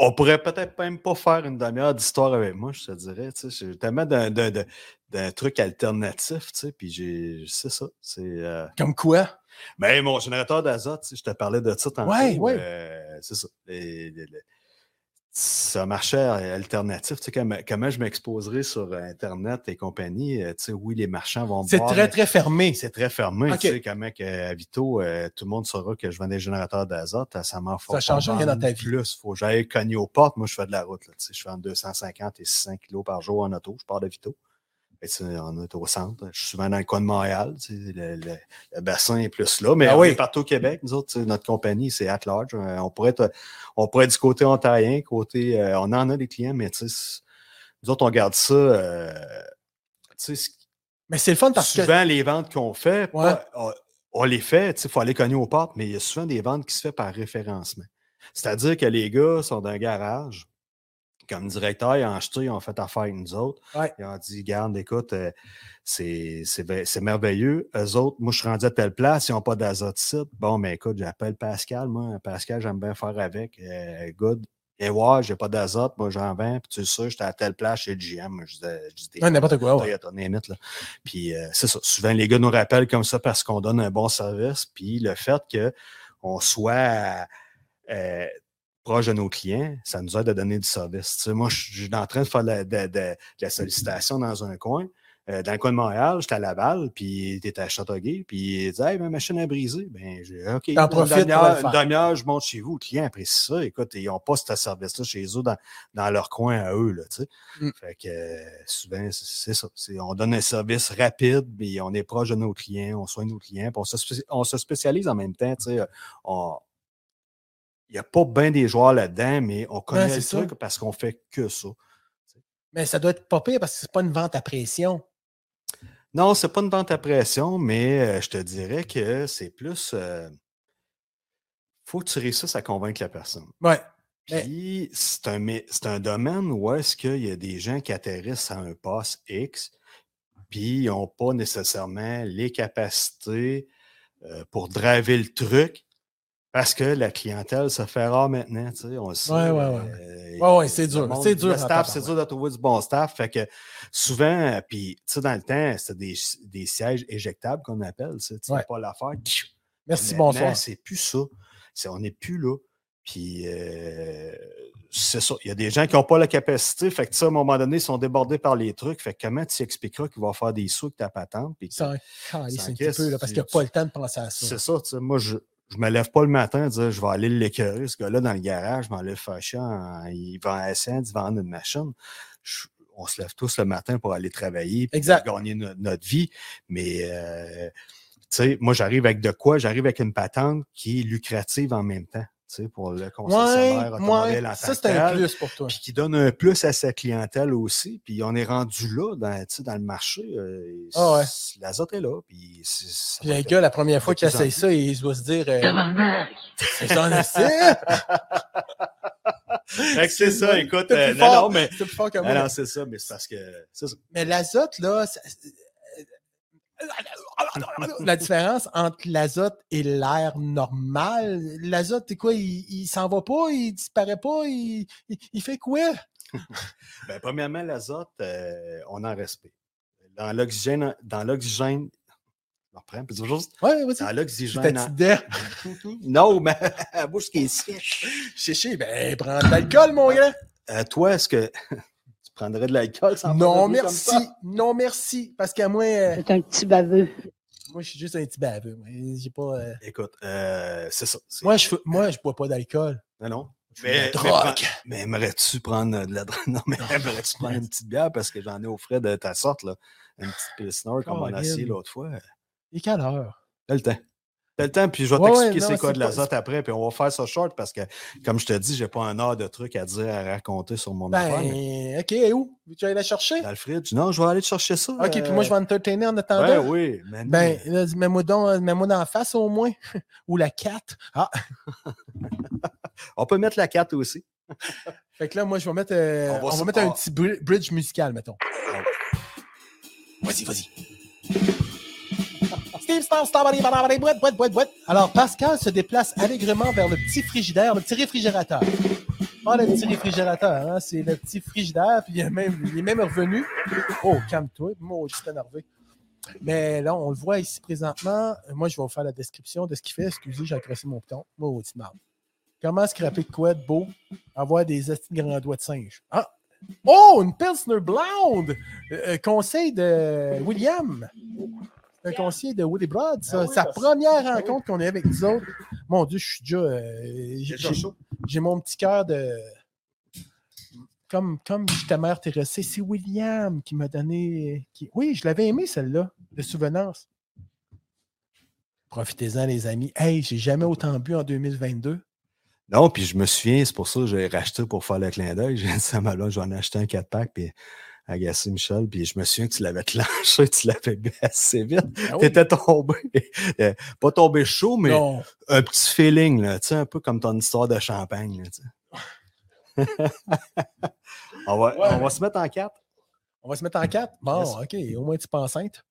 Speaker 2: on pourrait peut-être même pas faire une demi-heure d'histoire avec moi, je te dirais. Tu sais, j'ai tellement d'un, d'un- d'un- d'un truc alternatif, tu sais, puis j'ai, c'est ça. C'est, euh,
Speaker 3: Comme quoi?
Speaker 2: Ben, mon générateur d'azote, tu sais, je te parlais de ça tantôt.
Speaker 3: Ouais, ouais.
Speaker 2: euh, c'est ça. Les- les- les- ça marchait à alternatif. Tu sais, comme- comment je m'exposerai sur Internet et compagnie? euh, Tu sais, oui, les marchands vont me
Speaker 3: C'est
Speaker 2: voir,
Speaker 3: très,
Speaker 2: mais
Speaker 3: très fermé.
Speaker 2: C'est très fermé.
Speaker 3: Ok.
Speaker 2: Tu sais, comment que, à Vito, euh, tout le monde saura que je vends des générateurs d'azote, euh, ça m'en
Speaker 3: Ça change rien dans ta vie.
Speaker 2: Plus, faut que j'aille cogner aux portes. Moi, je fais de la route. Là, tu sais, je fais entre 250 et 600 kilos par jour en auto. Je pars de Vito. Et tu sais, on est au centre. Je suis souvent dans le coin de Montréal. tu sais, Le, le- le bassin est plus là. Mais
Speaker 3: Ah
Speaker 2: on
Speaker 3: oui.
Speaker 2: est partout au Québec. Nous autres, tu sais, notre compagnie, c'est at large. Euh, On pourrait, être, on pourrait être du côté ontarien, côté. euh, on en a des clients, mais tu sais, c'est- nous autres, on garde ça. euh, tu sais, ce-
Speaker 3: Mais c'est le fun parce que.
Speaker 2: souvent, les ventes qu'on fait, pas-
Speaker 3: Ouais.
Speaker 2: on, on les fait, il faut aller cogner aux portes, mais il y a souvent des ventes qui se font par référencement. C'est-à-dire que les gars sont dans un garage, comme directeur, ils ont jeté, ils ont fait affaire avec nous autres.
Speaker 3: Ouais.
Speaker 2: Ils ont dit, garde, écoute, euh, c'est c'est ve- c'est merveilleux. Eux autres, moi, je suis rendu à telle place, ils n'ont pas d'azote site. Bon, mais écoute, j'appelle Pascal, moi. Pascal, j'aime bien faire avec. Euh, good. Et ouais, j'ai pas d'azote, moi j'en vends, puis tu le sais, j'étais à telle place chez le GM. Moi, Je disais, je dis des-
Speaker 3: Ouais, n'importe quoi. ouais.
Speaker 2: Toyota, name it, là. Puis euh, c'est ça. Souvent, les gars nous rappellent comme ça parce qu'on donne un bon service. Puis le fait qu'on soit euh, proche de nos clients, ça nous aide à donner du service. Tu sais, moi, je suis en train de faire de, la- de- de- de la sollicitation dans un coin. Euh, dans le coin de Montréal, j'étais à Laval, puis t'étais à Châteauguay, puis il disait Hey, ma machine a brisé. Ben, j'ai OK.
Speaker 3: T'en
Speaker 2: une
Speaker 3: profites pour le
Speaker 2: demi-heure,
Speaker 3: faire.
Speaker 2: une demi-heure, je monte chez vous. Le client apprécie ça. Écoute, ils n'ont pas ce service-là chez eux dans, dans leur coin à eux. Là, tu sais. Fait que euh, souvent, c- c'est ça. C'est- on donne un service rapide, mais on est proche de nos clients, on soigne nos clients, puis on se, spé- on se spécialise en même temps. tu sais, euh, on- Il n'y a pas bien des joueurs là-dedans, mais on connaît
Speaker 3: c'est
Speaker 2: le
Speaker 3: ça.
Speaker 2: truc parce qu'on fait que ça.
Speaker 3: Mais ça doit être pas pire parce que c'est pas une vente à pression.
Speaker 2: Non, c'est pas une vente à pression, mais euh, je te dirais que c'est plus. euh, faut que tu réussisses à convaincre la personne.
Speaker 3: Ouais. Mais-
Speaker 2: Puis, c'est un, mé- c'est un domaine où est-ce qu'il y a des gens qui atterrissent à un poste X, puis ils n'ont pas nécessairement les capacités euh, pour driver le truc, parce que la clientèle se fait rare maintenant, tu sais, on le sait.
Speaker 3: Ouais, ouais, ouais.
Speaker 2: euh,
Speaker 3: Ouais, ouais, c'est
Speaker 2: le
Speaker 3: dur,
Speaker 2: monde-
Speaker 3: c'est dur en
Speaker 2: Le staff, c'est
Speaker 3: tabarouette.
Speaker 2: dur de trouver du bon staff, fait que souvent, euh, puis, tu sais, dans le temps, c'était des, des sièges éjectables qu'on appelle, tu sais, tu
Speaker 3: Ouais.
Speaker 2: fais pas l'affaire,
Speaker 3: Merci,
Speaker 2: Maintenant,
Speaker 3: bonsoir.
Speaker 2: C'est plus ça. C'est- on n'est plus là. Puis, euh, c'est ça. Il y a des gens qui n'ont pas la capacité. Fait que, ça, à un moment donné, ils sont débordés par les trucs. Fait que, comment tu expliqueras qu'ils vont faire des sous que ta patente? Puis,
Speaker 3: Ça calisse
Speaker 2: Ça
Speaker 3: un petit
Speaker 2: encaisse,
Speaker 3: peu, là, parce
Speaker 2: tu-
Speaker 3: qu'il n'y a pas le temps de penser à ça.
Speaker 2: c'est ça. tu sais, Moi, je ne me lève pas le matin et dire je vais aller l'écœurer, ce gars-là, dans le garage, je m'enlève fâchant. Il vend à Essence, il vend une machine. Je- on se lève tous le matin pour aller travailler puis
Speaker 3: Exact.
Speaker 2: gagner no- notre vie. Mais, euh, tu sais, moi, j'arrive avec de quoi? J'arrive avec une patente qui est lucrative en même temps, tu sais, pour le concessionnaire
Speaker 3: Ouais,
Speaker 2: automobile en
Speaker 3: ouais.
Speaker 2: tant
Speaker 3: Ça,
Speaker 2: que
Speaker 3: c'est un
Speaker 2: tel
Speaker 3: plus pour toi.
Speaker 2: puis qui donne un plus à sa clientèle aussi. Puis on est rendu là dans, tu sais, dans le marché. euh,
Speaker 3: Ah ouais.
Speaker 2: c- L'azote est là. Puis c'est- ça
Speaker 3: Puis
Speaker 2: va
Speaker 3: le
Speaker 2: être-
Speaker 3: gars, la première fois
Speaker 2: de
Speaker 3: qu'il
Speaker 2: plus en
Speaker 3: essaye
Speaker 2: plus.
Speaker 3: ça, il doit se dire euh, (laughs) C'est ça, là, c'est
Speaker 2: Fait que (laughs) c'est ça, écoute.
Speaker 3: T'es
Speaker 2: euh,
Speaker 3: plus
Speaker 2: non,
Speaker 3: fort.
Speaker 2: non, mais.
Speaker 3: c'est plus fort que
Speaker 2: Non,
Speaker 3: moi.
Speaker 2: non, c'est ça, mais c'est parce que. c'est ça.
Speaker 3: Mais l'azote, là, ça- euh, la différence entre l'azote et l'air normal, l'azote, c'est quoi? Il, il s'en va pas, il disparaît pas, il, il- il fait quoi?
Speaker 2: Ben, premièrement, l'azote, euh, on en respecte. Dans l'oxygène, dans l'oxygène. Je me reprends, puis toujours,
Speaker 3: Ouais, vas-y.
Speaker 2: Dans
Speaker 3: T'as
Speaker 2: l'oxygène.
Speaker 3: dit dedans.
Speaker 2: Non, (laughs) mais la bouche qui est sèche.
Speaker 3: Chichi, ben, prends de l'alcool, mon gars.
Speaker 2: Euh, toi, est-ce que (laughs) tu prendrais de l'alcool sans prendre
Speaker 3: Non,
Speaker 2: un goût comme ça?
Speaker 3: merci. Non, merci. Parce qu'à moi, euh,
Speaker 4: C'est un petit baveux.
Speaker 3: moi, je suis juste un petit baveux. moi. J'ai pas. euh,
Speaker 2: Écoute, euh, c'est ça. c'est-
Speaker 3: Moi, je moi, je bois pas d'alcool.
Speaker 2: Non, non.
Speaker 3: Je
Speaker 2: Mais,
Speaker 3: fais de la
Speaker 2: mais
Speaker 3: drogue.
Speaker 2: prends- mais aimerais-tu prendre de la drogue? (laughs) Non, mais aimerais-tu prendre une petite bière parce que j'en ai au frais de ta sorte, là. Une petite pilsner comme on a essayé
Speaker 3: Caroline.
Speaker 2: l'autre fois.
Speaker 3: Et quelle heure?
Speaker 2: T'as le temps. T'as le temps, puis je vais
Speaker 3: Ouais, ouais,
Speaker 2: t'expliquer
Speaker 3: non,
Speaker 2: c'est quoi
Speaker 3: c'est
Speaker 2: de
Speaker 3: pas-
Speaker 2: l'azote après, puis on va faire ça short parce que, comme je te dis, j'ai pas un heure de trucs à dire, à raconter sur mon affaire. mais
Speaker 3: Ben, ok, et où? Tu vas aller la Euh, chercher?
Speaker 2: Dans le fridge, non, je vais aller te chercher ça.
Speaker 3: Ok, puis moi, je vais entertainer en attendant.
Speaker 2: Ben oui, mais non.
Speaker 3: Ben, là, dis, mets-moi donc- mets-moi dans la face au moins. (laughs) Ou la 4. Ah,
Speaker 2: on peut mettre la 4 aussi.
Speaker 3: fait que là, moi, je vais mettre, euh,
Speaker 2: On va
Speaker 3: on va
Speaker 2: se-
Speaker 3: mettre un
Speaker 2: on-
Speaker 3: petit bri- bridge musical, mettons. Vas-y, vas-y. Steve, Star, Star, bada, bada, bada, boîte, boîte, boîte, boîte. Alors, Pascal se déplace allègrement vers le petit frigidaire, le petit réfrigérateur. Ah, le petit réfrigérateur, hein, c'est le petit frigidaire, puis il est même, il est même revenu. Oh, calme-toi, moi, je suis énervé. Mais là, on le voit ici présentement. Moi, je vais vous faire la description de ce qu'il fait. Excusez, j'ai agressé mon piton. Moi, tu Comment scraper de quoi de beau? Avoir des estis de grands doigts de singe. Ah! Oh, une Pilsner blonde! Euh, euh, conseil de William. Un conseil de Willy Broad, ça.
Speaker 2: Ah oui,
Speaker 3: Sa
Speaker 2: parce-
Speaker 3: première
Speaker 2: oui.
Speaker 3: rencontre qu'on a avec nous autres. Mon Dieu, je suis déjà. euh, j'ai-
Speaker 2: Déjà chaud.
Speaker 3: j'ai mon petit cœur de. Comme, comme ta mère Thérèse, c'est William qui m'a donné. qui- Oui, je l'avais aimé celle-là, de souvenance. Profitez-en, les amis. Hey, j'ai jamais autant bu en 2022.
Speaker 2: Non, puis je me souviens, c'est pour ça que j'ai racheté pour faire le clin d'œil. (laughs) J'ai dit ça, mais là, j'en ai acheté un 4-pack, puis agacé Michel, puis je me souviens que tu l'avais (laughs) clenché, tu l'avais bu assez vite. T'étais tombé, (laughs) euh, pas tombé chaud, mais
Speaker 3: Oh. Non.
Speaker 2: un petit feeling, là, tu sais, un peu comme ton histoire de champagne. là, tu sais. (laughs) On va,
Speaker 3: Ouais,
Speaker 2: on
Speaker 3: mais-
Speaker 2: va se mettre en quatre.
Speaker 3: On va se mettre en quatre. Bon,
Speaker 2: Yes.
Speaker 3: OK. Au moins, tu es pas enceinte.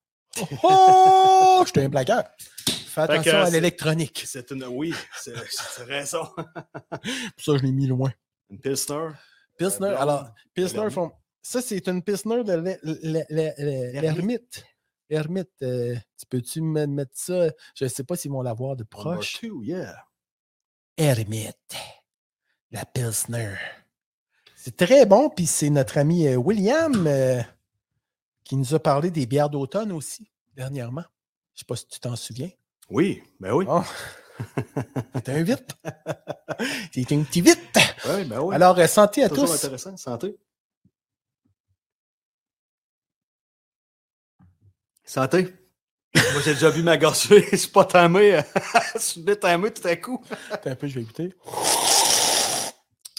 Speaker 3: Oh, (laughs) je suis un blagueur. Fais
Speaker 2: que,
Speaker 3: attention à
Speaker 2: c'est-
Speaker 3: l'électronique.
Speaker 2: C'est une. Oui, c'est c'est raison.
Speaker 3: Pour ça, je l'ai mis loin.
Speaker 2: Une Pilsner.
Speaker 3: Pilsner,
Speaker 2: Euh,
Speaker 3: alors, Pilsner
Speaker 2: Regarde.
Speaker 3: font. Ça, c'est une Pilsner de l'he- l'he- l'he- l'he- l'ermite. Ermite, euh, tu peux-tu me mettre ça? Je ne sais pas s'ils vont l'avoir de proche.
Speaker 2: Number two, yeah.
Speaker 3: Ermite. La Pilsner. C'est très bon, puis c'est notre ami euh, William euh, qui nous a parlé des bières d'automne aussi, dernièrement. Je ne sais pas si tu t'en souviens.
Speaker 2: Oui, ben oui.
Speaker 3: (laughs) Oh. C'était un vite. C'était un petit vite.
Speaker 2: Oui, ben oui.
Speaker 3: Alors, euh, santé à
Speaker 2: toujours
Speaker 3: tous.
Speaker 2: intéressant. Santé. Santé. Moi, j'ai déjà bu ma gorgée. (laughs) Je suis pas tamé. euh, Je suis venu tamé tout à coup.
Speaker 3: Attends un peu, je vais goûter.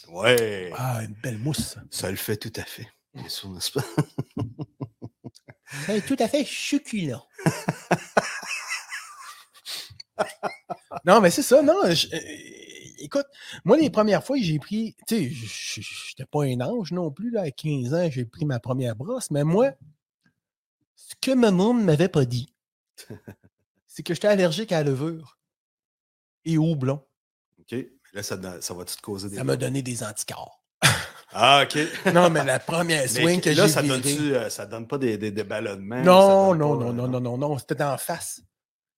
Speaker 2: Ouais.
Speaker 3: Ah, une belle mousse.
Speaker 2: Ça le fait tout à fait. Bien sûr, n'est-ce pas?
Speaker 3: Ça est tout à fait succulent. (laughs) non, mais c'est ça, non. je- euh, écoute, moi, les premières fois que j'ai pris, tu sais, je- je n'étais pas un ange non plus, là, à 15 ans, j'ai pris ma première brosse, mais moi, ce que ma maman ne m'avait pas (laughs) dit, c'est que j'étais allergique à la levure et au houblon.
Speaker 2: OK. Là, ça, donne- ça va-tu te causer des.
Speaker 3: Ça m'a donné des anticorps.
Speaker 2: Ah, OK.
Speaker 3: Non, (laughs) mais (laughs) la première
Speaker 2: Mais
Speaker 3: swing que j'ai
Speaker 2: là, ça
Speaker 3: virée-
Speaker 2: donne-tu, euh, ça donne pas des, des, des ballonnements?
Speaker 3: Non,
Speaker 2: ça donne
Speaker 3: non,
Speaker 2: pas,
Speaker 3: non,
Speaker 2: euh,
Speaker 3: non, non, non, non, c'était dans la face.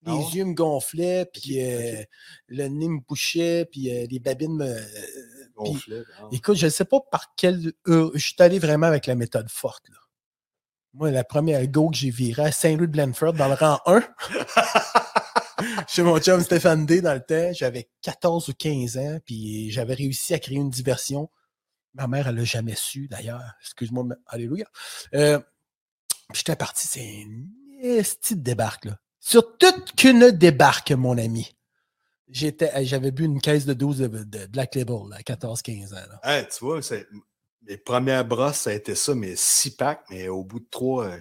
Speaker 3: Les
Speaker 2: Ah ouais?
Speaker 3: yeux me gonflaient, puis
Speaker 2: Ok,
Speaker 3: euh, le nez me bouchait, puis euh, les babines me. euh, puis-
Speaker 2: Gonflé, ah.
Speaker 3: écoute, je ne sais pas par quelle. heure- je suis allé vraiment avec la méthode forte. là. Moi, la première go que j'ai virée à Saint-Louis-de-Blanford dans le rang 1, chez mon chum Stéphane D dans le temps, j'avais 14 ou 15 ans, puis j'avais réussi à créer une diversion. Ma mère, elle l'a jamais su, d'ailleurs. Excuse-moi, mais- alléluia. Euh, puis j'étais parti, c'est une esti de débarque, là. Sur toute qu'une débarque, mon ami. J'étais, euh, j'avais bu une caisse de 12 de, de Black Label, là, à 14-15 ans, là.
Speaker 2: Hey, tu vois, c'est- mes premières brosses, ça a été ça, mais six packs, mais au bout de trois, euh,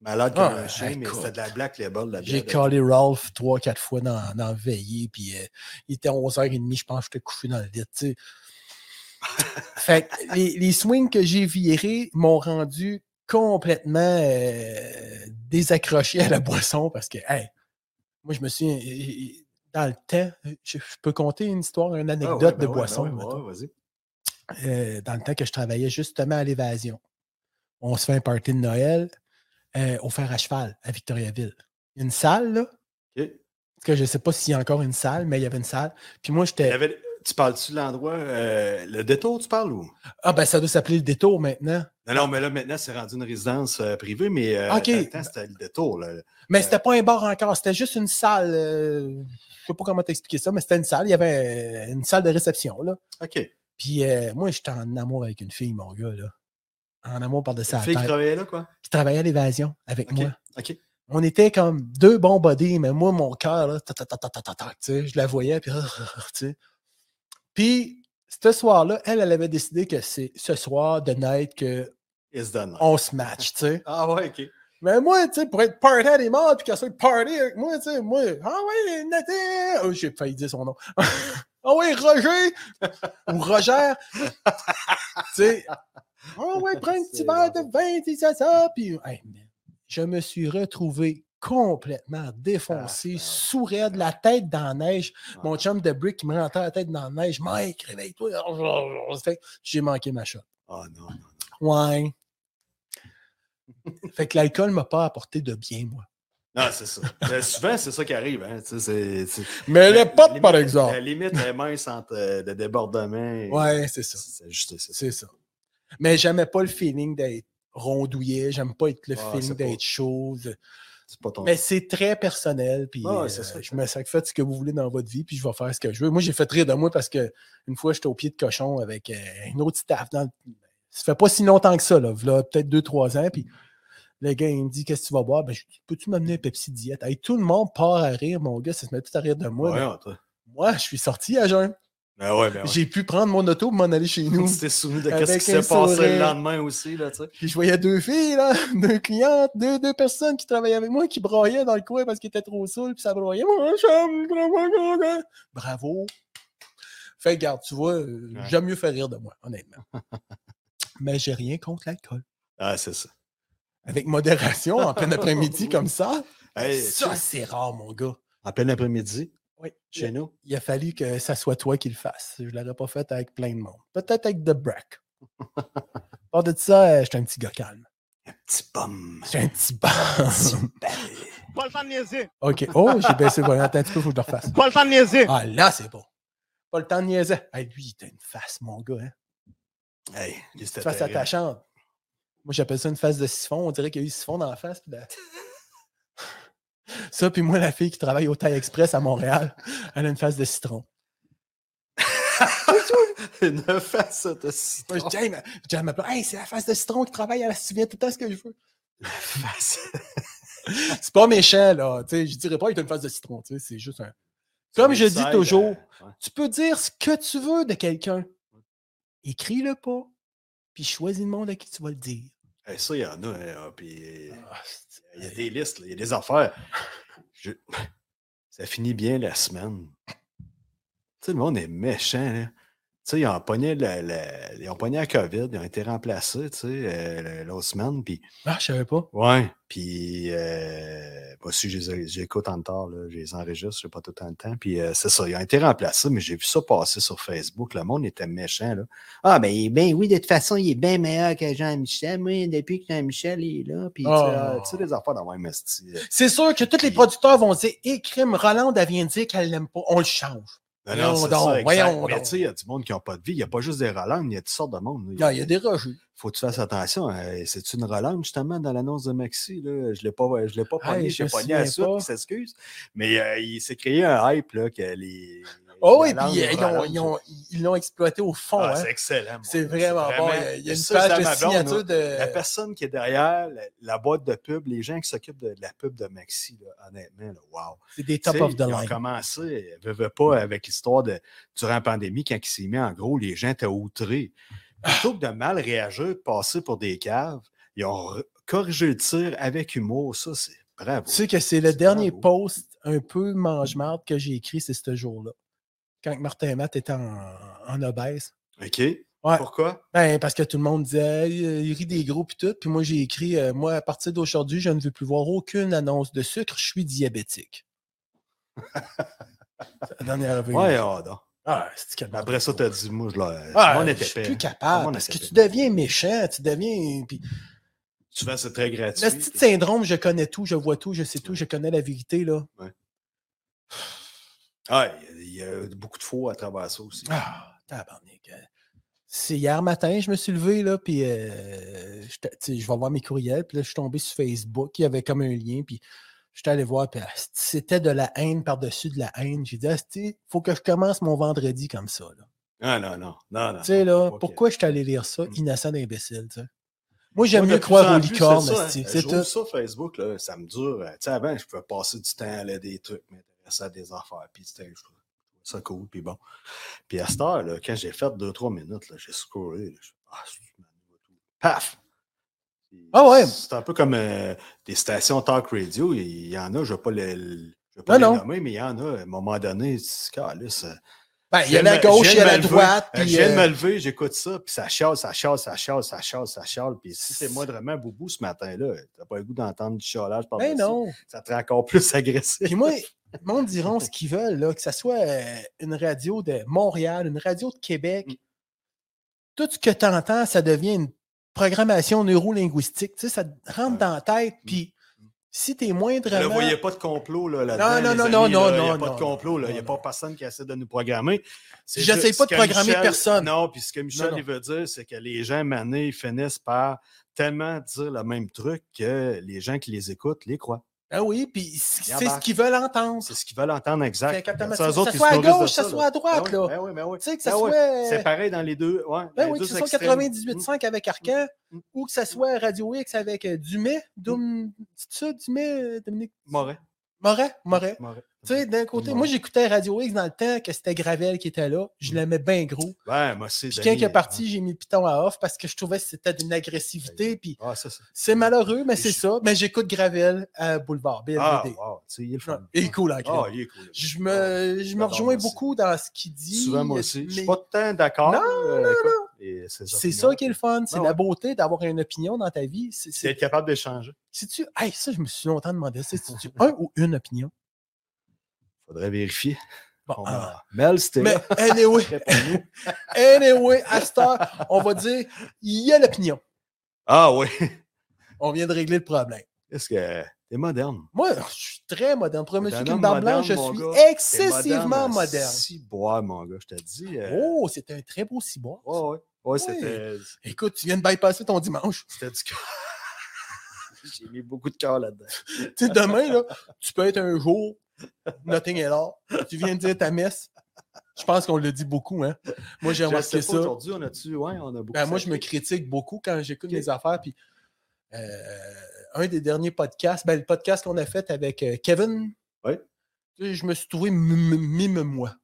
Speaker 2: malade comme
Speaker 3: Ah,
Speaker 2: un chien, mais
Speaker 3: écoute.
Speaker 2: c'était de la black label, de la bière
Speaker 3: J'ai
Speaker 2: de-
Speaker 3: collé Ralph trois, quatre fois dans, dans la veillée, puis euh, il était 11h30, je pense que j'étais couché dans le lit, tu sais. fait
Speaker 2: (laughs)
Speaker 3: que les, les swings que j'ai virés m'ont rendu complètement euh, désaccroché à la boisson parce que, hey, moi, je me suis. euh, Dans le temps, je, je peux compter une histoire, une
Speaker 2: Ah ouais,
Speaker 3: anecdote
Speaker 2: ben
Speaker 3: de
Speaker 2: ouais,
Speaker 3: boisson.
Speaker 2: ben ouais,
Speaker 3: mettons.
Speaker 2: ouais, vas-y.
Speaker 3: euh, dans le temps que je travaillais justement à l'évasion. On se fait un party de Noël euh, au fer à cheval à Victoriaville. Il y a une salle, là.
Speaker 2: OK.
Speaker 3: En tout cas, je ne sais pas s'il y a encore une salle, mais il y avait une salle. Puis moi,
Speaker 2: Il y
Speaker 3: j'étais.
Speaker 2: avait- Tu parles-tu de l'endroit, euh, le détour, tu parles ou?
Speaker 3: Ah, ben, ça doit s'appeler le détour maintenant.
Speaker 2: Non, non, mais là, maintenant, c'est rendu une résidence euh, privée, mais euh,
Speaker 3: OK.
Speaker 2: dans le temps, c'était le détour. là.
Speaker 3: Mais c'était pas un bar encore, c'était juste une salle. euh, je ne sais pas comment t'expliquer ça, mais c'était une salle. Il y avait euh, une salle de réception, là.
Speaker 2: OK.
Speaker 3: Puis euh, moi, j'étais en amour avec une fille, mon gars, là. En amour par-dessus
Speaker 2: La
Speaker 3: la
Speaker 2: fille qui
Speaker 3: tête.
Speaker 2: travaillait là, quoi?
Speaker 3: Qui travaillait à l'évasion avec
Speaker 2: OK.
Speaker 3: moi.
Speaker 2: OK.
Speaker 3: on était comme deux bons buddies, mais moi, mon cœur, là, ta, ta, ta, ta, ta, ta, ta, tu sais, je la voyais, puis, tu sais. Puis, ce soir-là, elle, elle avait décidé que c'est ce soir de night qu'on
Speaker 2: It's done.
Speaker 3: se match, tu sais.
Speaker 2: Ah ouais, OK.
Speaker 3: Mais moi, tu sais, pour être party des morts, puis qu'elle soit party avec moi, tu sais, moi, ah ouais, Nathan! Oh, j'ai failli dire son nom. (laughs) ah ouais, Roger! Ou Roger! tu sais, ah ouais, prends un petit
Speaker 2: C'est
Speaker 3: verre de vin, tu sais, ça, ça, puis. Hey, man, je me suis retrouvé complètement défoncé,
Speaker 2: Ah, ben,
Speaker 3: sourd raide, la tête dans la neige.
Speaker 2: Ah.
Speaker 3: Mon chum de brick qui me rentrait la tête dans la neige. Mike, réveille-toi! Fait que J'ai manqué ma shot.
Speaker 2: Ah non, non.
Speaker 3: Ouais. fait que l'alcool m'a pas apporté de bien, moi.
Speaker 2: Non,
Speaker 3: (laughs)
Speaker 2: c'est ça. Euh, souvent, c'est ça qui arrive. Hein. Tu sais, c'est- c'est-
Speaker 3: Mais
Speaker 2: la-
Speaker 3: les potes,
Speaker 2: limite-
Speaker 3: par
Speaker 2: La
Speaker 3: exemple.
Speaker 2: limite est mince entre euh, le débordement et.
Speaker 3: Ouais, c'est ça.
Speaker 2: C'est juste ça.
Speaker 3: C'est ça. Mais j'aimais pas le feeling d'être rondouillé. J'aime pas être le
Speaker 2: Ah,
Speaker 3: feeling
Speaker 2: c'est pas-
Speaker 3: d'être chaud. de-
Speaker 2: C'est pas ton.
Speaker 3: Mais c'est très personnel. Puis
Speaker 2: Ah, ouais,
Speaker 3: euh,
Speaker 2: c'est ça.
Speaker 3: je me sers faites ce que vous voulez dans votre vie, puis je vais faire ce que je veux. Moi, j'ai fait rire de moi parce que une fois, j'étais au pied de cochon avec euh, une autre staff. Dans le- Ça fait pas si longtemps que ça, là. V'là peut-être deux, trois ans. Puis le gars, il me dit Qu'est-ce que tu vas boire Ben, je dis, Peux-tu m'amener un Pepsi Diète Hey, Tout le monde part à rire, mon gars. Ça se met tout à rire de moi.
Speaker 2: Voyons, toi.
Speaker 3: Mais Moi, je suis sorti à jeun.
Speaker 2: Ben ouais, ben ouais.
Speaker 3: J'ai pu prendre mon auto pour m'en aller chez
Speaker 2: (laughs)
Speaker 3: nous.
Speaker 2: Tu t'es souvenu de
Speaker 3: Avec
Speaker 2: qu'est-ce qui
Speaker 3: un
Speaker 2: s'est passé le
Speaker 3: sourire.
Speaker 2: lendemain aussi, là, tu sais.
Speaker 3: Puis je voyais deux filles, là, (laughs) deux clientes, deux, deux personnes qui travaillaient avec moi, qui broyaient dans le coin parce qu'ils étaient trop saouls, puis ça broyait. Bravo! Fait que, garde, tu vois, euh,
Speaker 2: Ouais.
Speaker 3: j'aime mieux faire rire de moi,
Speaker 2: (laughs)
Speaker 3: honnêtement. Mais j'ai rien contre l'alcool.
Speaker 2: Ah, c'est ça.
Speaker 3: Avec modération, en plein après-midi comme ça.
Speaker 2: (laughs) Hey,
Speaker 3: ça,
Speaker 2: tu-
Speaker 3: c'est rare, mon gars.
Speaker 2: En plein après-midi,
Speaker 3: Oui.
Speaker 2: chez nous.
Speaker 3: Il a fallu que ça soit toi qui le fasses. Je ne l'aurais pas fait avec plein de monde. Peut-être avec The
Speaker 2: (laughs)
Speaker 3: Break. Par de ça, j'étais un petit gars calme.
Speaker 2: Petit pomme.
Speaker 3: J'ai un
Speaker 2: (laughs)
Speaker 3: petit bam.
Speaker 5: Pas le temps de niaiser.
Speaker 3: OK. Oh, j'ai baissé le volant. Attends un petit peu, il faut que je le refasse.
Speaker 5: Pas le temps de niaiser.
Speaker 3: Ah, là, c'est bon. Pas le temps de niaiser. Hey, lui, il était une face, mon gars. Hein?
Speaker 2: Hey, lui, c'était
Speaker 3: Une face
Speaker 2: terrible.
Speaker 3: attachante. Moi, j'appelle ça une face de siphon. On dirait qu'il y a eu siphon dans la face. puis la- (laughs) Ça, puis moi, la fille qui travaille au Taille Express à Montréal, elle a une face de citron.
Speaker 2: (laughs) Une face de citron.
Speaker 3: Moi, je dis, Hey, ma- je dis à ma blonde, Hey, c'est la face de citron qui travaille, elle se souvient tout le temps ce que je veux.
Speaker 2: (laughs) Face-
Speaker 3: C'est pas méchant, là. Tu sais, je dirais pas qu'il a une face de citron. tu sais, C'est juste un. Comme je dis
Speaker 2: Inside,
Speaker 3: toujours,
Speaker 2: euh, ouais.
Speaker 3: tu peux dire ce que tu veux de quelqu'un. Écris-le pas, puis choisis le monde à qui tu vas le dire.
Speaker 2: Hey, ça, il y en a. hein, puis,
Speaker 3: Ah, c'est-
Speaker 2: il y a des listes, là, il y a des affaires. Je- Ça finit bien la semaine. Tu sais, le monde est méchant. là. Tu sais, ils ont pogné la, la- ils ont pogné la COVID, ils ont été remplacés, tu sais, euh, l'autre semaine. Puis
Speaker 3: Ah, je savais pas.
Speaker 2: Ouais. Puis, euh, moi aussi, je les- j'écoute en retard, là, je les enregistre, je pas tout le temps le temps. Puis, euh, c'est ça, ils ont été remplacés, mais j'ai vu ça passer sur Facebook. Le monde était méchant, là. Ah, ben, il est bien- oui, de toute façon, il est bien meilleur que Jean-Michel. Moi, depuis que Jean-Michel est là, puis, tu sais,
Speaker 3: Oh.
Speaker 2: euh, tu sais, les affaires dans même style.
Speaker 3: C'est sûr que tous les producteurs vont dire Eh, crime, Roland, elle vient de dire qu'elle l'aime pas. On le change.
Speaker 2: Non,
Speaker 3: Voyons
Speaker 2: non, c'est
Speaker 3: donc,
Speaker 2: ça, exact.
Speaker 3: voyons
Speaker 2: Mais,
Speaker 3: donc.
Speaker 2: tu sais, il y a du monde qui n'a pas de vie. Il n'y a pas juste des Roland, il y a toutes sortes de monde. là.
Speaker 3: Non, il y a des rejets.
Speaker 2: Faut que tu fasses attention. hein. C'est une relance, justement, dans l'annonce de Maxi. Là. Je ne l'ai pas, je l'ai pas
Speaker 3: Hey,
Speaker 2: pogné,
Speaker 3: je
Speaker 2: j'ai
Speaker 3: me
Speaker 2: pogné
Speaker 3: souviens
Speaker 2: à suite,
Speaker 3: pas.
Speaker 2: il s'excuse. Mais euh, il s'est créé un hype là, que les.
Speaker 3: Oh,
Speaker 2: les
Speaker 3: et puis
Speaker 2: relances,
Speaker 3: ils ont-
Speaker 2: relances,
Speaker 3: ils ont- ils l'ont exploité au fond.
Speaker 2: Ah,
Speaker 3: hein.
Speaker 2: C'est excellent. mon
Speaker 3: C'est
Speaker 2: gars,
Speaker 3: vraiment, bon. Il y a- il y a une
Speaker 2: Ça, je dis à
Speaker 3: page de
Speaker 2: ma blonde, là,
Speaker 3: signature de.
Speaker 2: La personne qui est derrière la, la boîte de pub, les gens qui s'occupent de, de la pub de Maxi, là, honnêtement, là, wow.
Speaker 3: C'est des top
Speaker 2: Tu sais,
Speaker 3: of the
Speaker 2: Ils ont
Speaker 3: line.
Speaker 2: commencé, veut, veut pas, avec l'histoire de durant la pandémie, quand il s'est mis en gros, les gens étaient outrés. Plutôt que de mal réagir, passer pour des caves, ils ont re- corrigé le tir avec humour. Ça, c'est bravo.
Speaker 3: Tu sais que c'est le
Speaker 2: C'est
Speaker 3: dernier
Speaker 2: bravo.
Speaker 3: post un peu mange-marde que j'ai écrit, c'est ce jour-là. Quand Martin et Matt était en, en obèse.
Speaker 2: OK?
Speaker 3: Ouais.
Speaker 2: Pourquoi?
Speaker 3: Ben, parce que tout le monde disait, Hey, euh, il rit des gros puis tout. Puis moi, j'ai écrit, euh, moi, à partir d'aujourd'hui, je ne veux plus voir aucune annonce de sucre, je suis
Speaker 2: (laughs)
Speaker 3: diabétique. C'est la dernière revue.
Speaker 2: Ouais, ah, non.
Speaker 3: Ah, c'est quel monde.
Speaker 2: Après ça, t'as dit, moi, je l'ai.
Speaker 3: Ah,
Speaker 2: on
Speaker 3: je
Speaker 2: était
Speaker 3: suis
Speaker 2: épais.
Speaker 3: plus
Speaker 2: Le
Speaker 3: capable
Speaker 2: monde
Speaker 3: parce que
Speaker 2: était
Speaker 3: tu
Speaker 2: épais.
Speaker 3: deviens méchant, tu deviens. Puis
Speaker 2: Souvent, c'est très gratuit.
Speaker 3: le petit syndrome, je connais tout, je vois tout, je sais tout,
Speaker 2: Ouais.
Speaker 3: je connais la vérité là.
Speaker 2: Ah, il y, a- il y a beaucoup de faux à travers ça aussi.
Speaker 3: Ah, tabarnak. euh, C'est hier matin, je me suis levé, là, puis euh, j'étais- tu sais, je vais voir mes courriels, puis là, je suis tombé sur Facebook, il y avait comme un lien, puis j'étais allé voir, puis ah, c'était de la haine par-dessus de la haine. J'ai dit, ah, il faut que je commence mon vendredi comme ça, là.
Speaker 2: Ah, non, non, non, non.
Speaker 3: Tu sais, là,
Speaker 2: faut pas
Speaker 3: pourquoi je suis allé lire ça,
Speaker 2: Mm.
Speaker 3: innocent d'imbécile, tu sais? Moi, j'aime
Speaker 2: Moi, de
Speaker 3: mieux
Speaker 2: plus
Speaker 3: croire
Speaker 2: en
Speaker 3: aux
Speaker 2: plus,
Speaker 3: licornes,
Speaker 2: C'est ça, hein.
Speaker 3: esti, c'est
Speaker 2: J'ouvre
Speaker 3: tout.
Speaker 2: ça, Facebook, là, ça me dure. euh, Tu sais, avant, je pouvais passer du temps à lire des trucs, m'intéresser à des affaires. Puis, c'était- je trouvais ça cool. Puis bon. Puis à cette heure, là, quand j'ai fait 2-3 minutes, là, j'ai scrollé. là, je- ah, je suis mal, je vois tout. Paf! Puis,
Speaker 3: Ah ouais.
Speaker 2: C'est un peu comme euh, des stations talk radio. Il y en a, je ne vais pas les, je vais
Speaker 3: Ah
Speaker 2: pas les
Speaker 3: non.
Speaker 2: nommer, mais il y en a. À un moment donné, c'est calice, euh,
Speaker 3: Ben, il y en a
Speaker 2: la
Speaker 3: à gauche, il y en a à droite,
Speaker 2: Je
Speaker 3: puis...
Speaker 2: viens de me
Speaker 3: euh,
Speaker 2: lever, j'écoute ça, puis ça chiale, ça chiale, ça chiale, ça chiale, ça chiale. Puis si c'est moindrement boubou ce matin-là, t'as pas le goût d'entendre du chialage par
Speaker 3: Ben non!
Speaker 2: Ça te rend encore plus (laughs) agressif.
Speaker 3: Puis moi, le monde diront ce qu'ils veulent, là, que ce soit euh, une radio de Montréal, une radio de Québec.
Speaker 2: Mm.
Speaker 3: Tout ce que tu entends, ça devient une programmation neurolinguistique. Tu sais, ça te rentre
Speaker 2: Ouais. Mm.
Speaker 3: dans la tête. Puis si tu es moindrement.
Speaker 2: Ne voyez pas de complot là,
Speaker 3: Non,
Speaker 2: là-dedans.
Speaker 3: non,
Speaker 2: les
Speaker 3: non,
Speaker 2: amis,
Speaker 3: non,
Speaker 2: là,
Speaker 3: non,
Speaker 2: Il n'y
Speaker 3: non,
Speaker 2: a pas
Speaker 3: non,
Speaker 2: de complot. là. Il n'y a
Speaker 3: non,
Speaker 2: pas
Speaker 3: non.
Speaker 2: personne qui essaie de nous programmer. C'est
Speaker 3: J'essaie
Speaker 2: juste
Speaker 3: pas de
Speaker 2: ce que
Speaker 3: programmer
Speaker 2: Michel-
Speaker 3: personne.
Speaker 2: Non, puis ce que Michel
Speaker 3: non.
Speaker 2: il veut dire, c'est que les gens manés ils finissent par tellement dire le même truc que les gens qui les écoutent les croient.
Speaker 3: Ah oui, puis c-
Speaker 2: Bien
Speaker 3: c'est ce
Speaker 2: marre.
Speaker 3: qu'ils veulent entendre.
Speaker 2: C'est ce qu'ils veulent entendre
Speaker 3: Fait
Speaker 2: exact.
Speaker 3: que,
Speaker 2: eux
Speaker 3: automatiquement,
Speaker 2: autres,
Speaker 3: que ça
Speaker 2: ils se
Speaker 3: soit à
Speaker 2: nourrissent de
Speaker 3: gauche, ça
Speaker 2: là.
Speaker 3: soit à droite,
Speaker 2: Ben oui,
Speaker 3: là.
Speaker 2: ben oui, ben oui.
Speaker 3: Tu sais, que ça
Speaker 2: Ben
Speaker 3: soit. euh,
Speaker 2: ouais, C'est pareil dans les deux. Ouais, dans
Speaker 3: Ben oui,
Speaker 2: les
Speaker 3: que
Speaker 2: deux
Speaker 3: ce soit
Speaker 2: extrêmes.
Speaker 3: 98.5 avec Arcan
Speaker 2: Mm.
Speaker 3: ou que ce soit Radio X avec euh, Dumais. Dum... C'est ça, Dumais, euh, Dominique
Speaker 2: Mm. Moret.
Speaker 3: Moret? Moret.
Speaker 2: Moret.
Speaker 3: Tu sais, d'un côté, moi, j'écoutais Radio X dans le temps que c'était Gravel qui était là. Je l'aimais bien gros.
Speaker 2: Ouais, moi, c'est.
Speaker 3: Puis
Speaker 2: Denis,
Speaker 3: quand il est
Speaker 2: Mm. hein.
Speaker 3: parti, j'ai mis Python à off parce que je trouvais que c'était d'une agressivité. Puis
Speaker 2: Ah, ça, ça.
Speaker 3: c'est malheureux, mais
Speaker 2: Et
Speaker 3: c'est
Speaker 2: je-
Speaker 3: ça. Mais j'écoute Gravel à Boulevard, BLVD.
Speaker 2: Ah, wow, tu sais, il est le
Speaker 3: Ouais,
Speaker 2: fun.
Speaker 3: il est cool, hein,
Speaker 2: Ah,
Speaker 3: Gravel.
Speaker 2: il est cool.
Speaker 3: Je me, je me
Speaker 2: J'adore, moi
Speaker 3: rejoins
Speaker 2: aussi.
Speaker 3: beaucoup dans ce qu'il dit.
Speaker 2: Souvent, moi aussi. Je suis
Speaker 3: mais
Speaker 2: pas tant d'accord.
Speaker 3: Non,
Speaker 2: euh, écoute, et ses
Speaker 3: C'est
Speaker 2: opinions.
Speaker 3: ça qui est le fun. C'est
Speaker 2: Ah
Speaker 3: la
Speaker 2: ouais.
Speaker 3: beauté d'avoir une opinion dans ta vie. C'est-
Speaker 2: C'est
Speaker 3: C'est
Speaker 2: être capable d'échanger.
Speaker 3: tu Hey, ça, je me suis longtemps demandé.
Speaker 2: (laughs)
Speaker 3: C'est-tu un ou une opinion?
Speaker 2: Faudrait vérifier.
Speaker 3: Bon,
Speaker 2: On
Speaker 3: ah.
Speaker 2: va- Mel, c'était
Speaker 3: Mais
Speaker 2: là.
Speaker 3: anyway,
Speaker 2: Réponds-nous.
Speaker 3: anyway, à cette heure, on va dire, il y a l'opinion.
Speaker 2: Ah oui.
Speaker 3: On vient de régler le problème.
Speaker 2: Est-ce que t'es moderne?
Speaker 3: Moi, je suis très moderne. Pour un monsieur
Speaker 2: un
Speaker 3: qui a une
Speaker 2: homme
Speaker 3: barbe blanche, je
Speaker 2: moderne, mon
Speaker 3: suis
Speaker 2: gars. T'es
Speaker 3: excessivement moderne.
Speaker 2: Ah, Si boire, mon gars, je te dis. euh,
Speaker 3: Oh, c'est un très beau ciboire.
Speaker 2: Ouais, ouais. Ouais, c'était
Speaker 3: Écoute, tu viens de bypasser ton dimanche.
Speaker 2: c'était du (laughs) cœur. J'ai mis beaucoup de cœur là-dedans.
Speaker 3: tu sais, demain, là, tu peux être un jour, nothing est là. Tu viens de dire ta messe. Je pense qu'on le dit beaucoup, hein. Moi, j'ai
Speaker 2: Je
Speaker 3: remarqué
Speaker 2: sais pas,
Speaker 3: ça.
Speaker 2: Aujourd'hui, on a-tu. Ouais, on a beaucoup.
Speaker 3: Ben, moi, je me
Speaker 2: sacré.
Speaker 3: critique beaucoup quand j'écoute
Speaker 2: Ok.
Speaker 3: mes affaires. Puis, euh, un des derniers podcasts, ben, le podcast qu'on a fait avec euh, Kevin,
Speaker 2: Oui.
Speaker 3: tu sais, je me suis trouvé m- m- mime-moi.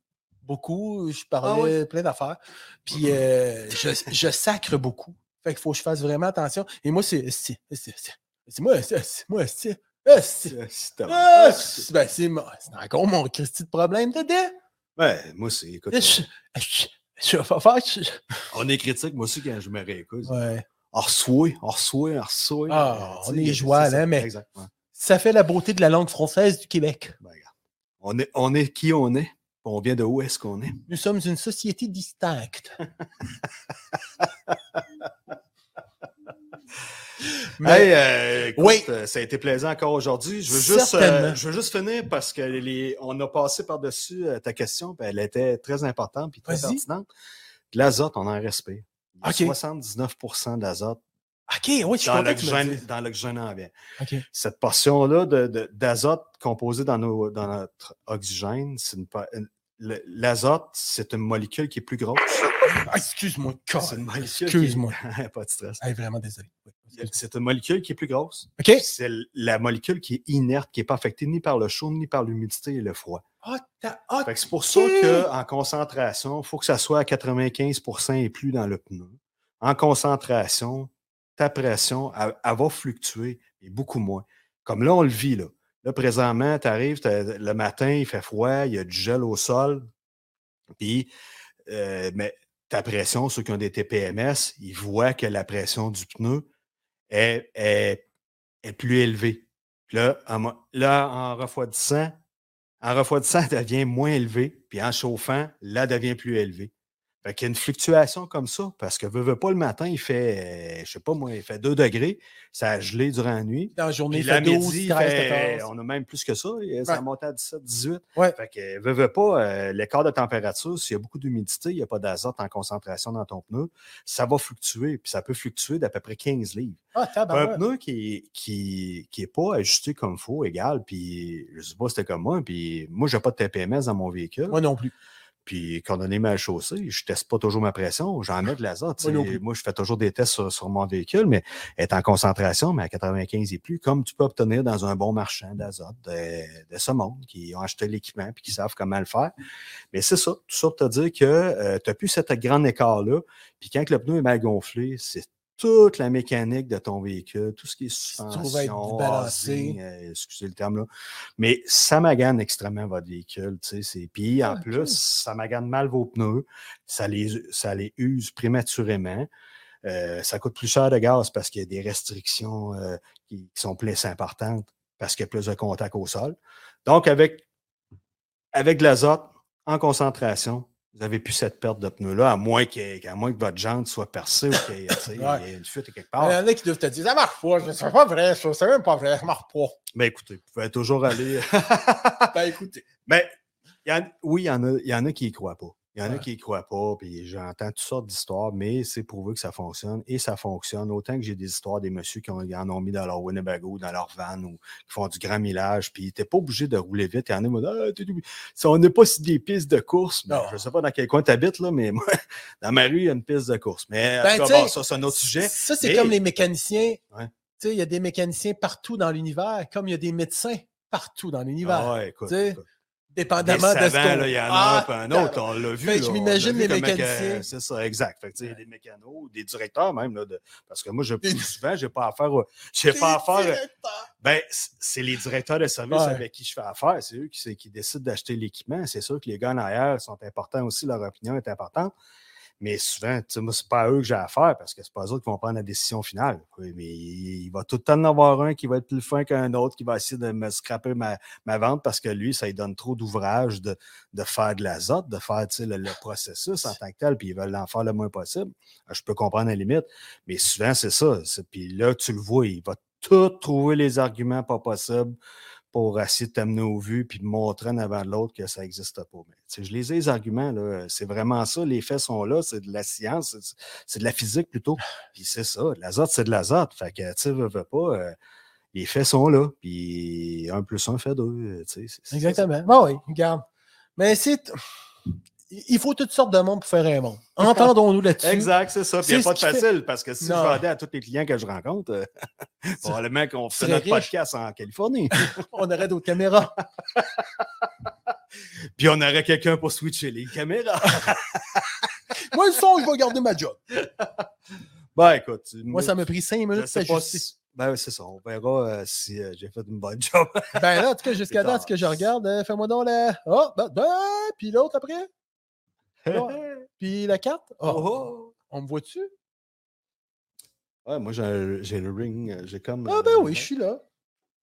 Speaker 3: Beaucoup, je
Speaker 2: Ah
Speaker 3: parlais plein d'affaires. Puis, euh, je, je sacre beaucoup. Fait qu'il faut que je fasse vraiment attention. Et moi, c'est. C'est c'est- c'est- c'est moi, c'est c'est moi, c'est. c'est- c'est-
Speaker 2: (laughs) C'est- c'est terrible.
Speaker 3: ah, c'est- ben, c'est mon- c'est encore mon Christy de problème dedans.
Speaker 2: Ouais, moi, c'est. Écoute,
Speaker 3: Je, je, je, je vais pas faire. je-
Speaker 2: on est critique, moi aussi, quand je me réécoute.
Speaker 3: Ouais.
Speaker 2: On ressoué, on ressoué, on ressoué.
Speaker 3: Ah,
Speaker 2: Euh, tu
Speaker 3: on
Speaker 2: sais,
Speaker 3: est
Speaker 2: c'est
Speaker 3: joual,
Speaker 2: ça,
Speaker 3: hein, mais-
Speaker 2: Exactement.
Speaker 3: Ça fait la beauté de la langue française du Québec.
Speaker 2: Ben, regarde. on, est, on est qui on est, on vient de où est-ce qu'on est.
Speaker 3: Nous sommes une société distincte.
Speaker 2: (laughs)
Speaker 3: Mais
Speaker 2: Hey, euh, écoute,
Speaker 3: Oui.
Speaker 2: euh, ça a été plaisant encore aujourd'hui. Je veux juste, euh,
Speaker 3: Certainement.
Speaker 2: je veux juste finir parce que les, on a passé par-dessus euh, ta question, puis elle était très importante puis très
Speaker 3: Vas-y.
Speaker 2: pertinente. De L'azote, on en respire. Il y a
Speaker 3: OK.
Speaker 2: 79 d'azote
Speaker 3: OK, oui, je suis
Speaker 2: dans
Speaker 3: content que tu me
Speaker 2: l'oxygène
Speaker 3: dises.
Speaker 2: dans l'oxygène ambiant.
Speaker 3: OK.
Speaker 2: Cette portion-là de- de- d'azote composée dans, nos- dans notre oxygène, c'est une pa- une- le- l'azote, c'est une molécule qui est plus grosse.
Speaker 3: Ah, excuse-moi,
Speaker 2: C'est une
Speaker 3: câlisse.
Speaker 2: molécule qui (laughs) est-
Speaker 3: Excuse-moi.
Speaker 2: Pas de stress.
Speaker 3: Hey, vraiment désolé. Oui, excuse-moi.
Speaker 2: C'est une molécule qui est plus grosse.
Speaker 3: OK.
Speaker 2: C'est l- la molécule qui est inerte, qui n'est pas affectée ni par le chaud, ni par l'humidité et le froid.
Speaker 3: Ah, t'as- ah,
Speaker 2: Fait que c'est pour ça
Speaker 3: Ok.
Speaker 2: qu'en concentration, il faut que ça soit à 95 et plus dans le pneu. En concentration, ta pression, elle, elle va fluctuer, et beaucoup moins. Comme là, on le vit. Là, là présentement, tu arrives le matin, il fait froid, il y a du gel au sol. Puis, euh, mais ta pression, ceux qui ont des TPMS, ils voient que la pression du pneu est, est- est plus élevée. Puis Là, en, mo- là, en refroidissant, en refroidissant, elle devient moins élevée, puis en chauffant, là, elle devient plus élevée. Fait qu'il y a une fluctuation comme ça, parce que veut, veut pas le matin, il fait, euh, je sais pas moi, il fait 2 degrés, ça a gelé durant la nuit.
Speaker 3: dans la journée, il
Speaker 2: Puis la
Speaker 3: fait 12,
Speaker 2: midi, il
Speaker 3: 13,
Speaker 2: fait,
Speaker 3: 14.
Speaker 2: on a même plus que ça, et ça
Speaker 3: Ouais.
Speaker 2: monte à 17, 18.
Speaker 3: Ouais.
Speaker 2: Fait que, veux, veux pas, euh, l'écart de température, s'il y a beaucoup d'humidité, il n'y a pas d'azote en concentration dans ton pneu, ça va fluctuer, puis ça peut fluctuer d'à peu près 15 livres
Speaker 3: Ah,
Speaker 2: un
Speaker 3: tabarouette.
Speaker 2: pneu qui, qui, qui est pas ajusté comme faut, égal, puis je sais pas c'était comme moi, puis moi, j'ai pas de TPMS dans mon véhicule,
Speaker 3: Moi non plus.
Speaker 2: puis quand on est mal chaussé, je teste pas toujours ma pression, j'en mets de l'azote. tu
Speaker 3: Moi non
Speaker 2: sais.
Speaker 3: plus.
Speaker 2: Moi, je fais toujours des tests sur, sur mon véhicule, mais est en concentration, mais à 95 et plus, comme tu peux obtenir dans un bon marchand d'azote de, de ce monde, qui ont acheté l'équipement puis qui savent comment le faire. Mais c'est ça, tout ça pour te dire que tu n'as plus cet grand écart-là, puis quand le pneu est mal gonflé, c'est toute la mécanique de ton véhicule, tout ce qui est
Speaker 3: se trouve être
Speaker 2: suspension,
Speaker 3: débalancé.
Speaker 2: housing, euh, excusez le terme là, mais ça magane extrêmement votre véhicule. tu sais, c'est- Puis en
Speaker 3: Ah, ok.
Speaker 2: plus, ça magane mal vos pneus, ça les, ça les use prématurément. Euh, ça coûte plus cher de gaz parce qu'il y a des restrictions euh, qui, qui sont plus importantes parce qu'il y a plus de contact au sol. Donc, avec, avec de l'azote en concentration, vous n'avez plus cette perte de pneus-là, à moins, que- à moins que votre jante soit percée ou qu'il y ait tu sais, il y ait une fuite quelque part.
Speaker 3: Il y en a qui doivent te dire, ça marche pas, je- c'est pas vrai, ça, c'est même pas vrai, ça marche pas.
Speaker 2: Ben écoutez, vous pouvez toujours aller.
Speaker 3: Ben écoutez,
Speaker 2: Mais il y en- oui, il y, en a, il y en a qui y croient pas. Il y en a
Speaker 3: Ouais.
Speaker 2: qui y croient pas, puis j'entends toutes sortes d'histoires, mais c'est prouvé que ça fonctionne et ça fonctionne. Autant que j'ai des histoires des messieurs qui ont- en ont mis dans leur Winnebago, dans leur van ou qui font du grand millage, puis t'es pas obligé de rouler vite. Il y en a qui vont dire, Ah, t'es obligé. Si on n'est pas sur des pistes de course, ben,
Speaker 3: Non.
Speaker 2: je sais pas dans quel coin tu habites, là, mais moi, (laughs) dans ma rue, il y a une piste de course. Mais en
Speaker 3: Ben,
Speaker 2: tout
Speaker 3: tu
Speaker 2: cas,
Speaker 3: sais,
Speaker 2: bon, ça, c'est un autre sujet.
Speaker 3: ça, c'est
Speaker 2: Mais-
Speaker 3: comme les mécaniciens.
Speaker 2: Ouais.
Speaker 3: Tu sais, il y a des mécaniciens partout dans l'univers, comme il y a des médecins partout dans l'univers.
Speaker 2: Ah ouais, écoute,
Speaker 3: Tu sais,
Speaker 2: écoute. Des
Speaker 3: Dépendamment de ce
Speaker 2: savants,
Speaker 3: qu'on...
Speaker 2: là, il y en a un
Speaker 3: Ah,
Speaker 2: puis un autre, on l'a vu.
Speaker 3: Fait que
Speaker 2: là,
Speaker 3: je
Speaker 2: on a
Speaker 3: m'imagine
Speaker 2: vu
Speaker 3: les
Speaker 2: que le méca-
Speaker 3: mécaniciens.
Speaker 2: C'est ça, exact. Fait que, tu sais, les mécanos, des directeurs même, là, de- parce que moi, je, (laughs) souvent, j'ai pas affaire. au- J'ai
Speaker 3: Des
Speaker 2: pas affaire.
Speaker 3: directeurs.
Speaker 2: Ben, c- c'est les directeurs de service
Speaker 3: Ouais.
Speaker 2: avec qui je fais affaire. C'est eux qui, c'est- qui décident d'acheter l'équipement. C'est sûr que les gars en arrière sont importants aussi, leur opinion est importante. Mais souvent, tu sais, moi, c'est pas à eux que j'ai affaire parce que c'est pas eux qui vont prendre la décision finale. Oui, Mais il va tout le temps en avoir un qui va être plus fin qu'un autre, qui va essayer de me scraper ma, ma vente parce que lui, ça lui donne trop d'ouvrage de, de faire de l'azote, de faire tu sais, le, le processus en tant que tel, puis ils veulent en faire le moins possible. Je peux comprendre la limite, mais souvent, c'est ça. C'est- Puis là, tu le vois, il va tout trouver les arguments pas possibles pour essayer de t'amener au vu puis de montrer en avant de l'autre que ça n'existe pas. Mais, tu sais, je les ai, les arguments, là. c'est vraiment ça. Les faits sont là, c'est de la science, c'est- c'est de la physique plutôt.
Speaker 3: Ah.
Speaker 2: Puis c'est ça, de l'azote, c'est de l'azote. Fait que, tu sais, veux, veux pas, euh, les faits sont là. Puis un plus un fait deux. euh, tu sais, c'est- c'est-
Speaker 3: Exactement. Bon, oui, regarde. Mais c'est... Il faut toutes sortes de monde pour faire un
Speaker 2: (laughs)
Speaker 3: monde. Entendons-nous là-dessus.
Speaker 2: Exact, c'est ça. Puis il n'y a
Speaker 3: C'est
Speaker 2: pas de
Speaker 3: ce qui fait-
Speaker 2: facile parce que si
Speaker 3: Non.
Speaker 2: je vendais à tous les clients que je rencontre, euh, (laughs) probablement qu'on
Speaker 3: tu
Speaker 2: ferait
Speaker 3: serais
Speaker 2: notre
Speaker 3: riche.
Speaker 2: podcast en Californie.
Speaker 3: On aurait d'autres caméras.
Speaker 2: Puis on aurait quelqu'un pour switcher les caméras.
Speaker 3: Moi, le son, je vais garder ma job.
Speaker 2: (laughs) Ben écoute, tu-
Speaker 3: Moi, ça m'a pris cinq
Speaker 2: je
Speaker 3: minutes de
Speaker 2: sais pas
Speaker 3: s'ajuster.
Speaker 2: si- Ben c'est ça, on verra euh, si euh, j'ai fait une
Speaker 3: (laughs)
Speaker 2: bonne job.
Speaker 3: Ben là, en tout cas, jusqu'à date,
Speaker 2: Plus tard.
Speaker 3: ce que je regarde, euh, fais-moi donc la. Oh, ben, ben, puis l'autre
Speaker 2: (laughs)
Speaker 3: après. Puis la carte. Oh,
Speaker 2: Oh,
Speaker 3: On me voit-tu?
Speaker 2: oh. Ouais, moi j'ai j'ai le ring, euh, j'ai comme.
Speaker 3: Ah, ben
Speaker 2: euh,
Speaker 3: oui, je suis là.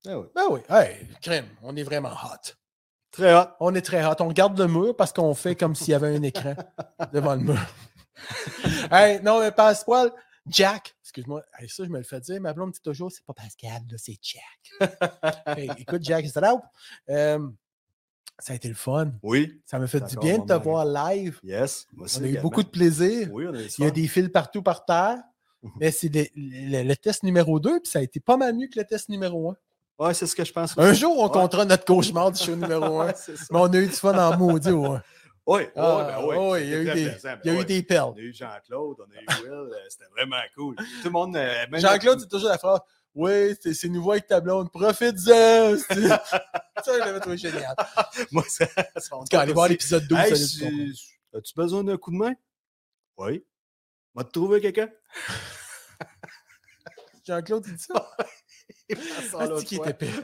Speaker 2: Ah oui.
Speaker 3: Ben oui. Hey, crème, on est vraiment hot.
Speaker 2: Très hot.
Speaker 3: On est très hot. On garde le mur parce qu'on fait comme s'il y avait un écran devant le mur. hey, non, mais Pascal, Jack, excuse-moi, hey, ça, je me le fais dire, ma blonde me dit toujours, c'est pas Pascal, là, c'est Jack. Hey, écoute, Jack, c'est là. Euh, ça a été le fun.
Speaker 2: Oui.
Speaker 3: Ça me fait du
Speaker 2: D'accord,
Speaker 3: bien de te
Speaker 2: maman.
Speaker 3: voir live.
Speaker 2: Yes. Moi aussi.
Speaker 3: On a eu beaucoup de plaisir.
Speaker 2: Oui, on a eu
Speaker 3: Il y a
Speaker 2: des.
Speaker 3: des fils partout par terre. Mais c'est le, le- le test numéro 2, puis ça a été pas mal mieux que le test numéro 1.
Speaker 2: Ouais, c'est ce que je pense.
Speaker 3: Un jour, on
Speaker 2: Ouais.
Speaker 3: comptera notre cauchemar du show numéro 1.
Speaker 2: (laughs) Ouais,
Speaker 3: Mais
Speaker 2: c'est ça.
Speaker 3: on a eu du fun en maudit, ouais.
Speaker 2: Oui, oui,
Speaker 3: Ah,
Speaker 2: ben oui.
Speaker 3: ouais, il y a
Speaker 2: c'était
Speaker 3: eu
Speaker 2: très
Speaker 3: des-
Speaker 2: plaisant, ben
Speaker 3: Il y a eu
Speaker 2: oui.
Speaker 3: des
Speaker 2: On
Speaker 3: perles.
Speaker 2: a eu Jean-Claude, on a eu Will, euh, c'était vraiment cool. Tout le monde. euh, même-
Speaker 3: Jean-Claude, c'est toujours la phrase Oui, c'est- c'est nouveau avec ta blonde,
Speaker 2: (laughs)
Speaker 3: profite-en. C'est- ça, je l'avais trouvé génial. En
Speaker 2: Moi, ça, ça, on
Speaker 3: tout cas, allez voir
Speaker 2: aussi.
Speaker 3: l'épisode 12.
Speaker 2: Hey,
Speaker 3: ça,
Speaker 2: si-
Speaker 3: là, tu comprends.
Speaker 2: As-tu besoin d'un coup de main? Oui. Va te trouver quelqu'un?
Speaker 3: (laughs) Jean-Claude, il dit ça. Ah, c'est qui était
Speaker 2: (laughs) Ah,
Speaker 3: pire.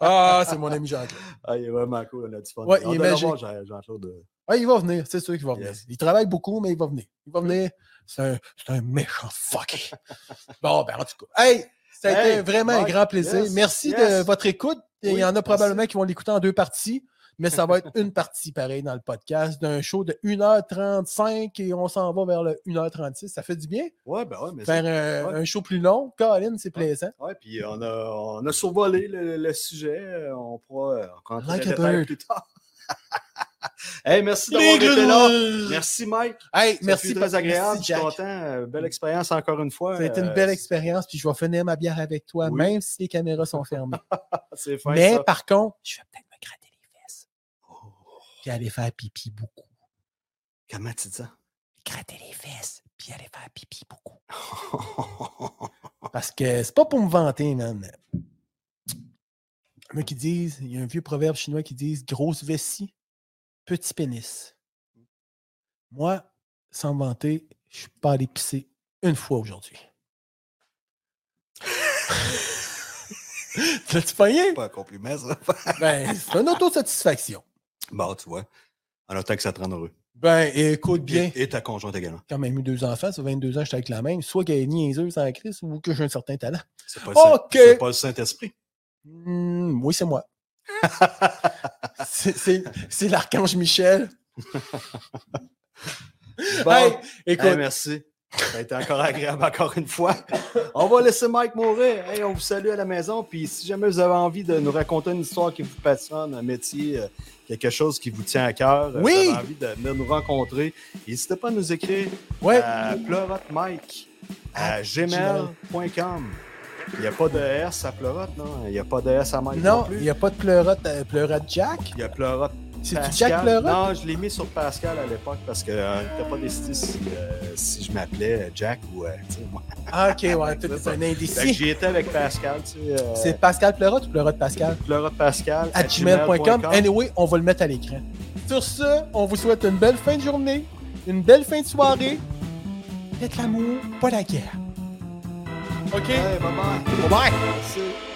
Speaker 3: Ah, c'est mon ami Jean-Claude.
Speaker 2: il est vraiment cool, on a du fun.
Speaker 3: Ouais,
Speaker 2: On
Speaker 3: il est
Speaker 2: doit le
Speaker 3: magique.
Speaker 2: voir, Jean- Jean-Claude. euh,
Speaker 3: Ah, il va venir, c'est sûr qu'il va venir.
Speaker 2: Yes.
Speaker 3: Il travaille beaucoup, mais il va venir. Il va venir. C'est un, c'est un méchant fuck. bon, ben en tout cas. Hey, ça a
Speaker 2: Hey,
Speaker 3: été vraiment un
Speaker 2: Mike,
Speaker 3: grand plaisir.
Speaker 2: yes,
Speaker 3: merci
Speaker 2: yes.
Speaker 3: de votre écoute. Il
Speaker 2: Oui,
Speaker 3: y en a
Speaker 2: merci.
Speaker 3: probablement qui vont l'écouter en deux parties, mais ça va
Speaker 2: (laughs)
Speaker 3: être une partie pareille dans le podcast d'un show de 1h35 et on s'en va vers le 1h36. Ça fait du bien.
Speaker 2: Ouais, ben ouais, mais
Speaker 3: Faire un,
Speaker 2: ouais.
Speaker 3: un show plus long. Colin, c'est plaisant.
Speaker 2: Ouais, puis on a, on a survolé le, le sujet. euh, On pourra euh, rentrer
Speaker 3: Like a
Speaker 2: dans le détail
Speaker 3: bird.
Speaker 2: plus tard. (laughs) hey, merci d'avoir été là. Merci, Mike.
Speaker 3: Hey,
Speaker 2: Ça
Speaker 3: merci.
Speaker 2: fut
Speaker 3: Pat-
Speaker 2: très agréable.
Speaker 3: merci,
Speaker 2: je suis
Speaker 3: Jack.
Speaker 2: content. Euh, Belle expérience encore une fois.
Speaker 3: Ça a été une
Speaker 2: Euh,
Speaker 3: belle expérience, puis je vais finir ma bière avec toi,
Speaker 2: Oui.
Speaker 3: même si les caméras sont fermées.
Speaker 2: C'est fin,
Speaker 3: Mais
Speaker 2: ça.
Speaker 3: par contre, je vais peut-être me gratter les fesses. Puis aller faire pipi beaucoup.
Speaker 2: Comment tu dis ça?
Speaker 3: Gratter les fesses, puis aller faire pipi beaucoup. Parce que c'est pas pour me vanter, man. Il y en a qui disent, il y a un vieux proverbe chinois qui dit grosse vessie, petit pénis. Moi, sans me vanter, je suis pas allé pisser une fois aujourd'hui. (laughs) T'as-tu pogné?
Speaker 2: C'est pas un compliment, ça. (laughs)
Speaker 3: Ben, c'est une autosatisfaction.
Speaker 2: Bon, tu vois. En autant que ça te rende heureux.
Speaker 3: Ben, écoute bien.
Speaker 2: Et, et ta conjointe également.
Speaker 3: quand même eu deux enfants, ça fait 22 ans, j'étais avec la même. Soit qu'elle est niaiseuse en crise ou que j'ai un certain talent.
Speaker 2: C'est pas, le Saint-
Speaker 3: Ok.
Speaker 2: c'est pas le Saint-Esprit.
Speaker 3: Hmm, oui, c'est
Speaker 2: (laughs)
Speaker 3: moi. c'est c'est- c'est l'archange Michel.
Speaker 2: Bon,
Speaker 3: Hey,
Speaker 2: hey,
Speaker 3: écoute,
Speaker 2: merci. Ça a été encore agréable, encore une fois. On va laisser Mike mourir. Hey, on vous salue à la maison. Puis si jamais vous avez envie de nous raconter une histoire qui vous passionne, un métier, euh, quelque chose qui vous tient à cœur, euh,
Speaker 3: Oui.
Speaker 2: vous avez envie de venir nous rencontrer, n'hésitez pas à nous écrire
Speaker 3: ouais, Ah,
Speaker 2: à pleurotemike à gmail.com. Il n'y a pas de S à pleurote, non? Il n'y a pas de S à Mike.
Speaker 3: non,
Speaker 2: plus.
Speaker 3: il n'y a pas de pleurote, euh, pleurote Jack.
Speaker 2: Il y a pleurote
Speaker 3: C'est-tu
Speaker 2: Pascal-
Speaker 3: Jack Leroy?
Speaker 2: Non, je l'ai mis sur Pascal à l'époque parce qu'on n'était pas décidé si, euh, si je m'appelais euh, Jack ou. euh, tu sais, moi.
Speaker 3: Ah, ok, ouais, tout
Speaker 2: (laughs) C'est ça.
Speaker 3: un
Speaker 2: Fait que
Speaker 3: indécis.
Speaker 2: J'y étais avec Pascal, tu sais. euh,
Speaker 3: C'est Pascal Pleurat ou Pleurat de Pascal?
Speaker 2: Laura de Pascal.
Speaker 3: À gmail.com.
Speaker 2: gmail.com.
Speaker 3: Anyway, on va le mettre à l'écran. Sur ce, on vous souhaite une belle fin de journée, une belle fin de soirée. Faites l'amour, pas la guerre. OK?
Speaker 2: Hey, bye
Speaker 3: Bye
Speaker 2: bye.
Speaker 3: bye!
Speaker 2: Merci.